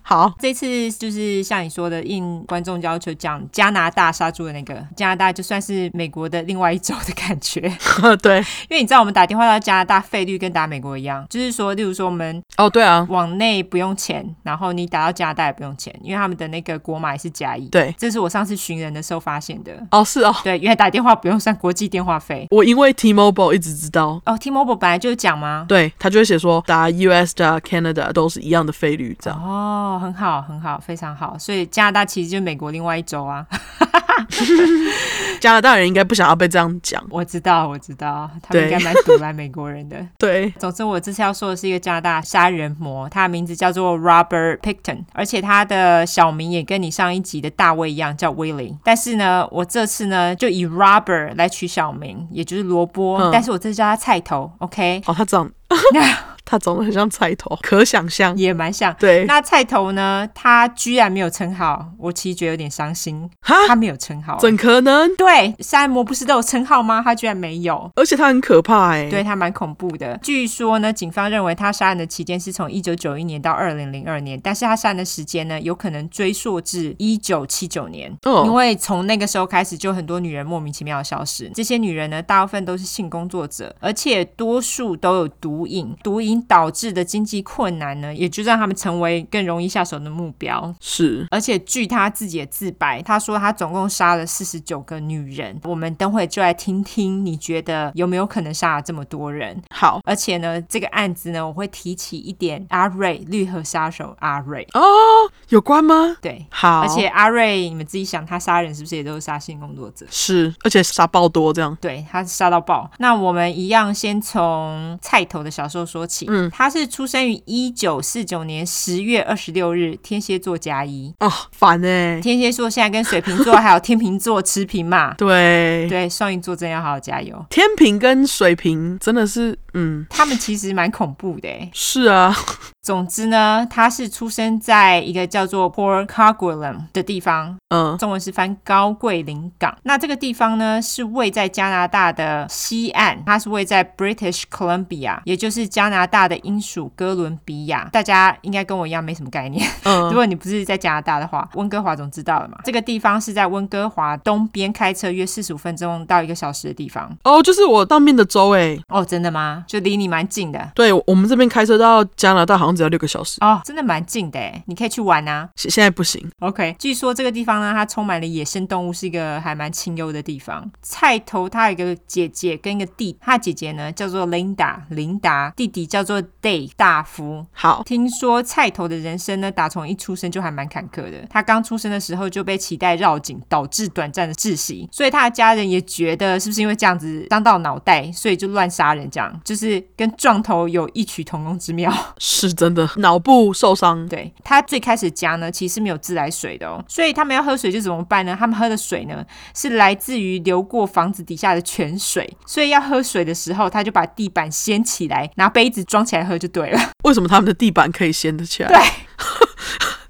S1: 好，
S2: 这次就是像你说的，应观众要求讲加拿大杀猪的那个，加拿大就算是美国的另外一州的感觉，
S1: 对，
S2: 因为你知道我们打电话到加拿大费率跟打美国一样，就是说，例如说我们
S1: 哦，对啊，
S2: 往内不用钱，然后你打到加拿大也不用钱，因为他们的那个国码也是加一。
S1: 对，
S2: 这是我上次寻人的时候发现的。
S1: 哦是哦，
S2: 对，因为打电话不用算国际电话费。
S1: 我因为 T-Mobile 一直知道，
S2: 哦，T-Mobile 本来就有讲吗？
S1: 对他就会写说打 US 打 Canada 都是一样的费率这样。
S2: 哦，很好，很好，非常好。所以加拿大其实就是美国另外一州啊。
S1: 加拿大人应该不想要被这样讲。
S2: 我知道，我知道，他们应该蛮堵来美国人的。
S1: 对，
S2: 总之，我这次要说的是一个加拿大杀人魔，他的名字叫做 Robert Picton，而且他的小名也跟你上一集的大卫一样叫 Willie。但是呢，我这次呢就以 Robert 来取小名，也就是萝卜，
S1: 嗯
S2: 但是我这次叫他菜头，OK，
S1: 哦，他 长，他长得很像菜头，可想象。
S2: 也蛮像。
S1: 对，
S2: 那菜头呢？他居然没有称号，我其实觉得有点伤心。
S1: 哈，
S2: 他没有称号，
S1: 怎可能？
S2: 对，杀人魔不是都有称号吗？他居然没有。
S1: 而且他很可怕哎、
S2: 对，他蛮恐怖的。据说呢，警方认为他杀人的期间是从一九九一年到二零零二年，但是他杀人的时间呢，有可能追溯至一九七九年。因
S1: 哦，
S2: 为从那个时候开始，就很多女人莫名其妙的消失。这些女人呢，大部分都是性工作者，而且多数都有毒瘾。毒瘾导致的经济困难呢，也就让他们成为更容易下手的目标。
S1: 是
S2: 而且据他自己的自白，他说他总共杀了四十九个女人。我们等会就来听听，你觉得有没有可能杀了这么多人？
S1: 好
S2: 而且呢，这个案子呢，我会提起一点阿瑞绿河杀手阿瑞，
S1: 哦，有关吗？
S2: 对。
S1: 好，
S2: 而且阿瑞，你们自己想，他杀人是不是也都是杀性工作者？
S1: 是，而且杀爆多这样。
S2: 对他杀到爆。那我们一样先从菜头的小时候说起。起。
S1: 嗯
S2: 他是出生于一九四九年十月二十六日，天蝎座加一。
S1: 哦，烦哎、
S2: 天蝎座现在跟水瓶座还有天秤座持平嘛？
S1: 对，
S2: 对，双鱼座真的要好好加油。
S1: 天平跟水瓶真的是，嗯，
S2: 他们其实蛮恐怖的欸。
S1: 是啊，
S2: 总之呢，他是出生在一个叫做 Port Coquitlam 的地方，
S1: 嗯
S2: 中文是翻高贵林港。那这个地方呢，是位在加拿大的西岸，它是位在 British Columbia，也就是加拿大的英属哥伦比亚。大家应该跟我一样没什么概念，如
S1: 嗯，
S2: 果你不是在加拿大的话，温哥华总知道了嘛。这个地方是在温哥华东边，开车约四十五分钟到一个小时的地方。
S1: 哦，就是我到面的州哎、
S2: 哦，真的吗？就离你蛮近的。
S1: 对我们这边开车到加拿大好像只要六个小时，
S2: 哦，真的蛮近的诶，你可以去玩啊。
S1: 现现在不行，
S2: OK，据说这个地方呢，它充满了野生动物，是一个还蛮清幽的地方。菜头他有一个姐姐跟一个弟，他姐姐呢叫做 Linda 琳达，弟弟叫做 Day 大夫。
S1: 好，
S2: 听说菜头的人生呢，打从一出生就还蛮坎坷的。他刚出生的时候就被脐带绕颈，导致短暂的窒息，所以他的家人也觉得是不是因为这样子伤到脑袋，所以就乱杀人，这样就是跟撞头有异曲同工之妙。
S1: 是真的，脑部受伤，
S2: 对他最开始家呢，其实没有自来水的哦，所以他们要喝水就怎么办呢？他们喝的水呢，是来自于流过房子底下的泉水，所以要喝水的时候，他就把地板掀起来，拿杯子装起来喝就对了。
S1: 为什么他们的地板可以掀得起来？
S2: 对，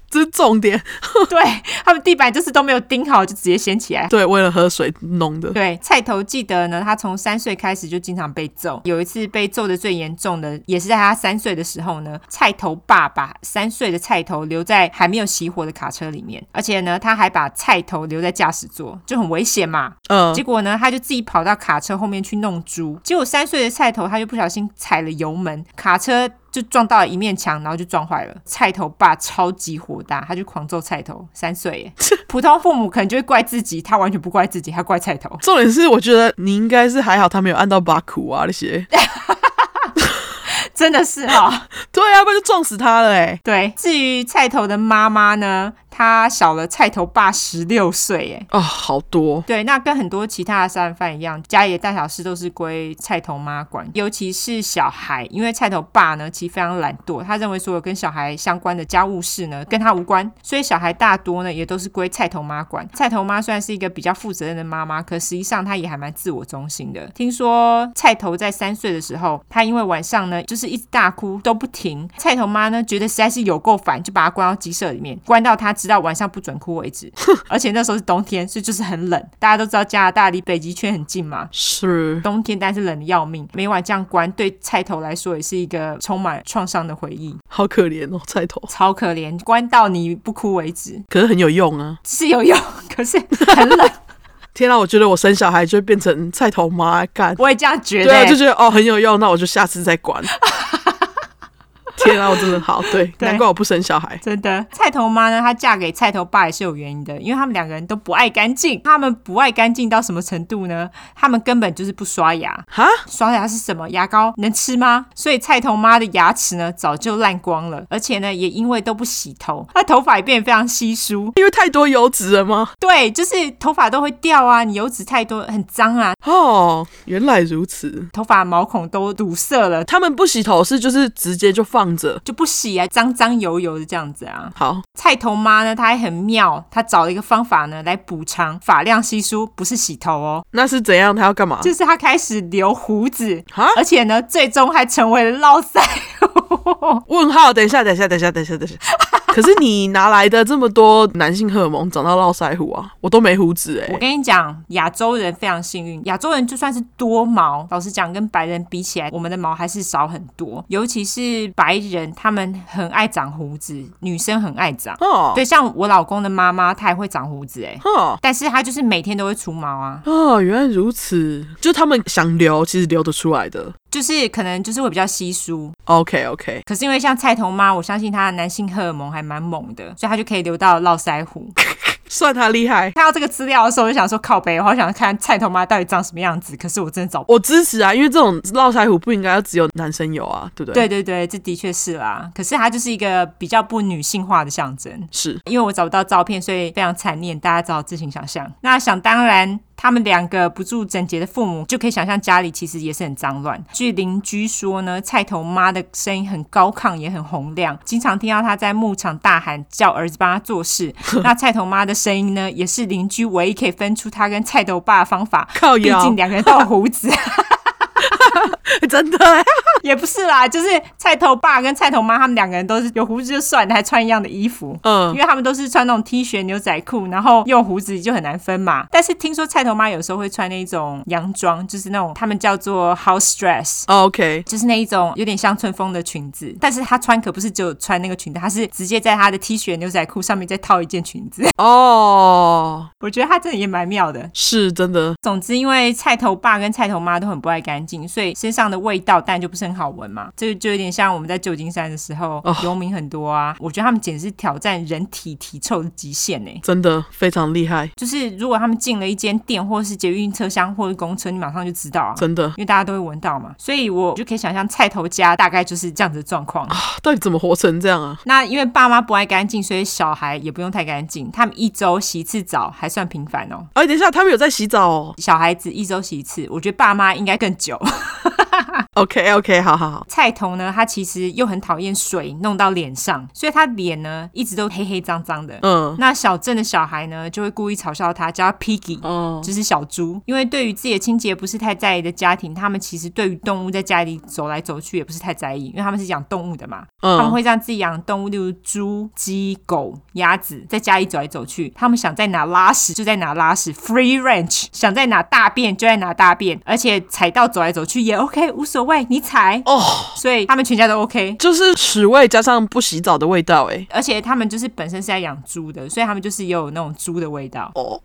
S1: 这是重点，
S2: 对他们地板就是都没有钉好，就直接掀起来。
S1: 对，为了喝水弄的，
S2: 对，菜头记得呢，他从三岁开始就经常被揍。有一次被揍的最严重的，也是在他三岁的时候呢，菜头爸把三岁的菜头留在还没有熄火的卡车里面，而且呢，他还把菜头留在驾驶座，就很危险嘛。
S1: 嗯
S2: 结果呢，他就自己跑到卡车后面去弄猪，结果三岁的菜头他就不小心踩了油门，卡车。就撞到了一面墙，然后就撞坏了。菜头爸超级火大，他就狂揍菜头。三岁耶，普通父母可能就会怪自己，他完全不怪自己，他怪菜头。
S1: 重点是我觉得你应该是还好，他没有按到把苦啊那些，
S2: 真的是哦，
S1: 对啊，不然就撞死他了哎、
S2: 对。至于菜头的妈妈呢，她小了菜头爸十六岁，耶。
S1: 哦，好多，
S2: 对，那跟很啊多其他的杀人犯一样，家里的大小事都是归菜头妈管，尤其是小孩，因为菜头爸呢其实非常懒惰，他认为所有跟小孩相关的家务事呢跟他无关，所以小孩大多呢也都是归菜头妈管。菜头妈虽然是一个比较负责任的妈妈，可实际上她也还蛮自我中心的。听说菜头在三岁的时候，他因为晚上呢就是一直大哭都不停，菜头妈呢觉得实在是有够烦，就把他关到鸡舍里面，关到他直到晚上不准哭为止。而且那时候是冬天，所以就是很冷。大家都知道加拿大离北极圈很近嘛，
S1: 是
S2: 冬天但是冷的要命。每晚这样关，对菜头来说也是一个充满创伤的回忆，
S1: 好可怜哦，菜头，
S2: 超可怜，关到你不哭为止
S1: 可是很有用啊。
S2: 是有用， 可是很冷。
S1: 天啊，我觉得我生小孩就会变成菜头妈干，
S2: 我也这样觉
S1: 对
S2: 得、
S1: 啊，就觉得哦很有用，那我就下次再 管。天啊，我真的好对，
S2: 对
S1: 难怪我不生小孩。
S2: 真的，菜头妈呢，她嫁给菜头爸也是有原因的，因为他们两个人都不爱干净。他们不爱干净到什么程度呢？他们根本就是不刷牙。
S1: 哈，
S2: 刷牙是什么？牙膏能吃吗？所以菜头妈的牙齿呢，早就烂光了，而且呢，也因为都不洗头，她头发也变得非常稀疏。
S1: 因为太多油脂了吗？
S2: 对，就是头发都会掉啊，你油脂太多很脏啊，
S1: 哦，原来如此。
S2: 头发毛孔都堵塞了，
S1: 他们不洗头是就是直接就放着。
S2: 就不洗啊，脏脏油油的这样子啊。
S1: 好，
S2: 菜头妈呢，她还很妙，她找了一个方法呢来补偿发量稀疏，不是洗头哦，
S1: 那是怎样？他要干嘛？
S2: 就是她开始留胡子，
S1: 哈？
S2: 而且呢，最终还成为了络 腮胡。
S1: 问号？等一下，等一下，等一下，等一下， 等一下。可是你拿来的这么多男性荷尔蒙长到络腮胡啊，我都没胡子哎、
S2: 我跟你讲，亚洲人非常幸运，亚洲人就算是多毛，老实讲，跟白人比起来，我们的毛还是少很多。尤其是白人，他们很爱长胡子，女生很爱长。
S1: 哦，
S2: 对，像我老公的妈妈，她也会长胡子哎，
S1: 哦，
S2: 但是她就是每天都会除毛啊。
S1: 哦，原来如此，就他们想留，其实留得出来的。
S2: 就是可能就是会比较稀疏，
S1: OK OK，
S2: 可是因为像菜头妈，我相信她的男性荷尔蒙还蛮猛的，所以她就可以留到络腮胡。
S1: 算他厉害，
S2: 看到这个资料的时候，我就想说靠北，我好想看菜头妈到底长什么样子，可是我真的找不。
S1: 我支持啊，因为这种络腮胡不应该要只有男生有啊，对不对？，
S2: 对对对，这的确是啦。可是它就是一个比较不女性化的象征，
S1: 是
S2: 因为我找不到照片，所以非常残念，大家只好自行想象。那想当然，他们两个不住整洁的父母，就可以想象家里其实也是很脏乱。据邻居说呢，菜头妈的声音很高亢，也很洪亮，经常听到她在牧场大喊叫儿子帮她做事。那菜头妈的声音呢，也是邻居唯一可以分出她跟菜头爸的方法。
S1: 靠
S2: 毕
S1: 腰
S2: 竟两个人都有胡子，
S1: 真的欸、
S2: 也不是啦，就是菜头爸跟菜头妈他们两个人都是有胡子就算了，还穿一样的衣服。因
S1: 嗯，
S2: 为他们都是穿那种 T 恤、牛仔裤，然后又有胡子，就很难分嘛。但是听说菜头妈有时候会穿那一种洋装，就是那种他们叫做 house dress。
S1: OK，
S2: 就是那一种有点乡村风的裙子，但是她穿可不是只有穿那个裙子，她是直接在她的 T 恤、牛仔裤上面再套一件裙子。
S1: 哦，
S2: 我觉得她真的也蛮妙的。
S1: 是真的，
S2: 总之，因为菜头爸跟菜头妈都很不爱干净，所以身上的味道当然就不是很好闻嘛。这个就有点像我们在旧金山的时候
S1: 哦，
S2: 游民很多啊。我觉得他们简直是挑战人体体臭的极限呢、欸
S1: 真的非常厉害，
S2: 就是如果他们进了一间店，或是捷运车厢，或者公车，你马上就知道 啊，
S1: 真的
S2: 因为大家都会闻到嘛。所以我就可以想象菜头家大概就是这样子的状况。
S1: 啊到底怎么活成这样啊？
S2: 那因为爸妈不爱干净，所以小孩也不用太干净。他们一周洗一次澡还算频繁哦。
S1: 哎，等一下，他们有在洗澡哦。
S2: 小孩子一周洗一次，我觉得爸妈应该更久。
S1: OK OK，好好好，
S2: 菜头呢，他其实又很讨厌水弄到脸上，所以他脸呢一直都黑黑脏脏的。
S1: 嗯，
S2: 那小镇的小孩呢，就会故意嘲笑他，叫他 Piggy。
S1: 哦，
S2: 就是小猪，因为对于自己的清洁不是太在意的家庭，他们其实对于动物在家里走来走去也不是太在意，因为他们是养动物的嘛，他们
S1: 嗯，
S2: 会让自己养的动物，例如猪、鸡、狗、鸭子，在家里走来走去，他们想在哪拉屎就在哪拉屎，free range，想在哪大便就在哪大便，而且踩到走来走去也 OK，无所谓，你踩，
S1: 哦，
S2: 所以他们全家都 OK。
S1: 就是屎味加上不洗澡的味道，哎，
S2: 而且他们就是本身是在养猪的，所以他们就是也有那种猪的味道。
S1: 哦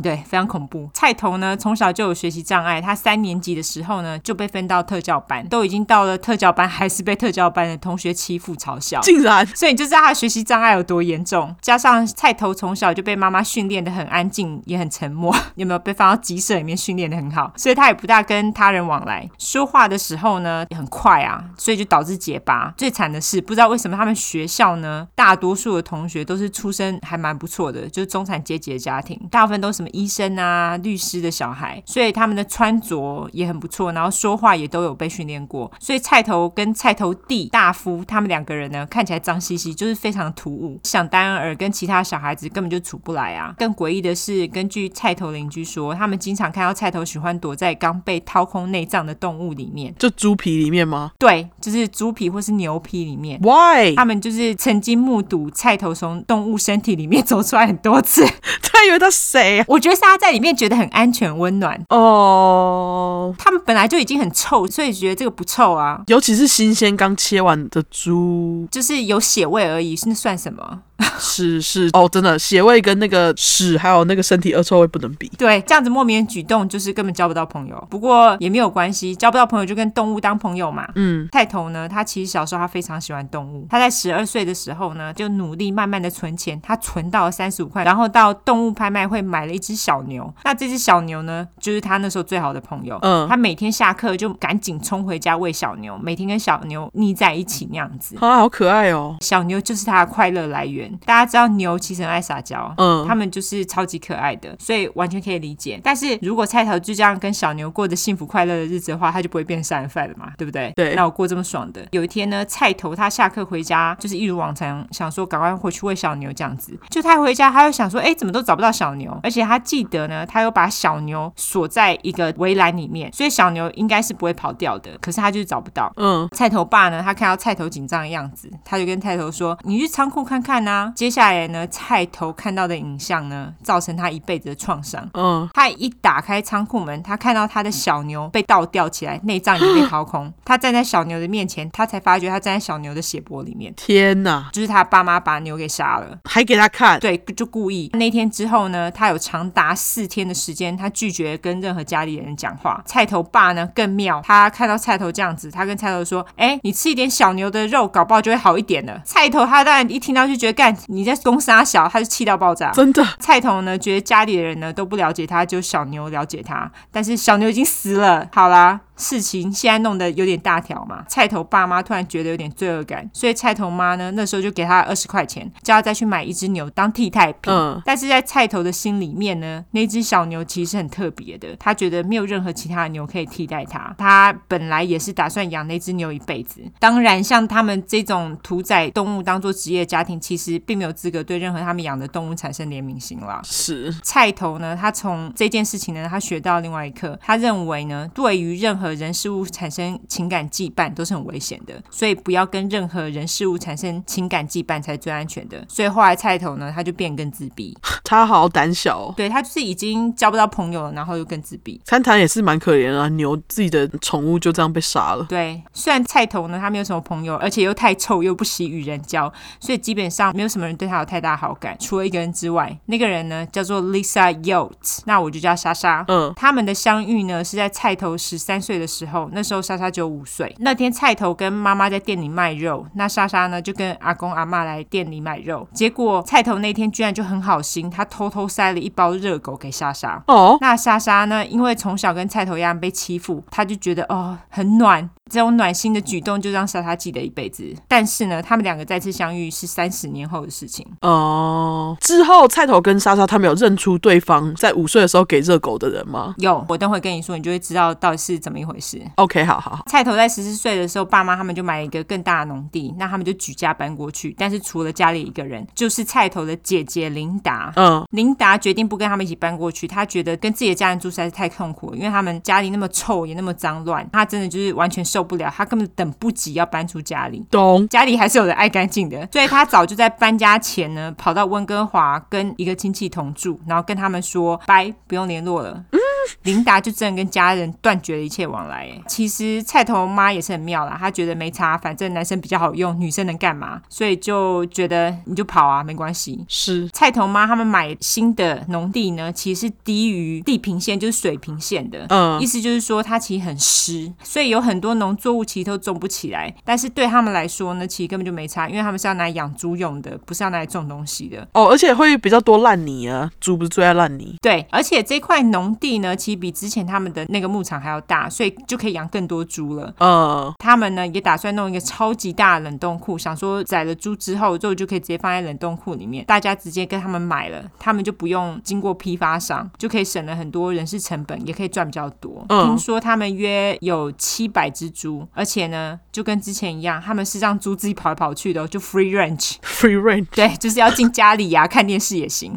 S2: 对，非常恐怖。菜头呢，从小就有学习障碍，他三年级的时候呢就被分到特教班，都已经到了特教班，还是被特教班的同学欺负嘲笑。
S1: 竟然
S2: 所以你就知道他的学习障碍有多严重，加上菜头从小就被妈妈训练的很安静，也很沉默， 有没有被放到鸡舍里面训练的很好？所以他也不大跟他人往来，说话的时候呢也很快啊，所以就导致结巴。最惨的是，不知道为什么他们学校呢，大多数的同学都是出身还蛮不错的，就是中产阶级的家庭，大部分都是什么医生啊、律师的小孩，所以他们的穿着也很不错，然后说话也啊都有被训练过。所以菜头跟菜头弟大夫他们两个人呢，看起来脏兮兮，就是非常突兀。想当然尔跟其他小孩子根本就处不来啊。更诡异的是，根据菜头邻居说，他们经常看到菜头喜欢躲在刚被掏空内脏的动物里面，
S1: 就猪皮里面吗
S2: 对，就是猪皮或是牛皮 里面。
S1: ？Why？
S2: 他们就是曾经目睹菜头从动物身体里面走出来很多次，
S1: 他以为他谁啊？
S2: 我觉得是他在里面觉得很安全温暖，
S1: 哦，
S2: 他们本来就已经很臭，所以觉得这个不臭啊，
S1: 尤其是新鲜刚切完的猪，
S2: 就是有血味而已，那算什么？
S1: 是是哦，真的血味跟那个屎还有那个身体恶臭味不能比。
S2: 对，这样子莫名的举动就是根本交不到朋友。不过也没有关系，交不到朋友就跟动物当朋友嘛。
S1: 嗯，
S2: 菜头呢，他其实小时候他非常喜欢动物。他在十二岁的时候呢，就努力慢慢的存钱，他存到了三十五块，然后到动物拍卖会买了一只小牛。那这只小牛呢，就是他那时候最好的朋友。
S1: 嗯
S2: 他每天下课就赶紧冲回家喂小牛，每天跟小牛腻在一起那样子。
S1: 啊，好可爱哦。
S2: 小牛就是它的快乐来源。大家知道牛其实很爱撒娇，
S1: 嗯
S2: 它们就是超级可爱的，所以完全可以理解。但是如果菜头就这样跟小牛过着幸福快乐的日子的话，它就不会变杀人犯了嘛，对不对？
S1: 对
S2: 那我过这么爽的。有一天呢，菜头他下课回家，就是一如往常，想说赶快回去喂小牛这样子。就他回家，他又想说，哎，怎么都找不到小牛？而且他记得呢，他又把小牛锁在一个围栏里面，所以小牛应该是不会跑掉的。可是他就是找不到。
S1: 嗯，
S2: 菜头爸呢，他看到菜头紧张的样子，他就跟菜头说：“你去仓库看看呐、接下来呢，菜头看到的影像呢，造成他一辈子的创伤。
S1: 嗯，
S2: 他一打开仓库门，他看到他的小牛被倒吊起来，内脏也被掏空。 他站在小牛的面前，他才发觉他站在小牛的血泊里面，
S1: 天哪，
S2: 就是他爸妈把牛给杀了。
S1: 还给他看，
S2: 对，就故意。那天之后呢，他有长达四天的时间，他拒绝跟任何家里人讲话。菜头爸呢更妙，他看到菜头这样子，他跟菜头说：“哎、你吃一点小牛的肉，搞不好就会好一点了。”菜头他当然一听到就觉得干你在攻杀小，他就气到爆炸。
S1: 真的
S2: 菜头呢，觉得家里的人呢都不了解他，只有小牛了解他。但是小牛已经死了，好啦，事情现在弄得有点大条嘛，菜头爸妈突然觉得有点罪恶感，所以菜头妈呢那时候就给他二十块钱，叫他再去买一只牛当替代品。
S1: 嗯
S2: 但是在菜头的心里面呢，那只小牛其实是很特别的，他觉得没有任何其他的牛可以替代它。他本来也是打算养那只牛一辈子。当然，像他们这种屠宰动物当做职业家庭，其实并没有资格对任何他们养的动物产生怜悯心啦。
S1: 是
S2: 菜头呢，他从这件事情呢，他学到另外一课。他认为呢，对于任何人事物产生情感羁绊都是很危险的，所以不要跟任何人事物产生情感羁绊才是最安全的。所以后来菜头呢，他就变更自闭，
S1: 他好胆小、哦。
S2: 对他就是已经交不到朋友了，然后又更自闭。
S1: 参坛也是蛮可怜的、啊，牛自己的宠物就这样被杀了。
S2: 对，虽然菜头呢，他没有什么朋友，而且又太臭，又不喜与人交，所以基本上没有什么人对他有太大好感，除了一个人之外，那个人呢叫做 Lisa Yolt，那我就叫莎莎。
S1: 嗯，
S2: 他们的相遇呢是在菜头十三岁的时候，那时候莎莎只有五岁。那天菜头跟妈妈在店里卖肉，那莎莎呢就跟阿公阿妈来店里买肉，结果菜头那天居然就很好心，他偷偷塞了一包热狗给莎莎。
S1: 哦，
S2: 那莎莎呢？因为从小跟菜头一样被欺负，她就觉得哦很暖，这种暖心的举动就让莎莎记得一辈子。但是呢，他们两个再次相遇是三十年后的事情。
S1: 哦、之后菜头跟莎莎他们有认出对方在五岁的时候给热狗的人吗
S2: 有，我等会跟你说，你就会知道到底是怎么一回事。
S1: ？OK，好好好，
S2: 菜头在十四岁的时候，爸妈他们就买了一个更大的农地，那他们就举家搬过去。但是除了家里一个人，就是菜头的姐姐琳达。
S1: 嗯，
S2: 琳达决定不跟他们一起搬过去，她觉得跟自己的家人住实在是太痛苦了，因为他们家里那么臭也那么脏乱，她真的就是完全受不了，她根本等不及要搬出家里。
S1: 懂。
S2: 家里还是有人爱干净的，所以她早就在搬家前呢，跑到温哥华跟一个亲戚同住，然后跟他们说拜，不用联络了。琳达就真的跟家人断绝了一切往来。哎其实菜头妈也是很妙啦，她觉得没差，反正男生比较好用，女生能干嘛？所以就觉得你就跑啊，没关系。
S1: 是
S2: 菜头妈他们买新的农地呢，其实是低于地平线，就是水平线的。
S1: 嗯
S2: 意思就是说它其实很湿，所以有很多农作物其实都种不起来。但是对他们来说呢，其实根本就没差，因为他们是要拿来养猪用的，不是要拿来种东西的。
S1: 哦，而且会比较多烂泥啊，猪不是最爱烂泥。
S2: 对，而且这块农地呢，其实比之前他们的那个牧场还要大，所以就可以养更多猪了。
S1: 嗯，
S2: 他们呢也打算弄一个超级大的冷冻库，想说宰了猪之后，肉就可以直接放在冷冻库里面，大家直接跟他们买了，他们就不用经过批发商，就可以省了很多人事成本，也可以赚比较多。
S1: 嗯
S2: 听说他们约有七百只猪，而且呢就跟之前一样，他们是让猪自己跑来跑去的哦，就 free range，
S1: free range，OK，、
S2: 对，就是要进家里呀、看电视也行。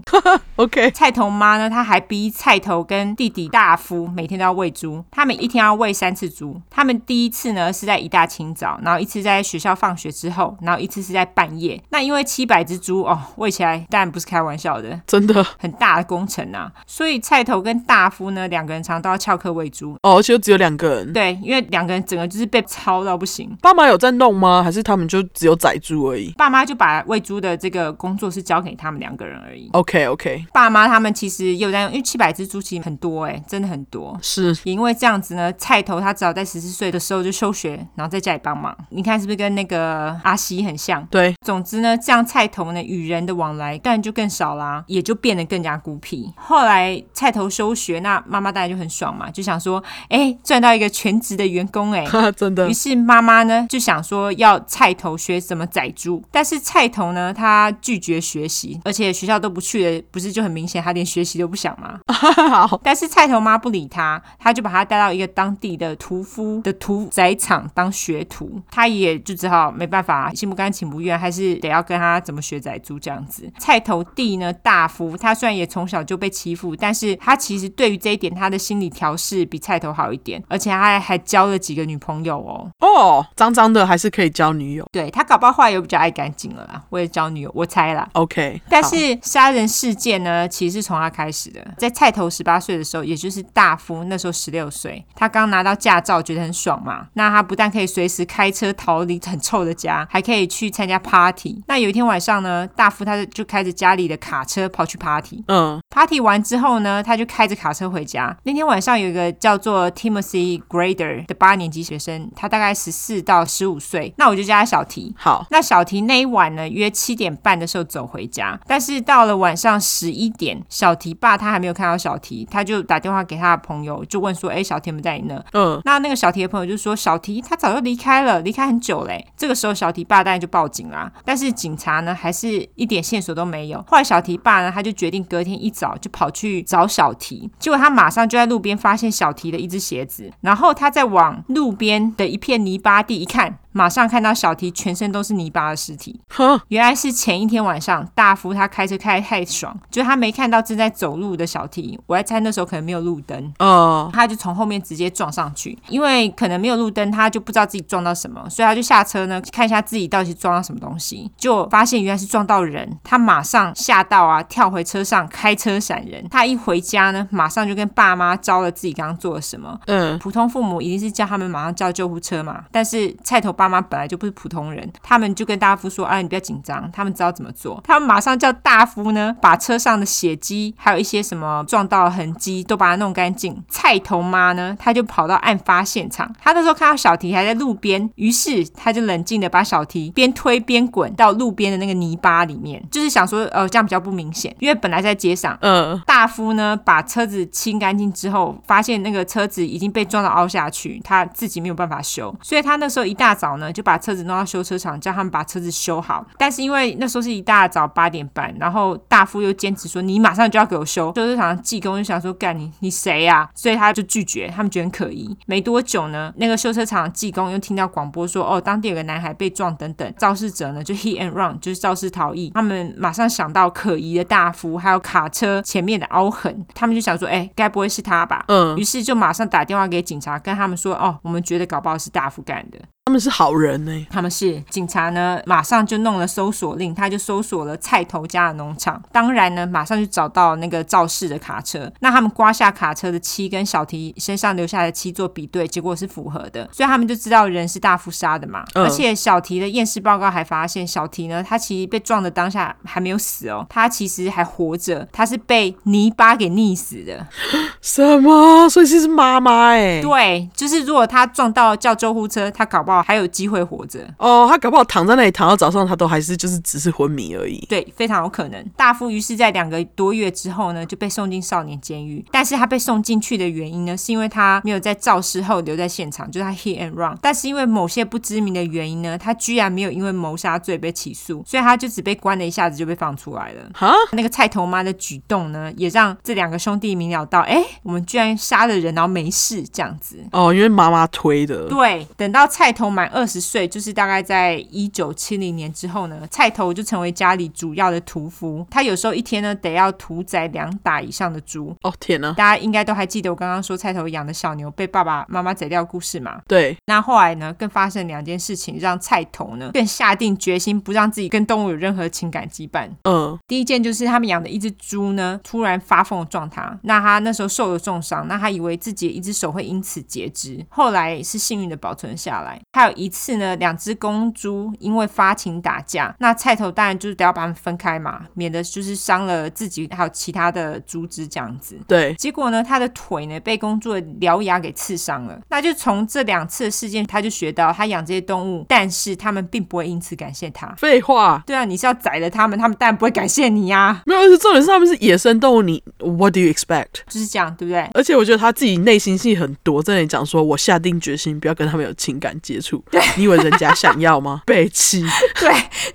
S1: OK，
S2: 菜头妈呢，她还逼菜头跟弟弟大夫每天都要喂猪，他们一天要喂三次猪。他们第一次呢是在一大清早，然后一次在学校放学之后，然后一次是在半夜。那因为七百只猪哦，喂起来当然不是开玩笑的，
S1: 真的
S2: 很大的工程啊。所以菜头跟大夫呢两个人常常都要翘课喂猪。
S1: 哦，而且又只有两个人。
S2: 对，因为两个人整个就是被操到不行。
S1: 爸妈有在弄吗？还是他们就只有宰猪而已
S2: 爸妈就把喂猪的这个工作是交给他们两个人而已。
S1: ？OK OK，
S2: 爸妈他们其实也有在用，因为七百只猪其实很多哎、真的很多。
S1: 是
S2: 也因为这样子呢，菜头他只好在十四岁的时候就休学，然后在家里帮忙。你看是不是跟那个阿西很像？
S1: 对，
S2: 总之呢，这样菜头呢与人的往来当然就更少啦，也就变得更加孤僻。 后来菜头休学，那妈妈当然就很爽嘛，就想说，哎、赚到一个全职的员工、哎。
S1: 哈哈，真的
S2: 于是妈妈呢就想说要菜头学怎么宰猪，但是菜头呢他拒绝学习，而且学校都不去了，不是就很明显他连学习都不想吗？
S1: 好。
S2: 但是菜头妈不理他，他就把他带到一个当地的屠夫的屠宰场当学徒，他也就只好没办法，心不甘情不愿，还是得要跟他怎么学宰猪这样子。菜头弟呢，大夫，他虽然也从小就被欺负，但是他其实对于这一点，他的心理调试比菜头好一点，而且他还还交了几个女朋友哦。
S1: 哦，脏脏的还是可以交女友。
S2: 对他搞不好后来又比较爱干净了啦，为了交女友，我猜啦。
S1: OK，
S2: 但
S1: 好
S2: 是杀人事件呢，其实是从他开始的。在菜头十八岁的时候，也就是大夫那时候十六岁，他刚拿到驾照，觉得很爽嘛。那他不但可以随时开车逃离很臭的家，还可以去参加 party。那有一天晚上呢，大夫他就开着家里的卡车跑去 party。
S1: 嗯
S2: party 完之后呢，他就开着卡车回家。那天晚上有一个叫做 Timothy Grader 的八年级学生，他大概十四到十五岁，那我就叫他小提。
S1: 好，
S2: 那小提那一晚呢，约七点半的时候走回家，但是到了晚上十一点，小提爸他还没有看到小提，他就打电话给他的朋友，就问说：“哎、小田不在你那？”
S1: 嗯，
S2: 那那个小提的朋友就说：“小提他早就离开了，离开很久嘞。”这个时候，小提爸当然就报警啦。但是警察呢，还是一点线索都没有。后来，小提爸呢，他就决定隔天一早就跑去找小提。结果他马上就在路边发现小提的一只鞋子，然后他再往路边的一片泥巴地一看，马上看到小提全身都是泥巴的尸体。
S1: 哼，
S2: 原来是前一天晚上，大福他开车开得太爽，就是他没看到正在走路的小提。我在猜那时候可能没有路灯，
S1: 呃，
S2: 他就从后面直接撞上去，因为可能没有路灯，他就不知道自己撞到什么，所以他就下车呢，看一下自己到底撞到什么东西，就发现原来是撞到人，他马上吓到啊，跳回车上开车闪人。他一回家呢，马上就跟爸妈招了自己刚刚做了什么。
S1: 嗯，
S2: 普通父母一定是叫他们马上叫救护车嘛，但是菜头爸妈本来就不是普通人，他们就跟大夫说：“哎，你不要紧张，他们知道怎么做。”他们马上叫大夫呢，把车上的血迹还有一些什么撞到的痕迹都把它弄干净。菜头妈呢，她就跑到案发现场，她那时候看到小提还在路边，于是她就冷静的把小提边推边滚到路边的那个泥巴里面，就是想说，呃，这样比较不明显，因为本来在街上，
S1: 嗯，
S2: 大夫呢把车子清干净之后，发现那个车子已经被撞到凹下去，他自己没有办法修，所以他那时候一大早呢就把车子弄到修车厂，叫他们把车子修好。但是因为那时候是一大早八点半，然后大夫又坚持说你马上就要给我修，修车厂的技工就想说干你你谁呀、所以他就拒绝，他们觉得很可疑。没多久呢，那个修车厂的技工又听到广播说哦，当地有个男孩被撞等等，肇事者呢就 hit and run，就是肇事逃逸。他们马上想到可疑的大夫，还有卡车前面的凹痕，他们就想说，哎、该不会是他吧？
S1: 嗯
S2: 于是就马上打电话给警察，跟他们说，哦，我们觉得搞不好是大夫干的。
S1: 他们是好人欸呢、
S2: 他们是警察呢，马上就弄了搜索令，他就搜索了菜头家的农场。当然呢，马上就找到那个肇事的卡车。那他们刮下卡车的漆跟小提身上留下的漆做比对，结果是符合的，所以他们就知道人是大夫杀的嘛。
S1: 嗯
S2: 而且小提的验尸报告还发现，小提呢，他其实被撞的当下还没有死哦，他其实还活着，他是被泥巴给溺死的。
S1: 什么？所以是妈妈哎，
S2: 对，就是如果他撞到叫救护车，他搞不好还有机会活着。
S1: 哦，他搞不好躺在那里躺到早上，他都还是就是只是昏迷而已。
S2: 对，非常有可能。大夫于是，在两个多月之后呢，就被送进少年监狱。但是他被送进去的原因呢，是因为他没有在肇事后留在现场，就是他 hit and run。但是因为某些不知名的原因呢，他居然没有因为谋杀罪被起诉，所以他就只被关了一下子就被放出来了。
S1: 哈，
S2: 那个菜头妈的举动呢，也让这两个兄弟明了到，哎，我们居然杀了人，然后没事这样子。
S1: 哦，因为妈妈推的。
S2: 对，等到菜头满二十岁，就是大概在一九七零年之后呢，菜头就成为家里主要的屠夫。他有时候一天呢得要屠宰两打以上的猪。
S1: 哦天哪、
S2: 大家应该都还记得我刚刚说菜头养的小牛被爸爸妈妈宰掉的故事嘛？
S1: 对，
S2: 那后来呢，更发生两件事情，让菜头呢更下定决心不让自己跟动物有任何情感羁绊。
S1: 嗯
S2: 第一件就是他们养的一只猪呢，突然发疯地撞他，那他那时候受了重伤，那他以为自己的一只手会因此截肢，后来是幸运的保存下来。还有一次呢，两只公猪因为发情打架，那菜头当然就是得要把它们分开嘛，免得就是伤了自己还有其他的猪只这样子。
S1: 对，
S2: 结果呢，他的腿呢被公猪的獠牙给刺伤了。那就从这两次的事件，他就学到他养这些动物，但是他们并不会因此感谢他。
S1: 废话。
S2: 对啊，你是要宰了他们，他们当然不会感谢你啊呀、
S1: 没有，而且重点是他们是野生动物，你 What do you expect？
S2: 就是这样，对不对？
S1: 而且我觉得他自己内心戏很多，在那里讲说，我下定决心不要跟他们有情感接触。对，你以为人家想要 吗？被气。
S2: 对，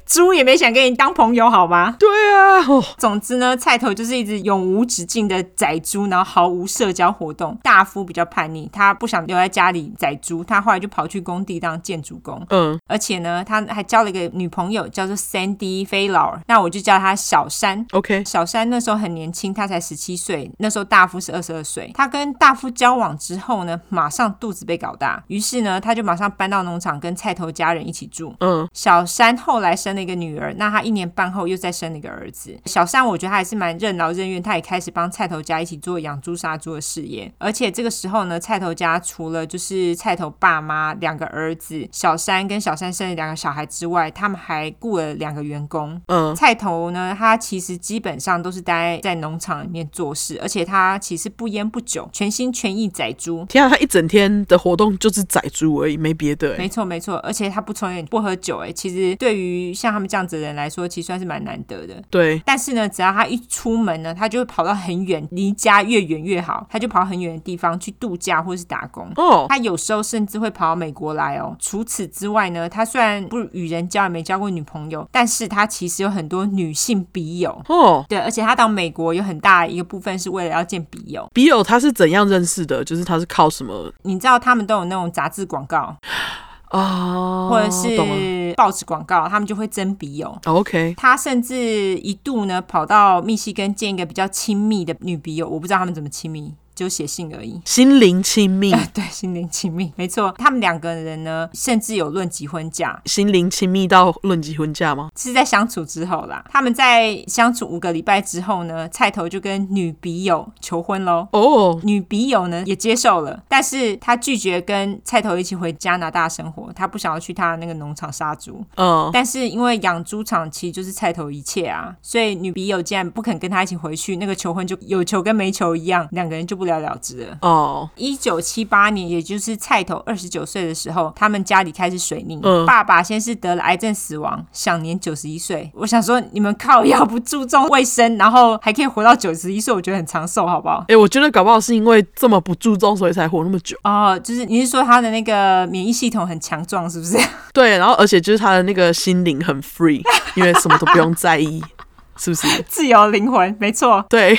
S2: 猪也没想跟你当朋友，好吗？
S1: 对啊，哦，
S2: 总之呢，菜头就是一直永无止境的宰猪，然后毫无社交活动。大夫比较叛逆，他不想留在家里宰猪，他后来就跑去工地当建筑工，
S1: 嗯，
S2: 而且呢，他还交了一个女朋友，叫做 Sandy f a y l o r 那我就叫她小山。
S1: OK，
S2: 小山那时候很年轻，他才十七岁，那时候大夫是二十二岁。他跟大夫交往之后呢，马上肚子被搞大，于是呢，他就马上搬到农场跟菜头家人一起住。
S1: 嗯，
S2: 小山后来生了一个女儿，那他一年半后又再生了一个儿子。小山我觉得他还是蛮任劳任怨，他也开始帮菜头家一起做养猪杀猪的事业。而且这个时候呢，菜头家除了就是菜头爸妈两个儿子小山跟小山生的两个小孩之外，他们还雇了两个员工。
S1: 嗯，
S2: 菜头呢，他其实基本上都是待在农场里面做事，而且他其实不烟不酒，全心全意宰猪。
S1: 天啊，他一整天的活动就是宰猪而已，没别的对
S2: 没错没错，而且他不抽烟不喝酒，哎，其实对于像他们这样子的人来说，其实算是蛮难得的。
S1: 对，
S2: 但是呢，只要他一出门呢，他就会跑到很远，离家越远越好，他就跑到很远的地方去度假或是打工。
S1: 哦，
S2: 他有时候甚至会跑到美国来哦。除此之外呢，他虽然不与人交，也没交过女朋友，但是他其实有很多女性笔友。
S1: 哦，
S2: 对，而且他到美国有很大一个部分是为了要见笔友。
S1: 笔友他是怎样认识的？就是他是靠什么
S2: 你知道他们都有那种杂志广告
S1: 啊？
S2: 或者
S1: 哦懂了哦
S2: 是报纸广告，他们就会征笔友。
S1: ？OK，
S2: 他甚至一度呢跑到密西根见一个比较亲密的女笔友，我不知道他们怎么亲密，就写信而已。
S1: 心灵亲 密，
S2: 对，心灵亲密，没错。他们两个人呢，甚至有论及婚嫁，
S1: 心灵亲密到论及婚嫁吗？
S2: 是在相处之后啦。他们在相处五个礼拜之后呢，菜头就跟女笔友求婚喽。
S1: 哦，
S2: 女笔友呢也接受了，但是他拒绝跟菜头一起回加拿大生活，他不想要去他的那个农场杀猪。
S1: 嗯，
S2: 但是因为养猪场其实就是菜头一切啊，所以女笔友竟然不肯跟他一起回去，那个求婚就有求跟没求一样，两个人就不了了之了。
S1: 哦，
S2: 一九七八年，也就是菜头二十九岁的时候，他们家里开始水逆。
S1: 嗯
S2: 爸爸先是得了癌症死亡，享年九十一岁。我想说，你们靠要不注重卫生，然后还可以活到九十一岁，我觉得很长寿，好不好？
S1: 哎，我觉得搞不好是因为这么不注重，所以才活那么久。
S2: 哦，就是你是说他的那个免疫系统很强壮，是不 是？
S1: 对，然后而且就是他的那个心灵很 free，因为什么都不用在意，是不是？
S2: 自由灵魂，没错。
S1: 对，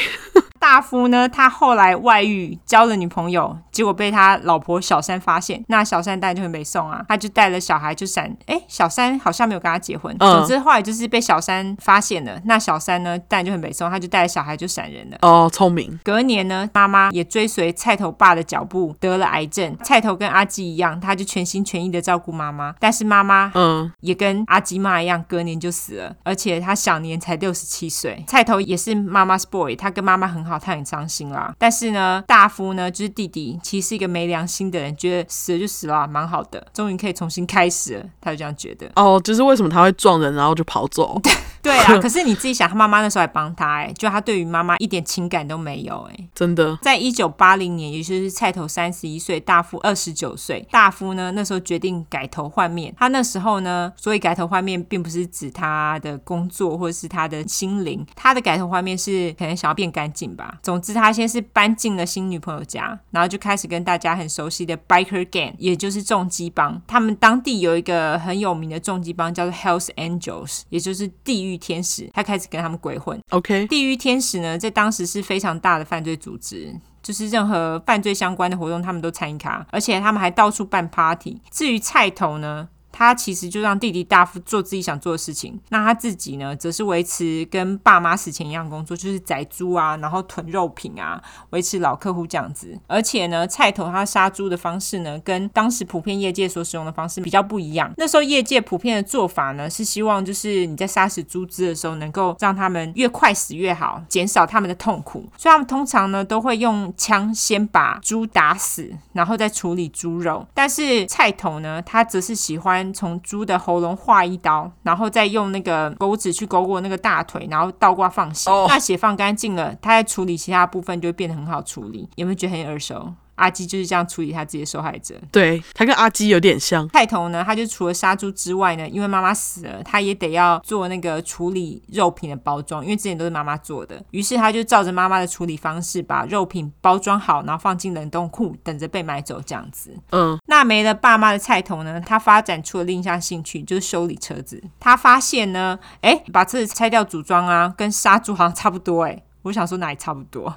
S2: 大夫呢，他后来外遇，交了女朋友，结果被他老婆小三发现，那小三当然就很没送啊，他就带了小孩就闪，哎，小三好像没有跟他结婚，
S1: 嗯
S2: 总之后来就是被小三发现了，那小三呢，当然就很没送，他就带了小孩就闪人了。
S1: 哦，聪明，
S2: 隔年呢，妈妈也追随菜头爸的脚步得了癌症。菜头跟阿基一样，他就全心全意的照顾妈妈，但是妈妈
S1: 嗯，
S2: 也跟阿基妈一样，隔年就死了，而且他享年才六十七岁。菜头也是妈妈 's boy，他跟妈妈很好，他很伤心啦。但是呢，大夫呢就是弟弟，其实是一个没良心的人，觉得死了就死了啊，蛮好的，终于可以重新开始了，他就这样觉得。
S1: 哦，就是为什么他会撞人，然后就跑走？
S2: 对啊，可是你自己想，他妈妈那时候还帮他、哎，就他对于妈妈一点情感都没有、哎。
S1: 真的，
S2: 在一九八零年，也就是菜头三十一岁，大夫二十九岁。大夫呢，那时候决定改头换面。他那时候呢，所以改头换面并不是指他的工作或者是他的心灵，他的改头换面是可能想要变干净吧。总之，他先是搬进了新女朋友家，然后就开始跟大家很熟悉的 biker gang，也就是重击帮。他们当地有一个很有名的重击帮叫做 Hells Angels，也就是地狱天使。他开始跟他们鬼混。
S1: ，OK，
S2: 地狱天使呢，在当时是非常大的犯罪组织。就是任何犯罪相关的活动，他们都参与卡，而且他们还到处办 party。至于菜头呢，他其实就让弟弟大夫做自己想做的事情，那他自己呢，则是维持跟爸妈死前一样的工作，就是宰猪啊，然后囤肉品啊，维持老客户这样子。而且呢，菜头他杀猪的方式呢，跟当时普遍业界所使用的方式比较不一样。那时候业界普遍的做法呢，是希望就是你在杀死猪只的时候，能够让他们越快死越好，减少他们的痛苦。所以他们通常呢都会用枪先把猪打死，然后再处理猪肉。但是菜头呢，他则是喜欢从猪的喉咙划一刀，然后再用那个钩子去勾过那个大腿，然后倒挂放血。
S1: 哦
S2: 那血放干净了，他在处理其他部分就会变得很好处理。有没有觉得很耳熟？阿基就是这样处理他自己的受害者。
S1: 对他跟阿基有点像，
S2: 菜头呢，他就除了杀猪之外呢，因为妈妈死了，他也得要做那个处理肉品的包装，因为之前都是妈妈做的。于是他就照着妈妈的处理方式，把肉品包装好，然后放进冷冻库，等着被买走这样子。
S1: 嗯，
S2: 那没了爸妈的菜头呢，他发展出了另一项兴趣，就是修理车子。他发现呢，哎，把车子拆掉组装啊，跟杀猪好像差不多哎。我想说哪里差不多？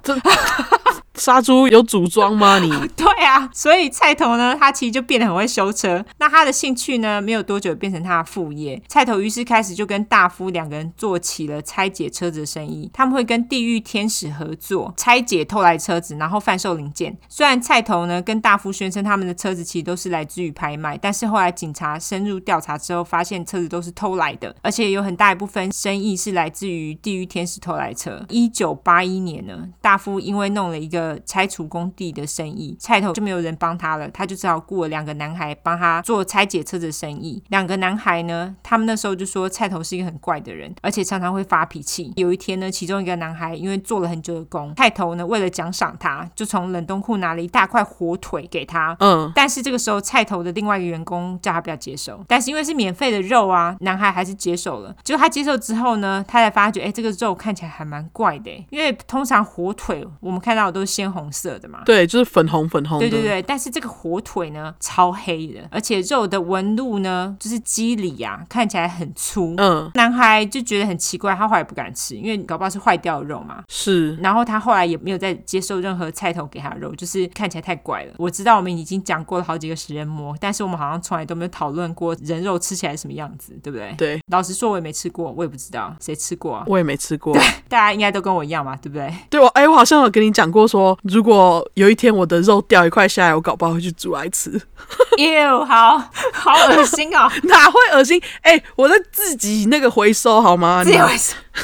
S1: 杀猪有组装吗？ 你
S2: 对啊，所以菜头呢，他其实就变得很会修车。那他的兴趣呢，没有多久变成他的副业。菜头于是开始就跟大夫两个人做起了拆解车子的生意。他们会跟地狱天使合作，拆解偷来车子，然后贩售零件。虽然菜头呢跟大夫宣称他们的车子其实都是来自于拍卖，但是后来警察深入调查之后，发现车子都是偷来的，而且有很大一部分生意是来自于地狱天使偷来车。一九八一年呢，大夫因为弄了一个个拆除工地的生意，菜头就没有人帮他了，他就只好雇了两个男孩帮他做拆解车子的生意。两个男孩呢，他们那时候就说菜头是一个很怪的人，而且常常会发脾气。有一天呢，其中一个男孩因为做了很久的工，菜头呢为了奖赏他，就从冷冻库拿了一大块火腿给他，
S1: 嗯，
S2: 但是这个时候，菜头的另外一个员工叫他不要接受，但是因为是免费的肉啊，男孩还是接受了。结果他接受之后呢，他才发觉，哎、这个肉看起来还蛮怪的、因为通常火腿我们看到的都是鲜红色的嘛。
S1: 对，就是粉红粉红的，
S2: 对对对，但是这个火腿呢超黑的，而且肉的纹路呢就是肌理啊，看起来很粗。
S1: 嗯，
S2: 男孩就觉得很奇怪，他后来不敢吃，因为搞不好是坏掉的肉嘛。
S1: 是，
S2: 然后他后来也没有再接受任何菜头给他的肉，就是看起来太怪了。我知道我们已经讲过了好几个食人魔，但是我们好像从来都没有讨论过人肉吃起来是什么样子，对不对？
S1: 对
S2: 老实说，我也没吃过，我也不知道谁吃过、啊。
S1: 我也没吃过。
S2: 大家应该都跟我一样嘛，对不对？
S1: 对我，哎、我好像有跟你讲过说如果有一天我的肉掉一块下来，我搞不好会去煮来吃，
S2: 哟，好好恶心哦，
S1: 哪会恶心？哎、我在自己那个回收好吗？
S2: 自
S1: 你
S2: 己为什么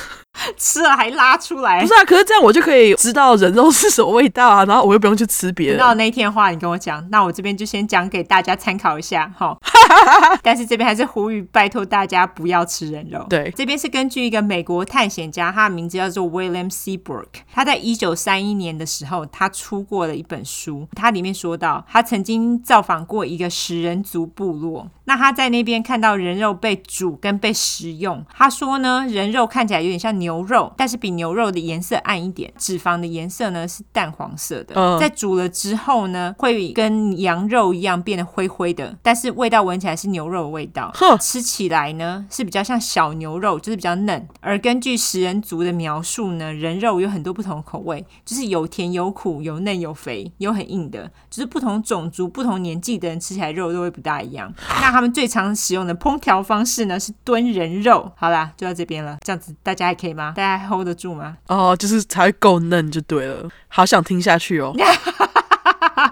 S2: 吃了还拉出来
S1: 不？是啊，可是这样我就可以知道人肉是什么味道啊，然后我又不用去吃别
S2: 等
S1: 人。
S2: 到那一天的话，你跟我讲，那我这边就先讲给大家参考一下哈。 但是这边还是呼吁，拜托大家不要吃人肉。
S1: 对
S2: 这边是根据一个美国探险家，他的名字叫做 William Seabrook。他在一九三一年的时候，他出过了一本书，他里面说到，他曾经造访过一个食人族部落。那他在那边看到人肉被煮跟被食用，他说呢，人肉看起来有点像牛肉，但是比牛肉的颜色暗一点，脂肪的颜色呢是淡黄色的。
S1: 嗯
S2: 在煮了之后呢，会跟羊肉一样变得灰灰的，但是味道闻起来是牛肉的味道。
S1: 哼，
S2: 吃起来呢是比较像小牛肉，就是比较嫩。而根据食人族的描述呢，人肉有很多不同的口味，就是有甜有苦，有嫩有肥，有很硬的，就是不同种族、不同年纪的人吃起来肉都会不大 一样。那他们最常使用的烹调方式呢是炖人肉。好啦，就到这边了，这样子大家还可以吗？大家还 hold 得住吗？
S1: 哦，就是才会够嫩就对了。好想听下去 哦。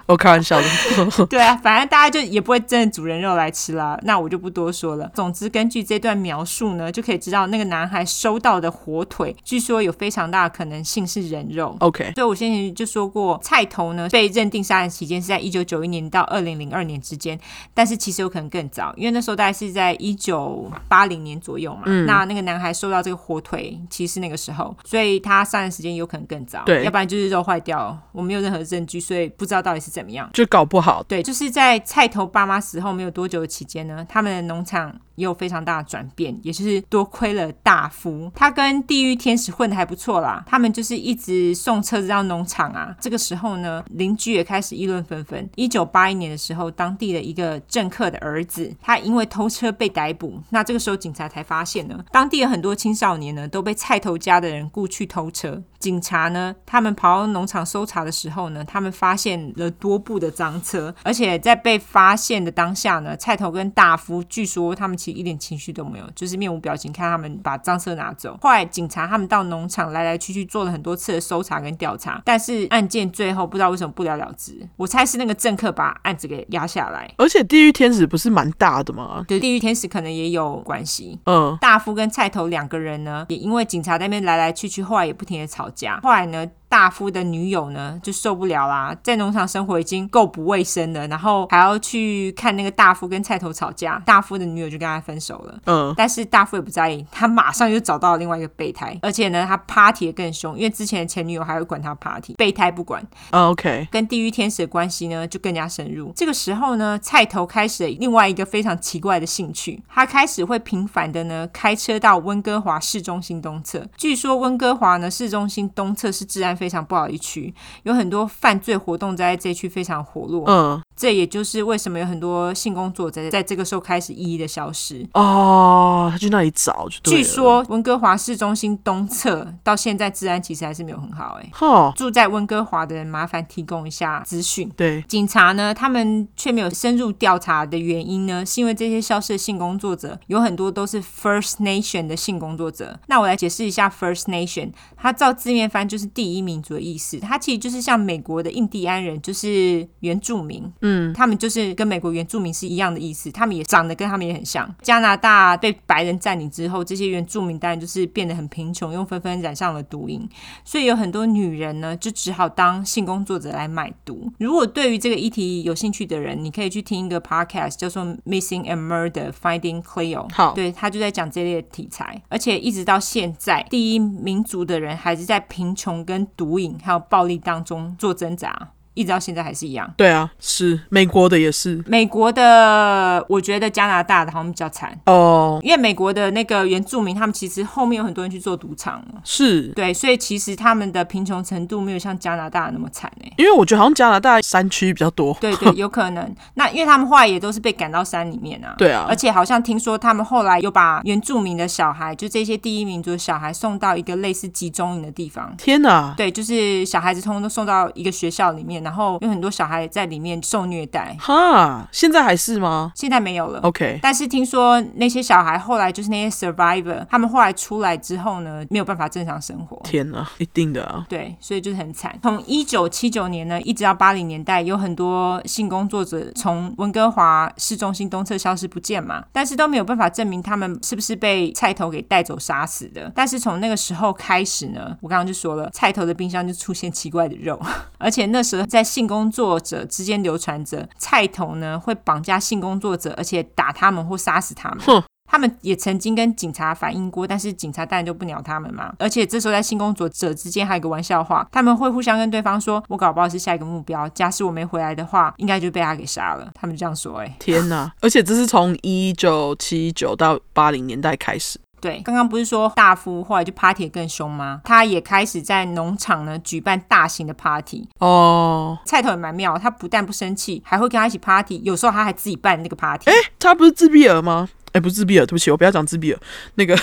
S1: 我开玩笑的，
S2: 对啊，反正大家就也不会真的煮人肉来吃啦，那我就不多说了。总之，根据这段描述呢，就可以知道那个男孩收到的火腿，据说有非常大的可能性是人肉。
S1: OK，
S2: 所以我先前就说过，菜头呢被认定杀人期间是在一九九一年到二零零二年之间，但是其实有可能更早，因为那时候大概是在一九八零年左右嘛。那那个男孩收到这个火腿，其实是那个时候，所以他杀人时间有可能更早，
S1: 对
S2: 要不然就是肉坏掉，我没有任何证据，所以不知道到底是怎么样。
S1: 就搞不好。
S2: 对，就是在菜头爸妈死后没有多久的期间呢，他们的农场也有非常大的转变，也就是多亏了大夫，他跟地狱天使混的还不错啦。他们就是一直送车子到农场啊。这个时候呢，邻居也开始议论纷纷。一九八一年的时候，当地的一个政客的儿子，他因为偷车被逮捕。那这个时候，警察才发现呢，当地有很多青少年呢都被菜头家的人雇去偷车。警察呢，他们跑到农场搜查的时候呢，他们发现了多部的赃车，而且在被发现的当下呢，菜头跟大夫据说他们其实一点情绪都没有，就是面无表情看他们把赃车拿走。后来警察他们到农场来来去去做了很多次的搜查跟调查，但是案件最后不知道为什么不了了之。我猜是那个政客把案子给压下来，
S1: 而且地狱天使不是蛮大的吗？
S2: 对地狱天使可能也有关系。
S1: 嗯，
S2: 大夫跟菜头两个人呢，也因为警察在那边来来去去，后来也不停的吵架。后来呢，大夫的女友呢就受不了啦，在农场生活已经够不卫生了，然后还要去看那个大夫跟菜头吵架，大夫的女友就跟他分手了。
S1: 嗯，
S2: 但是大夫也不在意，他马上就找到了另外一个备胎，而且呢，他 party 也更凶，因为之前的前女友还会管他 party，备胎不管，
S1: 嗯，OK，
S2: 跟地狱天使的关系呢就更加深入。这个时候呢，菜头开始了另外一个非常奇怪的兴趣，他开始会频繁的呢开车到温哥华市中心东侧。据说温哥华呢市中心东侧是治安非常不好的一区，有很多犯罪活动在这一区非常活络。
S1: 嗯，
S2: 这也就是为什么有很多性工作者在这个时候开始一一的消失。
S1: 哦，他去那里找就对了。
S2: 据，说温哥华市中心东侧到现在治安其实还是没有很好、欸，
S1: 哈，
S2: 住在温哥华的人麻烦提供一下资讯。
S1: 对，
S2: 警察呢，他们却没有深入调查的原因呢，是因为这些消失的性工作者有很多都是 First Nation 的性工作者。那我来解释一下 First Nation，它照字面翻就是第一民族的意思，它其实就是像美国的印第安人，就是原住民，嗯，他们就是跟美国原住民是一样的意思，他们也长得跟他们也很像。加拿大被白人占领之后，这些原住民当然就是变得很贫穷，又纷纷染上了毒瘾，所以有很多女人呢，就只好当性工作者来买毒。如果对于这个议题有兴趣的人，你可以去听一个 podcast 叫做《Missing and Murder: Finding Cleo》，
S1: 好
S2: 对他就在讲这类的题材，而且一直到现在，第一民族的人还是在贫穷、跟毒瘾还有暴力当中做挣扎，一直到现在还是一样。
S1: 对啊，是美国的也是
S2: 美国的，我觉得加拿大的好像比较惨，
S1: 哦，
S2: 因为美国的那个原住民，他们其实后面有很多人去做赌场了，
S1: 是
S2: 对，所以其实他们的贫穷程度没有像加拿大那么惨哎、
S1: 因为我觉得好像加拿大山区比较多。
S2: 对对，有可能。那因为他们后来也都是被赶到山里面啊。
S1: 对啊
S2: 而且好像听说他们后来又把原住民的小孩，就这些第一民族的小孩，送到一个类似集中营的地方。
S1: 天哪，
S2: 对，就是小孩子通通都送到一个学校里面，然后有很多小孩在里面受虐待。
S1: 哈，现在还是吗
S2: 现在没有了。
S1: ？OK，
S2: 但是听说那些小孩后来就是那些 survivor，他们后来出来之后呢，没有办法正常生活。
S1: 天哪，一定的啊。
S2: 对，所以就是很惨。从一九七九年呢，一直到八零年代，有很多性工作者从温哥华市中心东侧消失不见嘛，但是都没有办法证明他们是不是被菜头给带走杀死的。但是从那个时候开始呢，我刚刚就说了，菜头的冰箱就出现奇怪的肉， 而且那时候在性工作者之间流传着，菜头呢会绑架性工作者，而且打他们或杀死他们。他们也曾经跟警察反映过，但是警察当然就不鸟他们嘛。而且这时候在性工作者之间还有一个玩笑话，他们会互相跟对方说：“我搞不好是下一个目标，假使我没回来的话，应该就被他给杀了。”他们就这样说、欸。哎，
S1: 天哪！而且这是从一九七九到八零年代开始，
S2: 对，刚刚不是说大夫后来就 party 得更凶吗？他也开始在农场呢举办大型的 party。
S1: 哦，
S2: 菜头也蛮妙，他不但不生气，还会跟他一起 party，有时候他还自己办那个 party。
S1: 他不是自闭儿吗？哎，不是自闭儿，对不起，我不要讲自闭儿。那个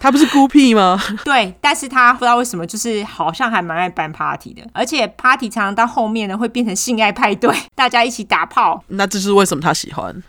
S1: 他不是孤僻吗？
S2: 对，但是他不知道为什么，就是好像还蛮爱办 party 的，而且 party 常常到后面呢会变成性爱派对，大家一起打炮，
S1: 那这就是为什么他喜欢。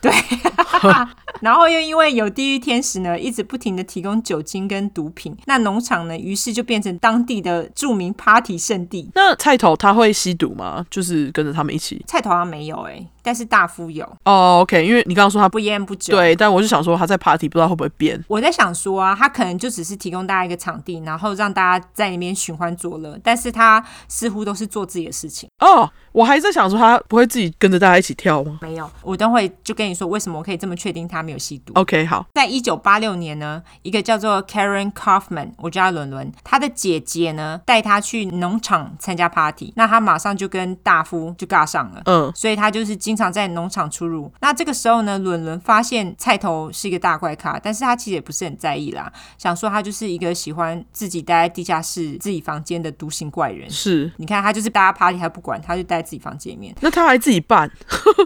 S2: 然后又因为有地狱天使呢一直不停的提供酒精跟毒品，那农场呢于是就变成当地的著名 party 圣地。
S1: 那菜头他会吸毒吗？就是跟着他们一起。
S2: 菜头好像没有哎、但是大夫有，
S1: 哦，OK，因为你刚刚说他
S2: 不烟不酒。
S1: 对，但我就想说他在 party 不知道会不会变。
S2: 我在想说啊，他可能就只是提供大家一个场地，然后让大家在里面寻欢作乐，但是他似乎都是做自己的事情。
S1: 哦，我还在想说他不会自己跟着大家一起跳吗
S2: 没有，我等会就跟你说为什么我可以这么确定他没有吸毒。
S1: ？OK，好，
S2: 在一九八六年呢，一个叫做 Karen Kaufman，我叫她伦伦，她的姐姐呢带她去农场参加 party，那她马上就跟大夫就尬上了。
S1: 嗯，
S2: 所以她就是经常在农场出入。那这个时候呢，伦伦发现菜头是一个大怪咖，但是她其实也不是很在意啦，想说他就是一个喜欢自己待在地下室、自己房间的独行怪人。
S1: 是。
S2: 你看，他就是大家 party 他不管，他就待在自己房间里面。
S1: 那他还自己办？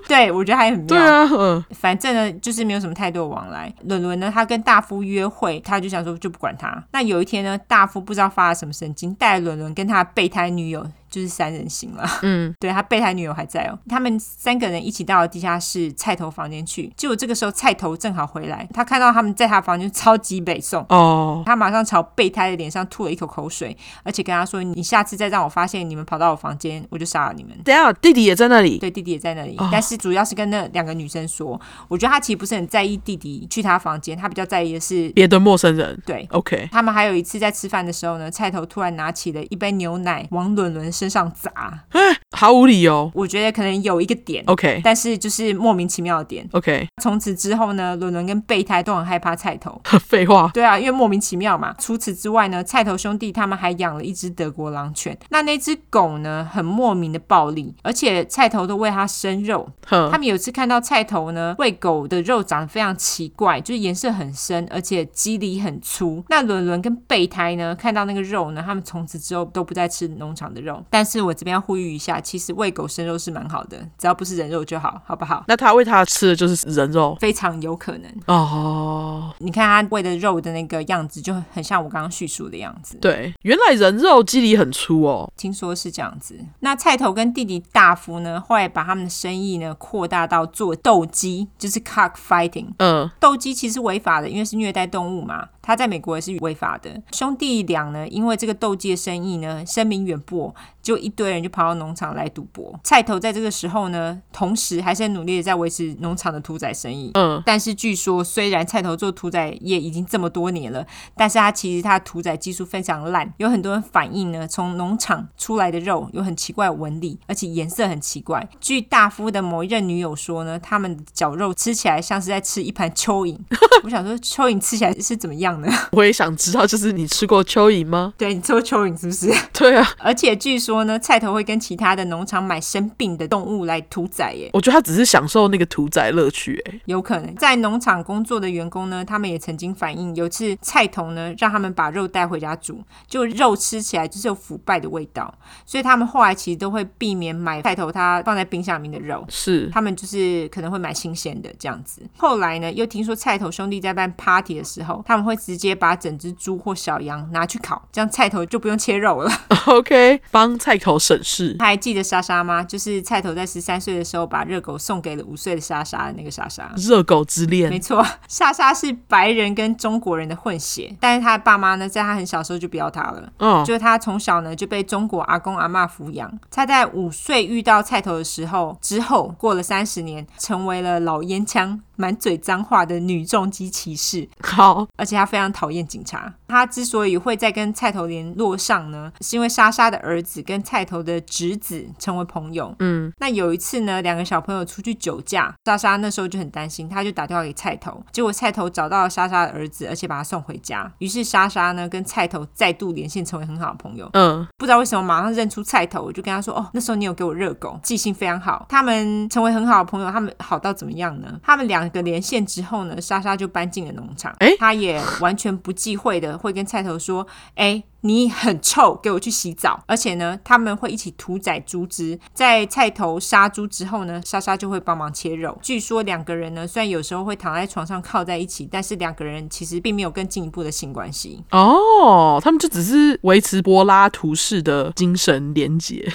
S2: 对我觉得还很妙。
S1: 对啊，嗯，
S2: 反正呢，就是没有什么太多往来。伦伦呢，他跟大夫约会，他就想说就不管他。那有一天呢，大夫不知道发了什么神经，带伦伦跟他的备胎女友。就是三人行了，嗯，对他备胎女友还在哦，他们三个人一起到了地下室菜头房间去，结果这个时候菜头正好回来，他看到他们在他房间超级北宋，
S1: 哦，
S2: 他马上朝备胎的脸上吐了一口口水，而且跟他说：“你下次再让我发现你们跑到我房间，我就杀了你们。”
S1: 等一下弟弟也在那里。
S2: 对，弟弟也在那里，但是主要是跟那两个女生说，我觉得他其实不是很在意弟弟去他房间，他比较在意的是，
S1: 别的陌生人。
S2: 对
S1: OK，
S2: 他们还有一次在吃饭的时候呢，菜头突然拿起了一杯牛奶往伦伦身上砸，
S1: 毫无理由。
S2: 我觉得可能有一个点。
S1: OK
S2: 但是就是莫名其妙的点。
S1: OK，
S2: 从此之后呢，伦伦跟备胎都很害怕菜头。
S1: 废话。
S2: 对啊，因为莫名其妙嘛。除此之外呢，菜头兄弟他们还养了一只德国狼犬。那那只狗呢，很莫名的暴力，而且菜头都喂它生肉，他
S1: 哼，
S2: 们有一次看到菜头呢，喂狗的肉长得非常奇怪，就是颜色很深，而且肌理很粗。那伦伦跟备胎呢，看到那个肉呢，他们从此之后都不再吃农场的肉。但是我这边要呼吁一下，其实喂狗生肉是蛮好的，只要不是人肉就好，好不好？
S1: 那他喂他吃的就是人肉。
S2: 非常有可能，
S1: 哦，
S2: 你看他喂的肉的那个样子，就很像我刚刚叙述的样子。
S1: 对，原来人肉肌理很粗哦。
S2: 听说是这样子。那菜头跟弟弟大福呢，后来把他们的生意呢扩大到做斗鸡，就是 cock fighting。
S1: 嗯，
S2: 斗鸡其实违法的，因为是虐待动物嘛。它在美国也是违法的。兄弟俩呢，因为这个斗鸡的生意呢，声名远播，就一堆人就跑到农场来赌博。菜头在这个时候呢，同时还是很努力的在维持农场的屠宰生意。
S1: 嗯，
S2: 但是据说，虽然菜头做屠宰业已经这么多年了，但是他其实他的屠宰技术非常烂，有很多人反映呢，从农场出来的肉有很奇怪的纹理，而且颜色很奇怪。据大夫的某一任女友说呢，他们的绞肉吃起来像是在吃一盘蚯蚓。 我想说，蚯蚓吃起来是怎么样呢？
S1: 我也想知道，就是你吃过蚯蚓吗？
S2: 对你吃过蚯蚓是不是？
S1: 对啊，
S2: 而且据说呢，菜头会跟其他的农场买生病的动物来屠宰耶。
S1: 我觉得他只是享受那个屠宰乐趣、欸，
S2: 有可能在农场工作的员工呢，他们也曾经反映，有次菜头呢让他们把肉带回家煮，就肉吃起来就是有腐败的味道，所以他们后来其实都会避免买菜头他放在冰箱里面的肉。
S1: 是
S2: 他们就是可能会买新鲜的这样子。后来呢，又听说菜头兄弟在办 party 的时候，他们会直接把整只猪或小羊拿去烤，这样菜头就不用切肉了。
S1: OK，帮菜口省事。
S2: 还记得莎莎吗？就是菜头在十三岁的时候把热狗送给了五岁的莎莎的那个莎莎。
S1: 热狗之
S2: 没
S1: 恋，
S2: 错，莎莎是白人跟中国人的混血，但是她的爸妈呢，在她很小的时候就不要她了。
S1: 嗯，
S2: 就她从小呢就被中国阿公阿嬷抚养，她在五岁遇到菜头的时候，之后过了三十年，成为了老烟枪、满嘴脏话的女重机骑士。
S1: 好，
S2: 而且他非常讨厌警察。他之所以会再跟菜头联络上呢，是因为莎莎的儿子跟菜头的侄子成为朋友。
S1: 嗯，
S2: 那有一次呢，两个小朋友出去酒驾，莎莎那时候就很担心，她就打电话给菜头，结果菜头找到了莎莎的儿子，而且把他送回家。于是莎莎呢跟菜头再度连线，成为很好的朋友。
S1: 嗯，
S2: 不知道为什么马上认出菜头，我就跟他说：“哦，那时候你有给我热狗，记性非常好。”他们成为很好的朋友，他们好到怎么样呢？他们两个连线之后呢，莎莎就搬进了农场，
S1: 诶
S2: 她也完全不忌讳的会跟菜头说：“哎、你很臭，给我去洗澡。”而且呢，他们会一起屠宰猪只，在菜头杀猪之后呢，莎莎就会帮忙切肉。据说两个人呢，虽然有时候会躺在床上靠在一起，但是两个人其实并没有更进一步的性关系。
S1: 哦，他们就只是维持柏拉图式的精神连结。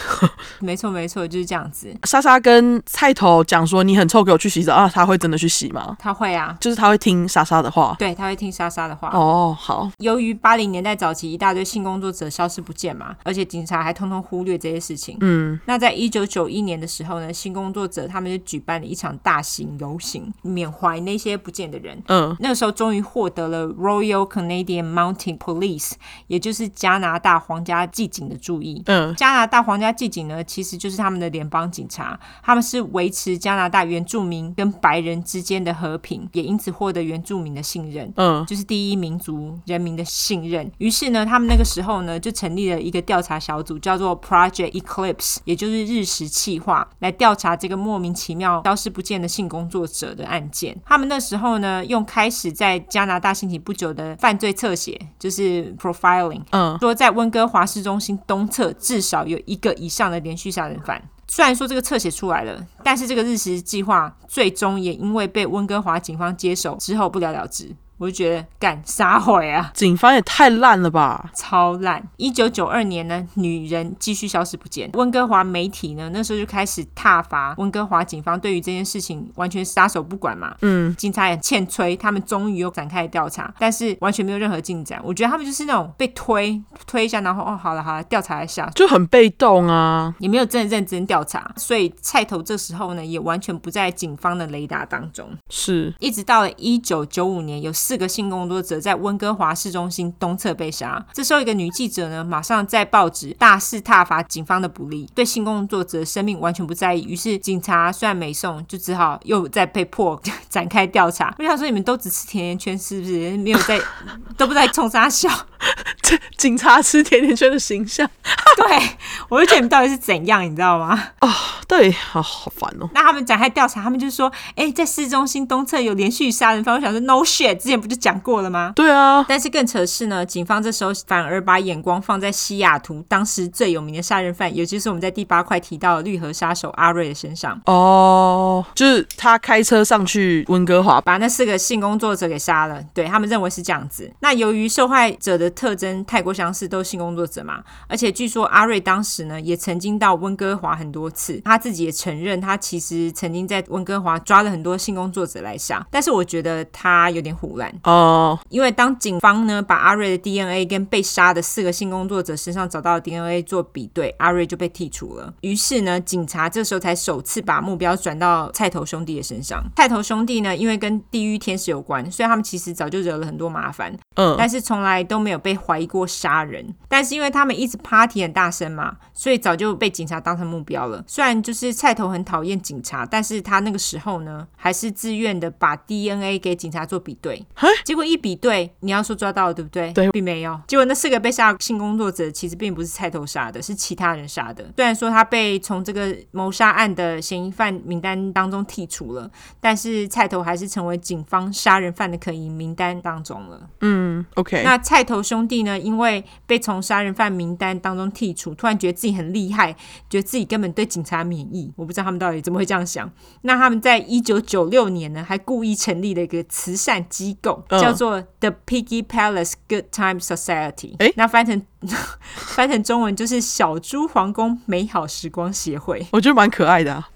S2: 没错，没错，就是这样子。
S1: 莎莎跟菜头讲说：“你很臭，给我去洗澡。”啊，他会真的去洗吗？
S2: 他会啊，
S1: 就是他会听莎莎的话。
S2: 对，他会听莎莎的话。
S1: 哦，好，
S2: 由于八零年代早期一大堆性工作者消失不见嘛，而且警察还通通忽略这些事情。
S1: 嗯，
S2: 那在一九九一年的时候呢，性工作者他们就举办了一场大型游行，缅怀那些不见的人。
S1: 嗯，
S2: 那个时候终于获得了 Royal Canadian Mounted Police，也就是加拿大皇家骑警的注意。
S1: 嗯，
S2: 加拿大皇家骑警呢，其实就是他们的联邦警察，他们是维持加拿大原住民跟白人之间的和平，也因此获得原住民的信任。
S1: 嗯，
S2: 就是第一民族人民的信任。于是呢，他们那个时候呢，就成立了一个调查小组，叫做 Project Eclipse，也就是日食企划，来调查这个莫名其妙消失不见的性工作者的案件。他们那时候呢，用开始在加拿大兴起不久的犯罪侧写，就是 profiling，
S1: 嗯，
S2: 说在温哥华市中心东侧至少有一个以上的连续杀人犯。虽然说这个侧写出来了，但是这个日食计划最终也因为被温哥华警方接手之后不了了之。我就觉得干啥毁啊，
S1: 警方也太烂了吧？
S2: 超烂！一九九二年呢，女人继续消失不见。温哥华媒体呢，那时候就开始挞伐温哥华警方对于这件事情完全撒手不管嘛。
S1: 嗯，
S2: 警察也欠催，他们终于有展开调查，但是完全没有任何进展。我觉得他们就是那种被推推一下，然后哦，好了好了，调查一下，
S1: 就很被动啊。
S2: 也没有真的认真调查，所以菜头这时候呢，也完全不在警方的雷达当中。
S1: 是，
S2: 一直到了一九九五年，有四个性工作者在温哥华市中心东侧被杀。这时候，一个女记者呢，马上在报纸大肆挞伐警方的不利，对性工作者的生命完全不在意。于是，警察虽然没送，就只好又再被迫 展开调查。我想说，你们都只吃甜甜圈是不是？没有在，都不在冲杀笑。
S1: 警察吃甜甜圈的形象，
S2: 对，我就觉得你们到底是怎样，你知道吗？
S1: 对，好好烦哦。
S2: 那他们展开调查，他们就说，哎、在市中心东侧有连续杀人犯。我想说，no shit，之前不就讲过了吗？
S1: 对啊，
S2: 但是更扯的是呢，警方这时候反而把眼光放在西雅图当时最有名的杀人犯，也就是我们在第八块提到的绿河杀手阿瑞的身上，
S1: 哦，就是他开车上去温哥华吧。
S2: 把那四个性工作者给杀了。对他们认为是这样子。那由于受害者的特征太过相似，都是性工作者嘛，而且据说阿瑞当时呢也曾经到温哥华很多次，他自己也承认，他其实曾经在温哥华抓了很多性工作者来杀，但是我觉得他有点胡乱，
S1: 哦，
S2: 因为当警方呢把阿瑞的 DNA 跟被杀的四个性工作者身上找到的 DNA 做比对，阿瑞就被剔除了。于是呢，警察这时候才首次把目标转到菜头兄弟的身上。菜头兄弟呢，因为跟地狱天使有关，所以他们其实早就惹了很多麻烦，
S1: 嗯，
S2: 但是从来都没有被怀疑过杀人。但是因为他们一直 party 很大声嘛，所以早就被警察当成目标了。虽然就是菜头很讨厌警察，但是他那个时候呢，还是自愿的把 DNA 给警察做比对。结果一比对，你要说抓到了，对不对？
S1: 对
S2: 并没有。结果那四个被杀的性工作者其实并不是菜头杀的，是其他人杀的。虽然说他被从这个谋杀案的嫌疑犯名单当中剔除了，但是菜头还是成为警方杀人犯的可疑名单当中了。
S1: 嗯，OK，
S2: 那菜头兄弟呢？因为被从杀人犯名单当中剔除，突然觉得自己很厉害，觉得自己根本对警察免疫。我不知道他们到底怎么会这样想。那他们在一九九六年呢，还故意成立了一个慈善机构，
S1: 嗯
S2: 叫做 The Piggy Palace Good Time Society。
S1: 诶
S2: 那翻成 翻成中文就是小猪皇宫美好时光协会。
S1: 我觉得蛮可爱的、啊。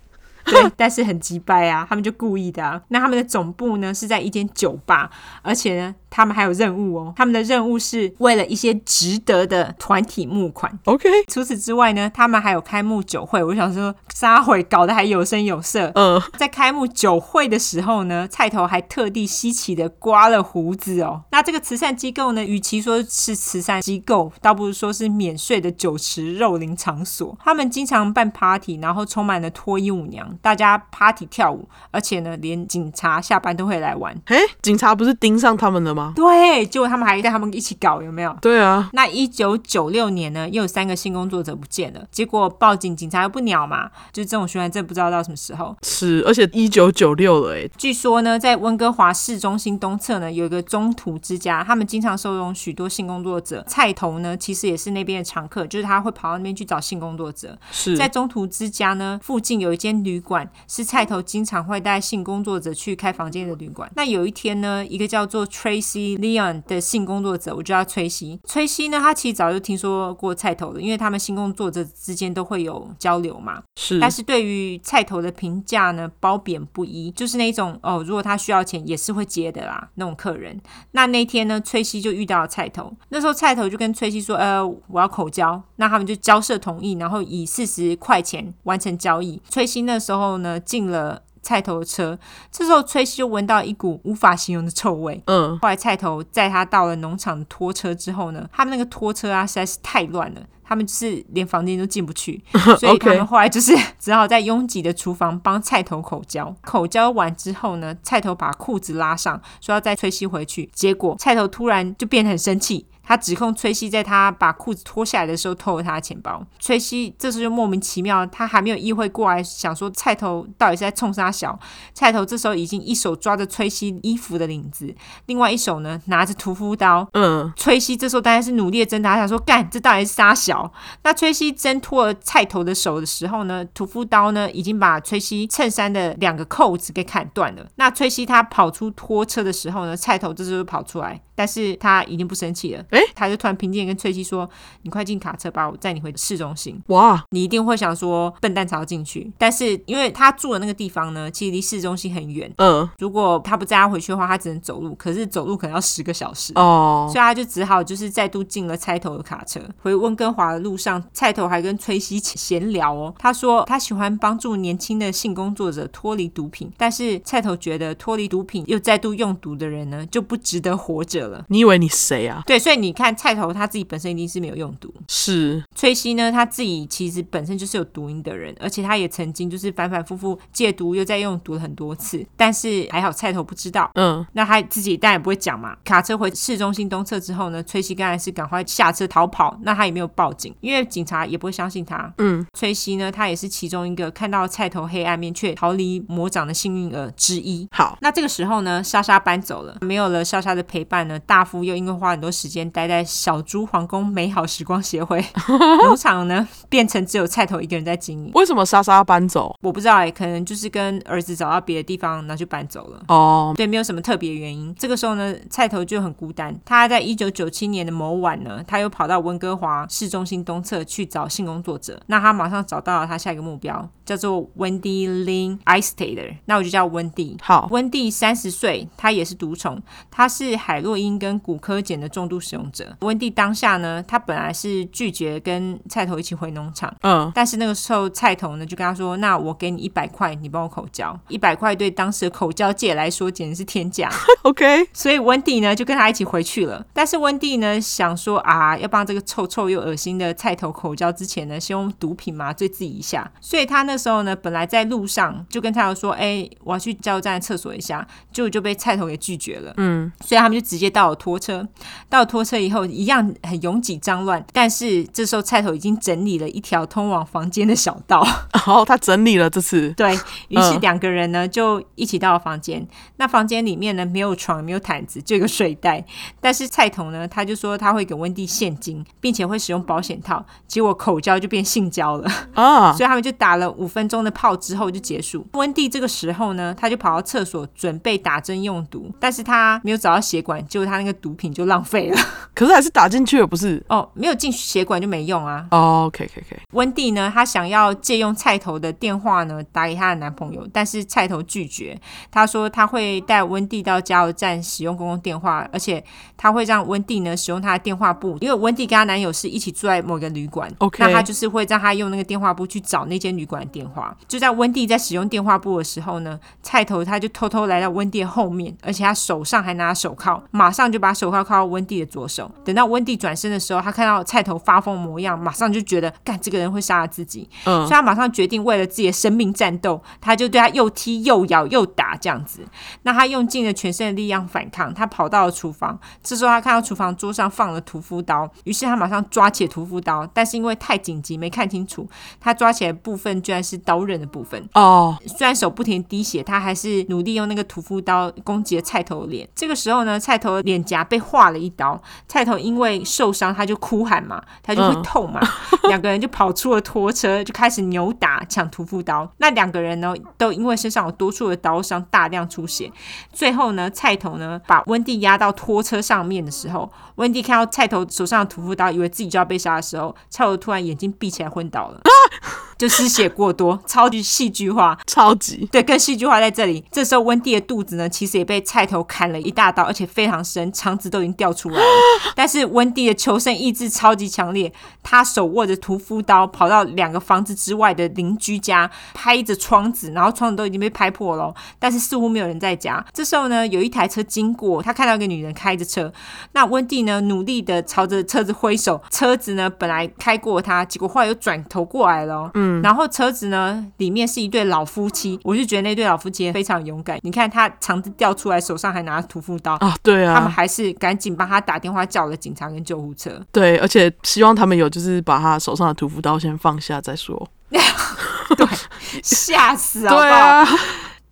S2: 对，但是很鸡掰啊，他们就故意的啊。那他们的总部呢是在一间酒吧，而且呢，他们还有任务哦。他们的任务是为了一些值得的团体募款。
S1: OK，
S2: 除此之外呢，他们还有开幕酒会。我想说，撒会搞得还有声有色。
S1: 嗯，
S2: 在开幕酒会的时候呢，菜头还特地稀奇的刮了胡子哦。那这个慈善机构呢，与其说是慈善机构，倒不如说是免税的酒池肉林场所。他们经常办 party，然后充满了脱衣舞娘，大家 party 跳舞，而且呢，连警察下班都会来玩。
S1: 哎，警察不是盯上他们了吗？
S2: 对，结果他们还带他们一起搞，有没有？
S1: 对啊，
S2: 那一九九六年呢，又有三个性工作者不见了，结果报警，警察又不鸟嘛，就这种循环，真的不知道到什么时候。
S1: 是，而且一九九六了，哎，
S2: 据说呢，在温哥华市中心东侧呢，有一个中途之家，他们经常收容许多性工作者。菜头呢，其实也是那边的常客，就是他会跑到那边去找性工作者。
S1: 是
S2: 在中途之家呢附近有一间旅馆，是菜头经常会带性工作者去开房间的旅馆。那有一天呢，一个叫做 Tracy Leon 的性工作者，我就叫她崔西。崔西呢，她其实早就听说过菜头了，因为他们性工作者之间都会有交流嘛。
S1: 是
S2: 但是对于菜头的评价呢，褒贬不一，就是那种哦，如果他需要钱也是会接的啦，那种客人。那那天呢，崔西就遇到了菜头，那时候菜头就跟崔西说，呃，我要口交，那他们就交涉同意，然后以四十块钱完成交易。崔西那时候呢进了菜头的车，这时候崔西就闻到一股无法形容的臭味，
S1: 嗯，
S2: 后来菜头在他到了农场拖车之后呢，他们那个拖车啊实在是太乱了。他们就是连房间都进不去，所以他们后来就是 只好在拥挤的厨房帮菜头口交。口交完之后呢，菜头把裤子拉上，说要再崔西回去。结果菜头突然就变得很生气，他指控崔西在他把裤子脱下来的时候偷了他的钱包。崔西这时候就莫名其妙，他还没有意会过来，想说菜头到底是在冲杀小。菜头这时候已经一手抓着崔西衣服的领子，另外一手呢拿着屠夫刀。
S1: 嗯，
S2: 崔西这时候当然是努力的挣扎，想说干这到底是杀小。那崔西挣脱了菜头的手的时候呢，屠夫刀呢已经把崔西衬衫的两个扣子给砍断了。那崔西他跑出拖车的时候呢，菜头这时候就跑出来，但是他已经不生气了，
S1: 诶
S2: 他就突然平静地跟崔西说：“你快进卡车吧，我载你回市中心。”
S1: 哇，
S2: 你一定会想说笨蛋才要进去，但是因为他住的那个地方呢，其实离市中心很远，
S1: 嗯，
S2: 如果他不载他回去的话，他只能走路，可是走路可能要十个小时。
S1: 哦
S2: 所以，他就只好就是再度进了菜头的卡车。回温哥华的路上，菜头还跟崔西闲聊哦。他说他喜欢帮助年轻的性工作者脱离毒品，但是菜头觉得脱离毒品又再度用毒的人呢，就不值得活着了。
S1: 你以为你谁啊？
S2: 对，所以你看菜头他自己本身一定是没有用毒，
S1: 是，
S2: 崔西呢，他自己其实本身就是有毒瘾的人，而且他也曾经就是反反复复戒毒又再用毒了很多次，但是还好菜头不知道。
S1: 嗯，
S2: 那他自己当然也不会讲嘛。卡车回市中心东侧之后呢，崔西当然是赶快下车逃跑。那他也没有报警，因为警察也不会相信他。
S1: 嗯，
S2: 崔西呢，他也是其中一个看到菜头黑暗面却逃离魔掌的幸运儿之一。
S1: 好，
S2: 那这个时候呢，莎莎搬走了，没有了莎莎的陪伴呢，呢，大夫又因为花很多时间待在小猪皇宫美好时光协会农场呢，变成只有菜头一个人在经营。
S1: 为什么莎莎要搬走？
S2: 我不知道哎、可能就是跟儿子找到别的地方，拿去搬走了。
S1: 哦，
S2: 对，没有什么特别原因。这个时候呢，菜头就很孤单。他在一九九七年的某晚呢，他又跑到温哥华市中心东侧去找性工作者。那他马上找到了他下一个目标，叫做 Wendy Lynn Eistater，那我就叫温蒂。
S1: 好，
S2: 温蒂三十岁，她也是毒虫，她是海洛因跟骨科碱的重度使用者。温蒂当下呢，她本来是拒绝跟菜头一起回农场，
S1: 嗯，
S2: 但是那个时候菜头呢就跟他说：“那我给你一百块，你帮我口交。一百块对当时的口交界来说简直是天价。
S1: OK，
S2: 所以温蒂呢就跟他一起回去了。但是温蒂呢想说啊，要帮这个臭臭又恶心的菜头口交之前呢，先用毒品麻醉自己一下。所以他那时候呢，本来在路上就跟菜头说：“哎、我要去加油站厕所一下。”结果就被菜头给拒绝了。
S1: 嗯，
S2: 所以他们就直接到了拖车。到了拖车以后，一样很拥挤脏乱，但是这时候菜头已经整理了一条通往房间的小道。
S1: 然后他整理了这次，
S2: 对于是
S1: 嗯
S2: 两个人呢就一起到了房间。那房间里面呢没有床，没有毯子，就有一个睡袋。但是菜童呢，他就说他会给温蒂现金，并且会使用保险套。结果口交就变性交了，
S1: 啊，
S2: 所以他们就打了五分钟的炮之后就结束。温蒂这个时候呢，他就跑到厕所准备打针用毒，但是他没有找到血管，结果他那个毒品就浪费了。
S1: 可是还是打进去了，不是？
S2: 哦，没有进血管就没用啊。
S1: 哦，OK，OK，OK，
S2: 温蒂呢，她想要借用菜头的电话呢打给她的男朋友，但是菜头拒绝。她说她会带温蒂到加油站使用公共电话，而且她会让温蒂呢使用她的电话簿，因为温蒂跟她男友是一起住在某个旅馆。
S1: OK
S2: 那她就是会让她用那个电话簿去找那间旅馆的电话。就在温蒂在使用电话簿的时候呢，菜头他就偷偷来到温蒂的后面，而且他手上还拿手铐，马上就把手铐铐到温蒂的左手。等到温蒂转身的时候，他看到菜头发疯模样，马上就觉得干这个人会杀了自己，所
S1: 嗯
S2: 以，他马上决定为了自己的生命战斗，他就对他又踢又咬又打这样子。那他用尽了全身的力量反抗，他跑到了厨房。这时候他看到厨房桌上放了屠夫刀，于是他马上抓起屠夫刀，但是因为太紧急没看清楚，他抓起来的部分居然是刀刃的部分。
S1: 哦，
S2: 虽然手不停滴血，他还是努力用那个屠夫刀攻击了菜头的脸。这个时候呢，菜头的脸颊被划了一刀，菜头因为受伤，他就哭喊嘛，他就会
S1: 嗯
S2: 痛嘛，两个人就跑出了拖车，就开始扭打抢屠夫刀。那两个人呢，都因为身上有多处的刀伤，大量出血。最后呢，菜头呢把温蒂压到拖车上面的时候，温蒂看到菜头手上的屠夫刀，以为自己就要被杀的时候，菜头突然眼睛闭起来昏倒了， 就失血过多，超级戏剧化。
S1: 超级，
S2: 对，更戏剧化在这里。这时候温蒂的肚子呢，其实也被菜头砍了一大刀，而且非常深，肠子都已经掉出来了。但是温蒂的求生意志超级强烈，他手握着屠夫刀，跑到两个房子之外的邻居家，拍着窗子，然后窗子都已经被拍破了哦，但是似乎没有人在家。这时候呢，有一台车经过，他看到一个女人开着车，那温蒂呢，努力的朝着车子挥手，车子呢本来开过他，结果后来又转头过来了哦、然后车子呢，里面是一对老夫妻，我就觉得那对老夫妻非常勇敢。你看他肠子掉出来，手上还拿着屠夫刀，
S1: 啊，对
S2: 他们
S1: 啊，
S2: 还是赶紧帮他打电话叫了警察跟救护车。
S1: 对，而且希望他们有就是把他手上的屠夫刀先放下再说。
S2: 对，吓死好不好？
S1: 对啊，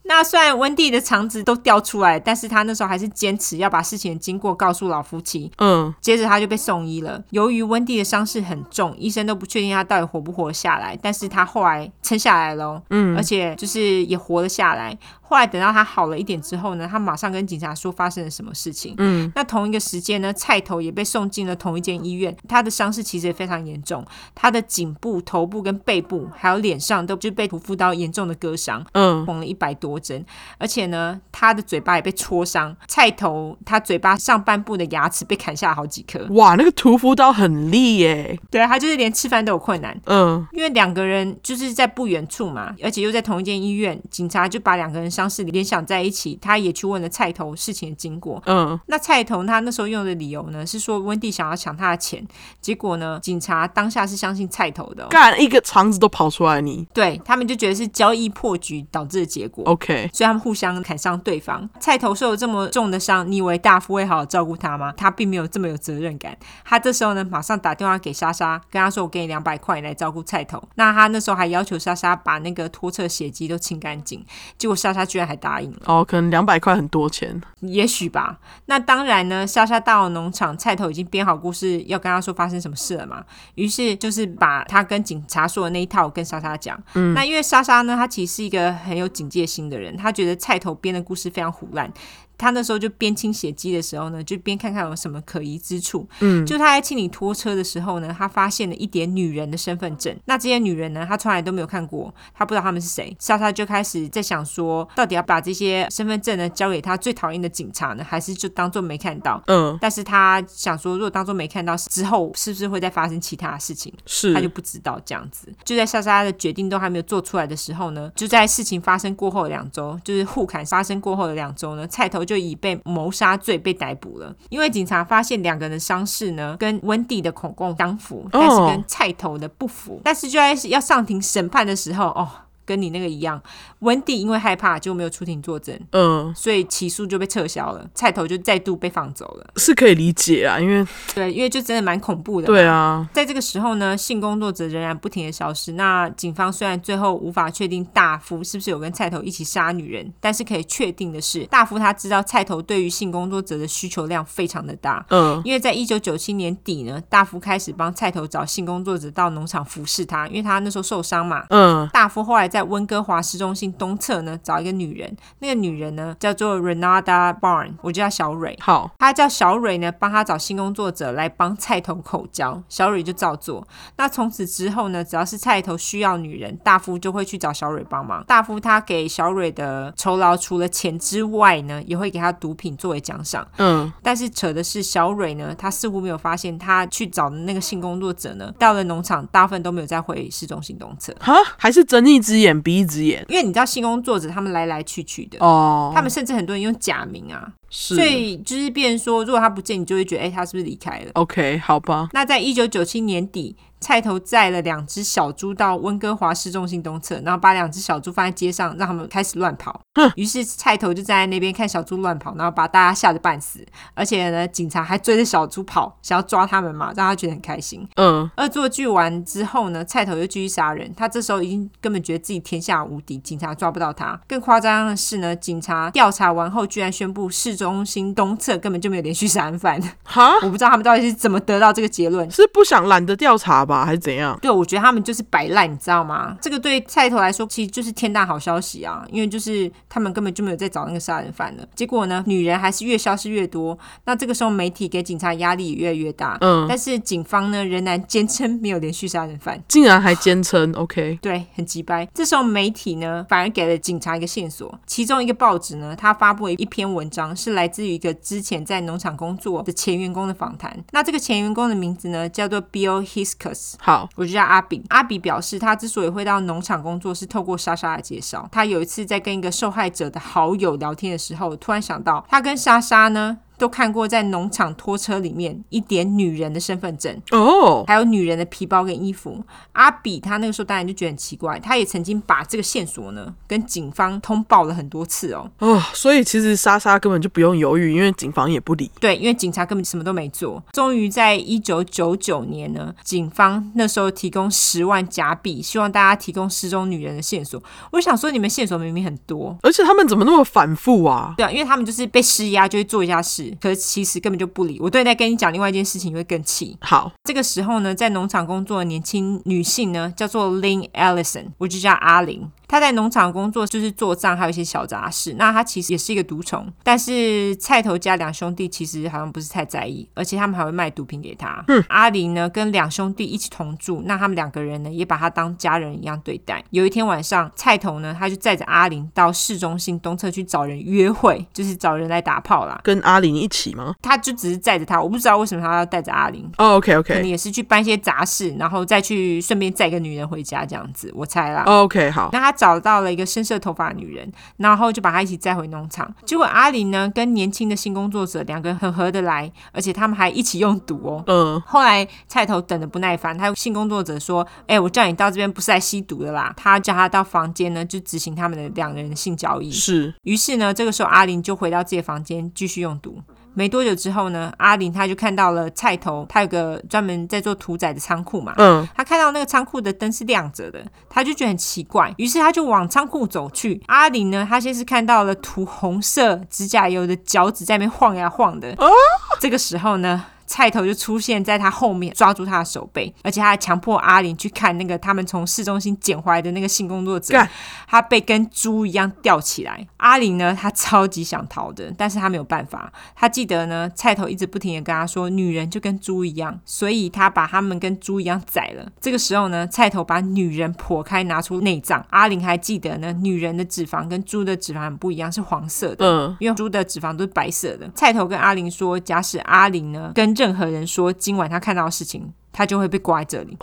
S2: 那虽然温蒂的肠子都掉出来，但是他那时候还是坚持要把事情的经过告诉老夫妻。
S1: 嗯，
S2: 接着他就被送医了。由于温蒂的伤势很重，医生都不确定他到底活不活下来，但是他后来撑下来了，嗯，而且就是也活了下来。后来等到他好了一点之后呢，他马上跟警察说发生了什么事情。嗯，那同一个时间呢，菜头也被送进了同一间医院，他的伤势其实也非常严重，他的颈部、头部跟背部还有脸上都就被屠夫刀严重的割伤。
S1: 嗯，
S2: 缝了一百多针，而且呢，他的嘴巴也被戳伤，菜头他嘴巴上半部的牙齿被砍下了好几颗，
S1: 哇，那个屠夫刀很利耶、
S2: 对啊他就是连吃饭都有困难。
S1: 嗯，
S2: 因为两个人就是在不远处嘛，而且又在同一间医院，警察就把两个人伤势联想在一起。他也去问了菜头事情的经过。
S1: 嗯，
S2: 那菜头他那时候用的理由呢，是说温蒂想要抢他的钱，结果呢，警察当下是相信菜头的哦、
S1: 干一个肠子都跑出来你
S2: 对他们就觉得是交易破局导致的结果。
S1: OK，
S2: 所以他们互相砍伤对方。菜头受了这么重的伤，你以为大夫会好好照顾他吗？他并没有这么有责任感。他这时候呢，马上打电话给莎莎，跟他说：“我给你两百块，你来照顾菜头。”那他那时候还要求莎莎把那个拖车血迹都清干净，结果莎莎居然还答应了，
S1: 哦，可能两百块很多钱，
S2: 也许吧。那当然呢，莎莎到了农场，菜头已经编好故事要跟他说发生什么事了嘛，于是就是把他跟警察说的那一套跟莎莎讲。那因为莎莎呢，她其实是一个很有警戒心的人，她觉得菜头编的故事非常胡乱。她那时候就边清血迹的时候呢，就边看看有什么可疑之处。嗯，就她在清理拖车的时候呢，她发现了一叠女人的身份证。那这些女人呢，她从来都没有看过，她不知道她们是谁。莎莎就开始在想说，到底要把这些身份证呢交给她最讨厌的警察呢，还是就当做没看到？
S1: 嗯，，
S2: 但是她想说，如果当做没看到之后，是不是会再发生其他的事情？他就是不知道这样子。就在莎莎的决定都还没有做出来的时候呢，就在事情发生过后的两周，就是互砍发生过后的两周呢，菜头就以被谋杀罪被逮捕了。因为警察发现两个人的伤势呢跟温蒂的口供相符，但是跟菜头的不符。但是就在要上庭审判的时候，哦，跟你那个一样，温蒂因为害怕就没有出庭作证。
S1: 嗯，
S2: 所以起诉就被撤销了，菜头就再度被放走了。
S1: 是可以理解啊，因为
S2: 对，因为就真的蛮恐怖的嘛。
S1: 对啊，
S2: 在这个时候呢，性工作者仍然不停的消失。那警方虽然最后无法确定大夫是不是有跟菜头一起杀女人，但是可以确定的是，大夫他知道菜头对于性工作者的需求量非常的大。
S1: 嗯，
S2: 因为在一九九七年底呢，大夫开始帮菜头找性工作者到农场服侍他，因为他那时候受伤嘛。
S1: 嗯，
S2: 大夫后来在温哥华市中心东侧呢找一个女人，那个女人呢叫做 Renata Barn，我就叫小蕊。
S1: 好，
S2: 他叫小蕊呢，帮他找性工作者来帮菜头口交，小蕊就照做。那从此之后呢，只要是菜头需要女人，大夫就会去找小蕊帮忙。大夫他给小蕊的酬劳除了钱之外呢，也会给他毒品作为奖赏。
S1: 嗯，
S2: 但是扯的是小蕊呢，她似乎没有发现，她去找的那个性工作者呢，到了农场大部分都没有再回市中心东侧，
S1: 哈，还是睁一只眼闭一只眼
S2: 因为你知道性工作者他们来来去去的。
S1: 哦，
S2: 他们甚至很多人用假名啊，
S1: 是
S2: 所以就是变成说，如果他不见，你就会觉得，哎、他是不是离开了？
S1: OK，好吧，
S2: 那在一九九七年底，菜头载了两只小猪到温哥华市中心东侧，然后把两只小猪放在街上，让他们开始乱跑。于是菜头就站在那边看小猪乱跑，然后把大家吓得半死。而且呢，警察还追着小猪跑，想要抓他们嘛，让他觉得很开心。
S1: 嗯，
S2: 恶作剧完之后呢，菜头又继续杀人。他这时候已经根本觉得自己天下无敌，警察抓不到他。更夸张的是呢，警察调查完后，居然宣布市中心东侧根本就没有连续杀人犯。
S1: 哈，
S2: 我不知道他们到底是怎么得到这个结论。
S1: 是不想懒得调查吧，还是怎样？
S2: 对，我觉得他们就是摆烂，你知道吗？这个对菜头来说其实就是天大好消息啊，因为就是他们根本就没有在找那个杀人犯了。结果呢，女人还是越消失越多。那这个时候，媒体给警察压力也越来越大。
S1: 嗯，
S2: 但是警方呢，仍然坚称没有连续杀人犯。
S1: 竟然还坚称 OK，
S2: 对，很急掰。这时候媒体呢，反而给了警察一个线索。其中一个报纸呢，它发布了一篇文章，是来自于一个之前在农场工作的前员工的访谈。那这个前员工的名字呢，叫做 Bill Hiskus。
S1: 好，
S2: 我就叫阿炳。阿炳表示，他之所以会到农场工作，是透过莎莎的介绍。他有一次在跟一个受害者的好友聊天的时候，突然想到，他跟莎莎呢都看过在农场拖车里面一点女人的身份证。
S1: 哦，
S2: 还有女人的皮包跟衣服。阿比他那个时候当然就觉得很奇怪，他也曾经把这个线索呢跟警方通报了很多次哦。
S1: 哦，所以其实莎莎根本就不用犹豫，因为警方也不理。
S2: 对，因为警察根本什么都没做。终于在一九九九年呢，警方那时候提供十万假币，希望大家提供失踪女人的线索。我想说，你们线索明明很多。
S1: 而且他们怎么那么反复啊？
S2: 对啊，因为他们就是被施压，就会做一下事，可是其实根本就不理。我对在跟你讲另外一件事情，你会更气。
S1: 好，
S2: 这个时候呢，在农场工作的年轻女性呢，叫做 Lynn Ellison，我就叫阿玲。她在农场工作就是做账，还有一些小杂事。那她其实也是一个毒虫，但是菜头家两兄弟其实好像不是太在意，而且他们还会卖毒品给她。阿玲呢跟两兄弟一起同住，那他们两个人呢也把她当家人一样对待。有一天晚上，菜头呢他就载着阿玲到市中心东侧去找人约会，就是找人来打炮啦。
S1: 跟阿玲一起吗、
S2: 他就只是载着她，我不知道为什么他要带着阿玲，
S1: 哦、？OK
S2: 可能
S1: OK
S2: 也是去办一些杂事，然后再去顺便载一个女人回家这样子，我猜啦。
S1: OK 好，
S2: 那他找到了一个深色头发的女人，然后就把她一起载回农场。结果阿林呢跟年轻的性工作者两个人很合得来，而且他们还一起用毒哦。
S1: 嗯，
S2: 后来菜头等的不耐烦，他性工作者说：“哎、我叫你到这边不是来吸毒的啦。”他叫他到房间呢，就执行他们的两人的性交易。
S1: 是
S2: 于是呢，这个时候阿林就回到自己的房间继续用毒。没多久之后呢，阿林他就看到了菜头，他有个专门在做屠宰的仓库嘛。
S1: 嗯，
S2: 他看到那个仓库的灯是亮着的，他就觉得很奇怪，于是他就往仓库走去。阿林呢，他先是看到了涂红色指甲油的脚趾在那边晃呀晃的。 这个时候呢，菜头就出现在他后面，抓住他的手背，而且他还强迫阿林去看那个他们从市中心捡回来的那个性工作者
S1: 干，
S2: 他被跟猪一样吊起来。阿林呢，他超级想逃的，但是他没有办法。他记得呢，菜头一直不停的跟他说，女人就跟猪一样，所以他把他们跟猪一样宰了。这个时候呢，菜头把女人剖开，拿出内脏。阿林还记得呢，女人的脂肪跟猪的脂肪很不一样，是黄色的。
S1: 嗯，
S2: 因为猪的脂肪都是白色的。菜头跟阿玲说，假使阿玲呢跟任何人说今晚他看到的事情，他就会被挂在这 里。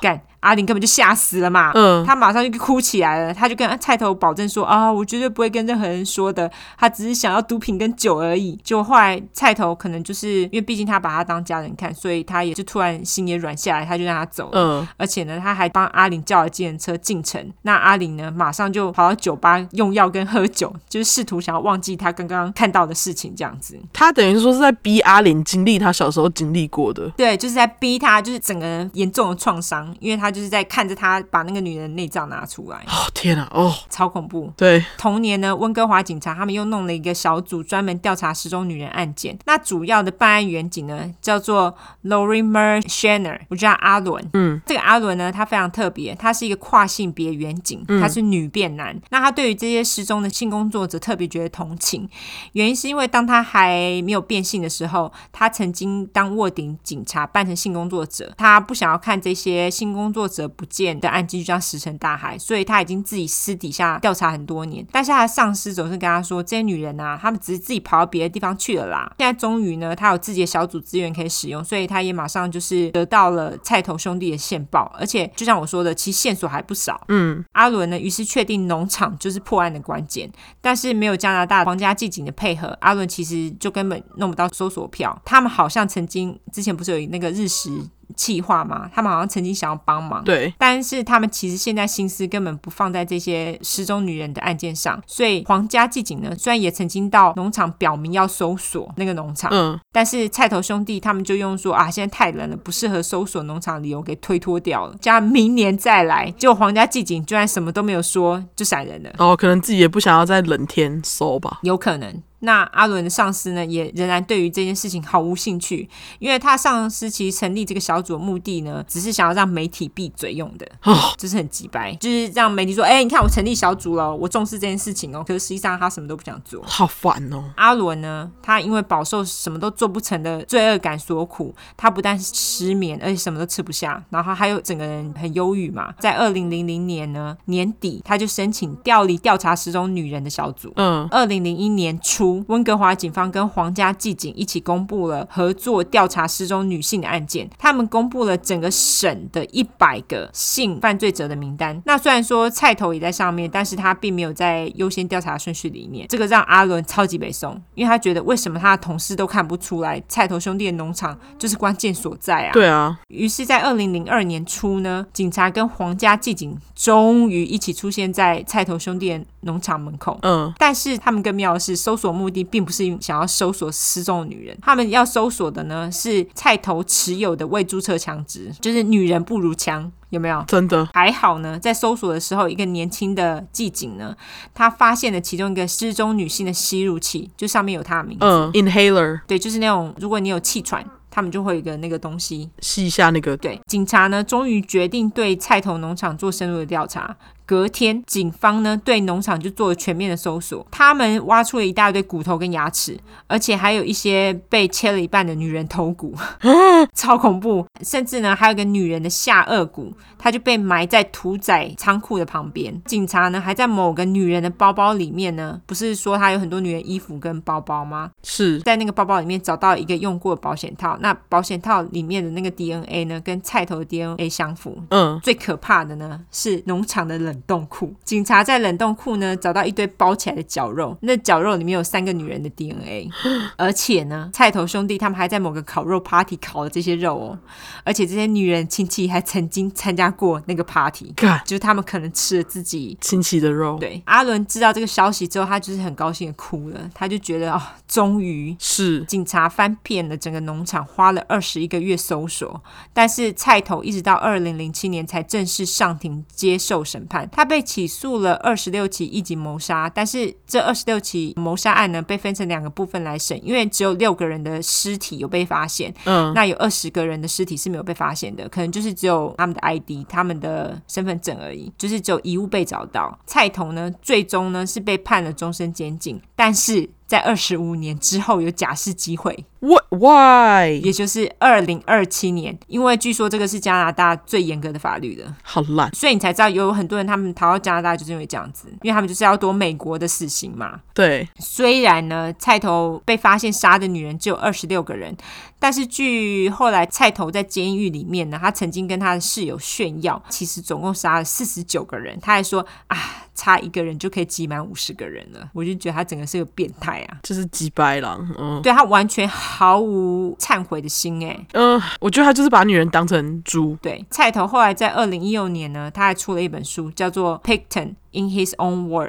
S2: 干，阿玲根本就吓死了嘛。
S1: 嗯
S2: 他马上就哭起来了，他就跟菜头保证说啊、我绝对不会跟任何人说的，他只是想要毒品跟酒而已。就后来菜头可能就是因为毕竟他把他当家人看，所以他也就突然心也软下来，他就让他走了。
S1: 嗯，
S2: 而且呢，他还帮阿玲叫了计程车进城。那阿玲呢，马上就跑到酒吧用药跟喝酒，就是试图想要忘记他刚刚看到的事情，这样子。
S1: 他等于说是在逼阿林经历他小时候经历过的，
S2: 对，就是在逼他，就是整个人严重的创伤，因为他就是在看着他把那个女人内脏拿出来，
S1: 哦天啊，哦，
S2: 超恐怖。
S1: 对，
S2: 同年呢，温哥华警察他们又弄了一个小组，专门调查失踪女人案件。那主要的办案员警呢，叫做 Lorimer Shanner，我叫他阿伦。
S1: 嗯，
S2: 这个阿伦呢，他非常特别，他是一个跨性别员警，他是女变男。那他对于这些失踪的性工作者特别觉得同情，原因是因为当他还没有变性的时候，他曾经当卧底警察扮成性工作者，他不想要看这些性工作者不见的案件就这样石沉大海，所以他已经自己私底下调查很多年。但是他的上司总是跟他说，这些女人啊，她们只是自己跑到别的地方去了啦。现在终于呢，他有自己的小组资源可以使用，所以他也马上就是得到了菜头兄弟的线报，而且就像我说的，其实线索还不少。
S1: 嗯，
S2: 阿伦呢，于是确定农场就是破案的关键，但是没有加拿大皇家祭警的配合，阿伦其实就根本弄不到搜索票。他们好像曾经之前不是有那个日食计划吗？他们好像曾经想要帮忙，
S1: 对，
S2: 但是他们其实现在心思根本不放在这些失踪女人的案件上，所以皇家祭警呢，虽然也曾经到农场表明要搜索那个农场，
S1: 嗯，
S2: 但是菜头兄弟他们就用说啊，现在太冷了，不适合搜索农场的理由给推脱掉了，加上明年再来。结果皇家祭警居然什么都没有说，就闪人了。
S1: 然哦后可能自己也不想要在冷天搜吧，
S2: 有可能。那阿伦的上司呢，也仍然对于这件事情毫无兴趣，因为他上司其实成立这个小组的目的呢，只是想要让媒体闭嘴用的，
S1: 哦，
S2: 就是很急白，就是让媒体说，哎、你看我成立小组了，我重视这件事情哦。可是实际上他什么都不想做。
S1: 好烦哦，
S2: 阿伦呢，他因为饱受什么都做不成的罪恶感所苦，他不但失眠，而且什么都吃不下，然后还有整个人很忧郁嘛。在二零零零年呢年底，他就申请调离调查失踪女人的小组。
S1: 嗯，
S2: 二零零一年初，温哥华警方跟皇家祭警一起公布了合作调查失踪女性的案件。他们公布了整个省的一百个性犯罪者的名单。那虽然说菜头也在上面，但是他并没有在优先调查顺序里面。这个让阿伦超级北宋，因为他觉得为什么他的同事都看不出来菜头兄弟的农场就是关键所在啊？
S1: 对啊，
S2: 于是，在二零零二年初呢，警察跟皇家祭警终于一起出现在菜头兄弟的农场门口。
S1: 嗯，
S2: 但是他们更妙的是，搜索目的并不是想要搜索失踪的女人，他们要搜索的呢是菜头持有的未注册枪支，就是女人不如枪，有没有？
S1: 真的，
S2: 还好呢，在搜索的时候，一个年轻的记警呢，他发现了其中一个失踪女性的吸入器，就上面有她的名字。
S1: 嗯，inhaler
S2: 对，就是那种如果你有气喘，他们就会有一个那个东西。
S1: 吸一下那个，
S2: 对，警察呢终于决定对菜头农场做深入的调查。隔天，警方呢对农场就做了全面的搜索，他们挖出了一大堆骨头跟牙齿，而且还有一些被切了一半的女人头骨， 超恐怖。甚至呢，还有一个女人的下颚骨，她就被埋在屠宰仓库的旁边。警察呢还在某个女人的包包里面呢，不是说她有很多女人衣服跟包包吗？
S1: 是，
S2: 在那个包包里面找到一个用过的保险套，那保险套里面的那个 DNA 呢，跟菜头的 DNA 相符。
S1: 嗯，
S2: 最可怕的呢是农场的冷冷冻库。警察在冷冻库呢找到一堆包起来的绞肉，那绞肉里面有三个女人的 DNA，而且呢，菜头兄弟他们还在某个烤肉 party 烤了这些肉哦，而且这些女人亲戚还曾经参加过那个 party，
S1: 看
S2: 就是他们可能吃了自己
S1: 亲戚的肉，
S2: 对，阿伦知道这个消息之后，他就是很高兴的哭了，他就觉得哦，终于
S1: 是
S2: 警察翻遍了整个农场，花了二十一个月搜索，但是菜头一直到二零零七年才正式上庭接受审判。他被起诉了二十六起一级谋杀，但是这二十六起谋杀案呢，被分成两个部分来审，因为只有六个人的尸体有被发现，
S1: 嗯，
S2: 那有二十个人的尸体是没有被发现的，可能就是只有他们的 ID、他们的身份证而已，就是只有遗物被找到。菜头呢，最终呢是被判了终身监禁，但是在二十五年之后有假释机会，
S1: What why？
S2: 也就是二零二七年，因为据说这个是加拿大最严格的法律了。
S1: 好烂，
S2: 所以你才知道，有很多人他们逃到加拿大就是因为这样子，因为他们就是要躲美国的死刑嘛。
S1: 对，
S2: 虽然呢，菜头被发现杀的女人只有二十六个人，但是据后来菜头在监狱里面呢，他曾经跟他的室友炫耀，其实总共杀了四十九个人。他还说啊，差一个人就可以挤满五十个人了。我就觉得他整个是个变态啊，
S1: 就是鸡掰狼，嗯
S2: 对他完全毫无忏悔的心欸诶、
S1: 嗯，我觉得他就是把女人当成猪，
S2: 对，菜头后来在二零一六年呢，他还出了一本书，叫做《Picton in His Own Words》。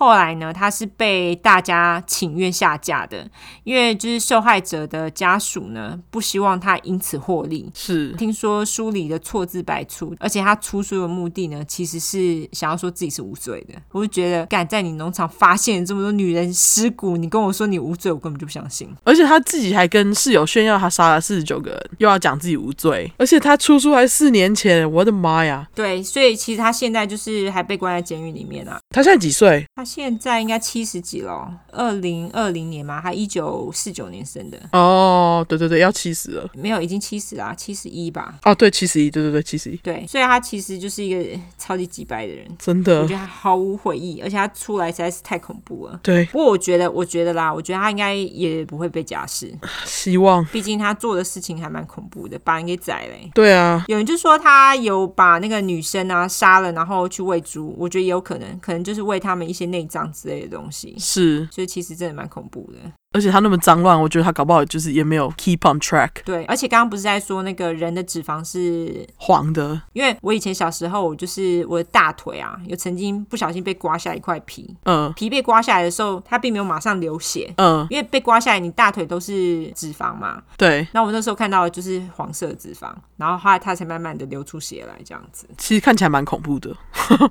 S2: 后来呢，他是被大家请愿下架的，因为就是受害者的家属呢，不希望他因此获利。
S1: 是
S2: 听说书里的错字百出，而且他出书的目的呢，其实是想要说自己是无罪的。我就觉得，敢在你农场发现这么多女人尸骨，你跟我说你无罪，我根本就不相信。
S1: 而且他自己还跟室友炫耀他杀了四十九个人，又要讲自己无罪，而且他出书还四年前，我的妈呀！
S2: 对，所以其实他现在就是还被关在监狱里面啊。
S1: 他现在几岁？
S2: 他现在应该七十几了，二零二零年嘛，他一九四九年生的，
S1: 哦，对对对，要七十了。
S2: 没有，已经七十啦，七十一吧。
S1: 哦，对，七十一，对对对，七十一，
S2: 对，所以他其实就是一个超级急白的人，
S1: 真
S2: 我
S1: 的
S2: 觉，得他毫无悔意，而且他出来实在是太恐怖了。
S1: 对，
S2: 不过我觉得，我觉得啦，我觉得他应该也不会被假释，
S1: 希望，
S2: 毕竟他做的事情还蛮恐怖的，把人给宰了欸、
S1: 对啊，
S2: 有人就说他有把那个女生啊杀了，然后去喂猪，我觉得也有可能，可能就是喂他们一些内脏之类的东西，
S1: 是，
S2: 所以其实真的蛮恐怖的。
S1: 而且他那么脏乱，我觉得他搞不好就是也没有 keep on track，
S2: 对，而且刚刚不是在说那个人的脂肪是，
S1: 黄的，
S2: 因为我以前小时候，我就是我的大腿啊，有曾经不小心被刮下一块皮，
S1: 嗯
S2: 皮被刮下来的时候，它并没有马上流血，
S1: 嗯，
S2: 因为被刮下来，你大腿都是脂肪嘛。
S1: 对，
S2: 那我那时候看到的就是黄色的脂肪，然后后来它才慢慢的流出血来，这样子
S1: 其实看起来蛮恐怖的，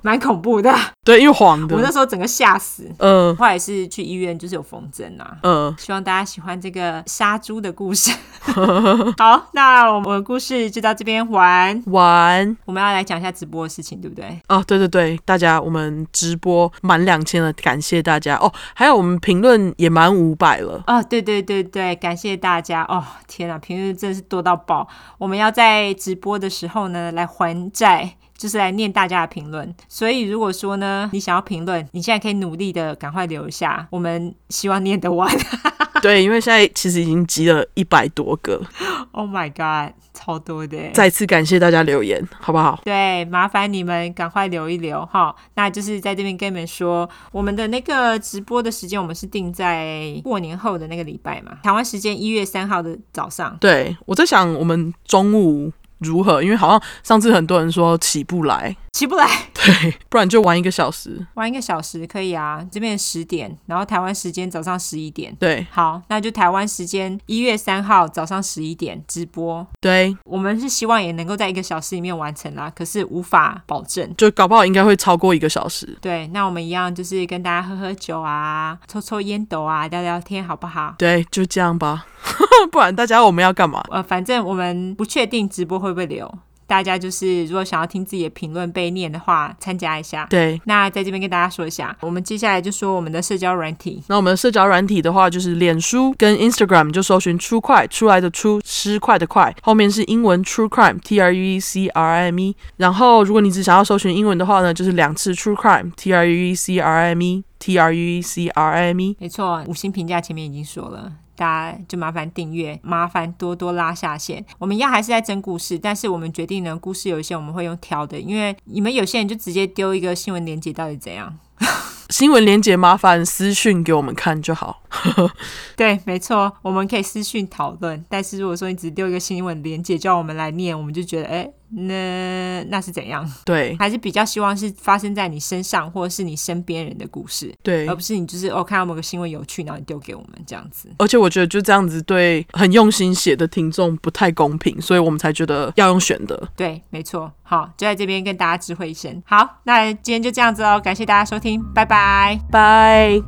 S2: 蛮恐怖的。
S1: 对，因为黄
S2: 我那
S1: 的，
S2: 时候整个吓死，
S1: 嗯
S2: 后来是去医院，就是有缝针啊。
S1: 嗯，
S2: 希望大家喜欢这个杀猪的故事。 好，那我们的故事就到这边完。
S1: 玩，
S2: 我们要来讲一下直播的事情，对不对？
S1: 哦，对对对，大家我们直播满两千了，感谢大家哦，还有我们评论也满五百 了，
S2: 哦，对对对对，感谢大家哦！天哪，评论真的是多到爆。我们要在直播的时候呢，来还债，就是来念大家的评论。所以如果说呢，你想要评论，你现在可以努力的赶快留一下，我们希望念得完。
S1: 对，因为现在其实已经集了一百多个，
S2: oh my god，超多的耶。
S1: 再次感谢大家留言，好不好？
S2: 对，麻烦你们赶快留一留哈。那就是在这边跟你们说，我们的那个直播的时间，我们是定在过年后的那个礼拜嘛，台湾时间一月三号的早上。
S1: 对我在想我们中午如何，因为好像上次很多人说起不来，
S2: 起不来，
S1: 对，不然就玩一个小时，
S2: 玩一个小时可以啊，这边十点，然后台湾时间早上十一点。
S1: 对
S2: 好，那就台湾时间一月三号早上十一点直播。
S1: 对，
S2: 我们是希望也能够在一个小时里面完成啦，可是无法保证。
S1: 就搞不好应该会超过一个小时。
S2: 对，那我们一样就是跟大家喝喝酒啊，抽抽烟斗啊，聊聊天，好不好？
S1: 对，就这样吧， 不然大家我们要干嘛？
S2: 呃，反正我们不确定直播会不会留，大家就是如果想要听自己的评论被念的话，参加一下。
S1: 对，
S2: 那在这边跟大家说一下，我们接下来就说我们的社交软体。
S1: 那我们的社交软体的话，就是脸书跟 Instagram，就搜寻“出快”出来的出，吃快的快，后面是英文 True Crime，T R U E C R I M E。然后，如果你只想要搜寻英文的话呢，就是两次 True Crime，T R U E C R I M E。 T R U E C R I M E。
S2: 没错，五星评价前面已经说了。大家就麻烦订阅，麻烦多多拉下线。我们一样还是在征故事，但是我们决定呢，故事有一些我们会用挑的，因为你们有些人就直接丢一个新闻链接，到底怎样？
S1: 新闻连接麻烦私讯给我们看就好。
S2: 对，没错，我们可以私讯讨论。但是如果说你只丢一个新闻链接叫我们来念，我们就觉得，哎、那那是怎样？
S1: 对
S2: 还是比较希望是发生在你身上或者是你身边人的故事，
S1: 对
S2: 而，不是你就是哦看到某个新闻有趣，然后你丢给我们这样子。
S1: 而且我觉得就这样子对很用心写的听众不太公平，所以我们才觉得要用选的。
S2: 对，没错。好，就在这边跟大家知会一声。好，那今天就这样子喽，感谢大家收听，拜拜。
S1: 拜。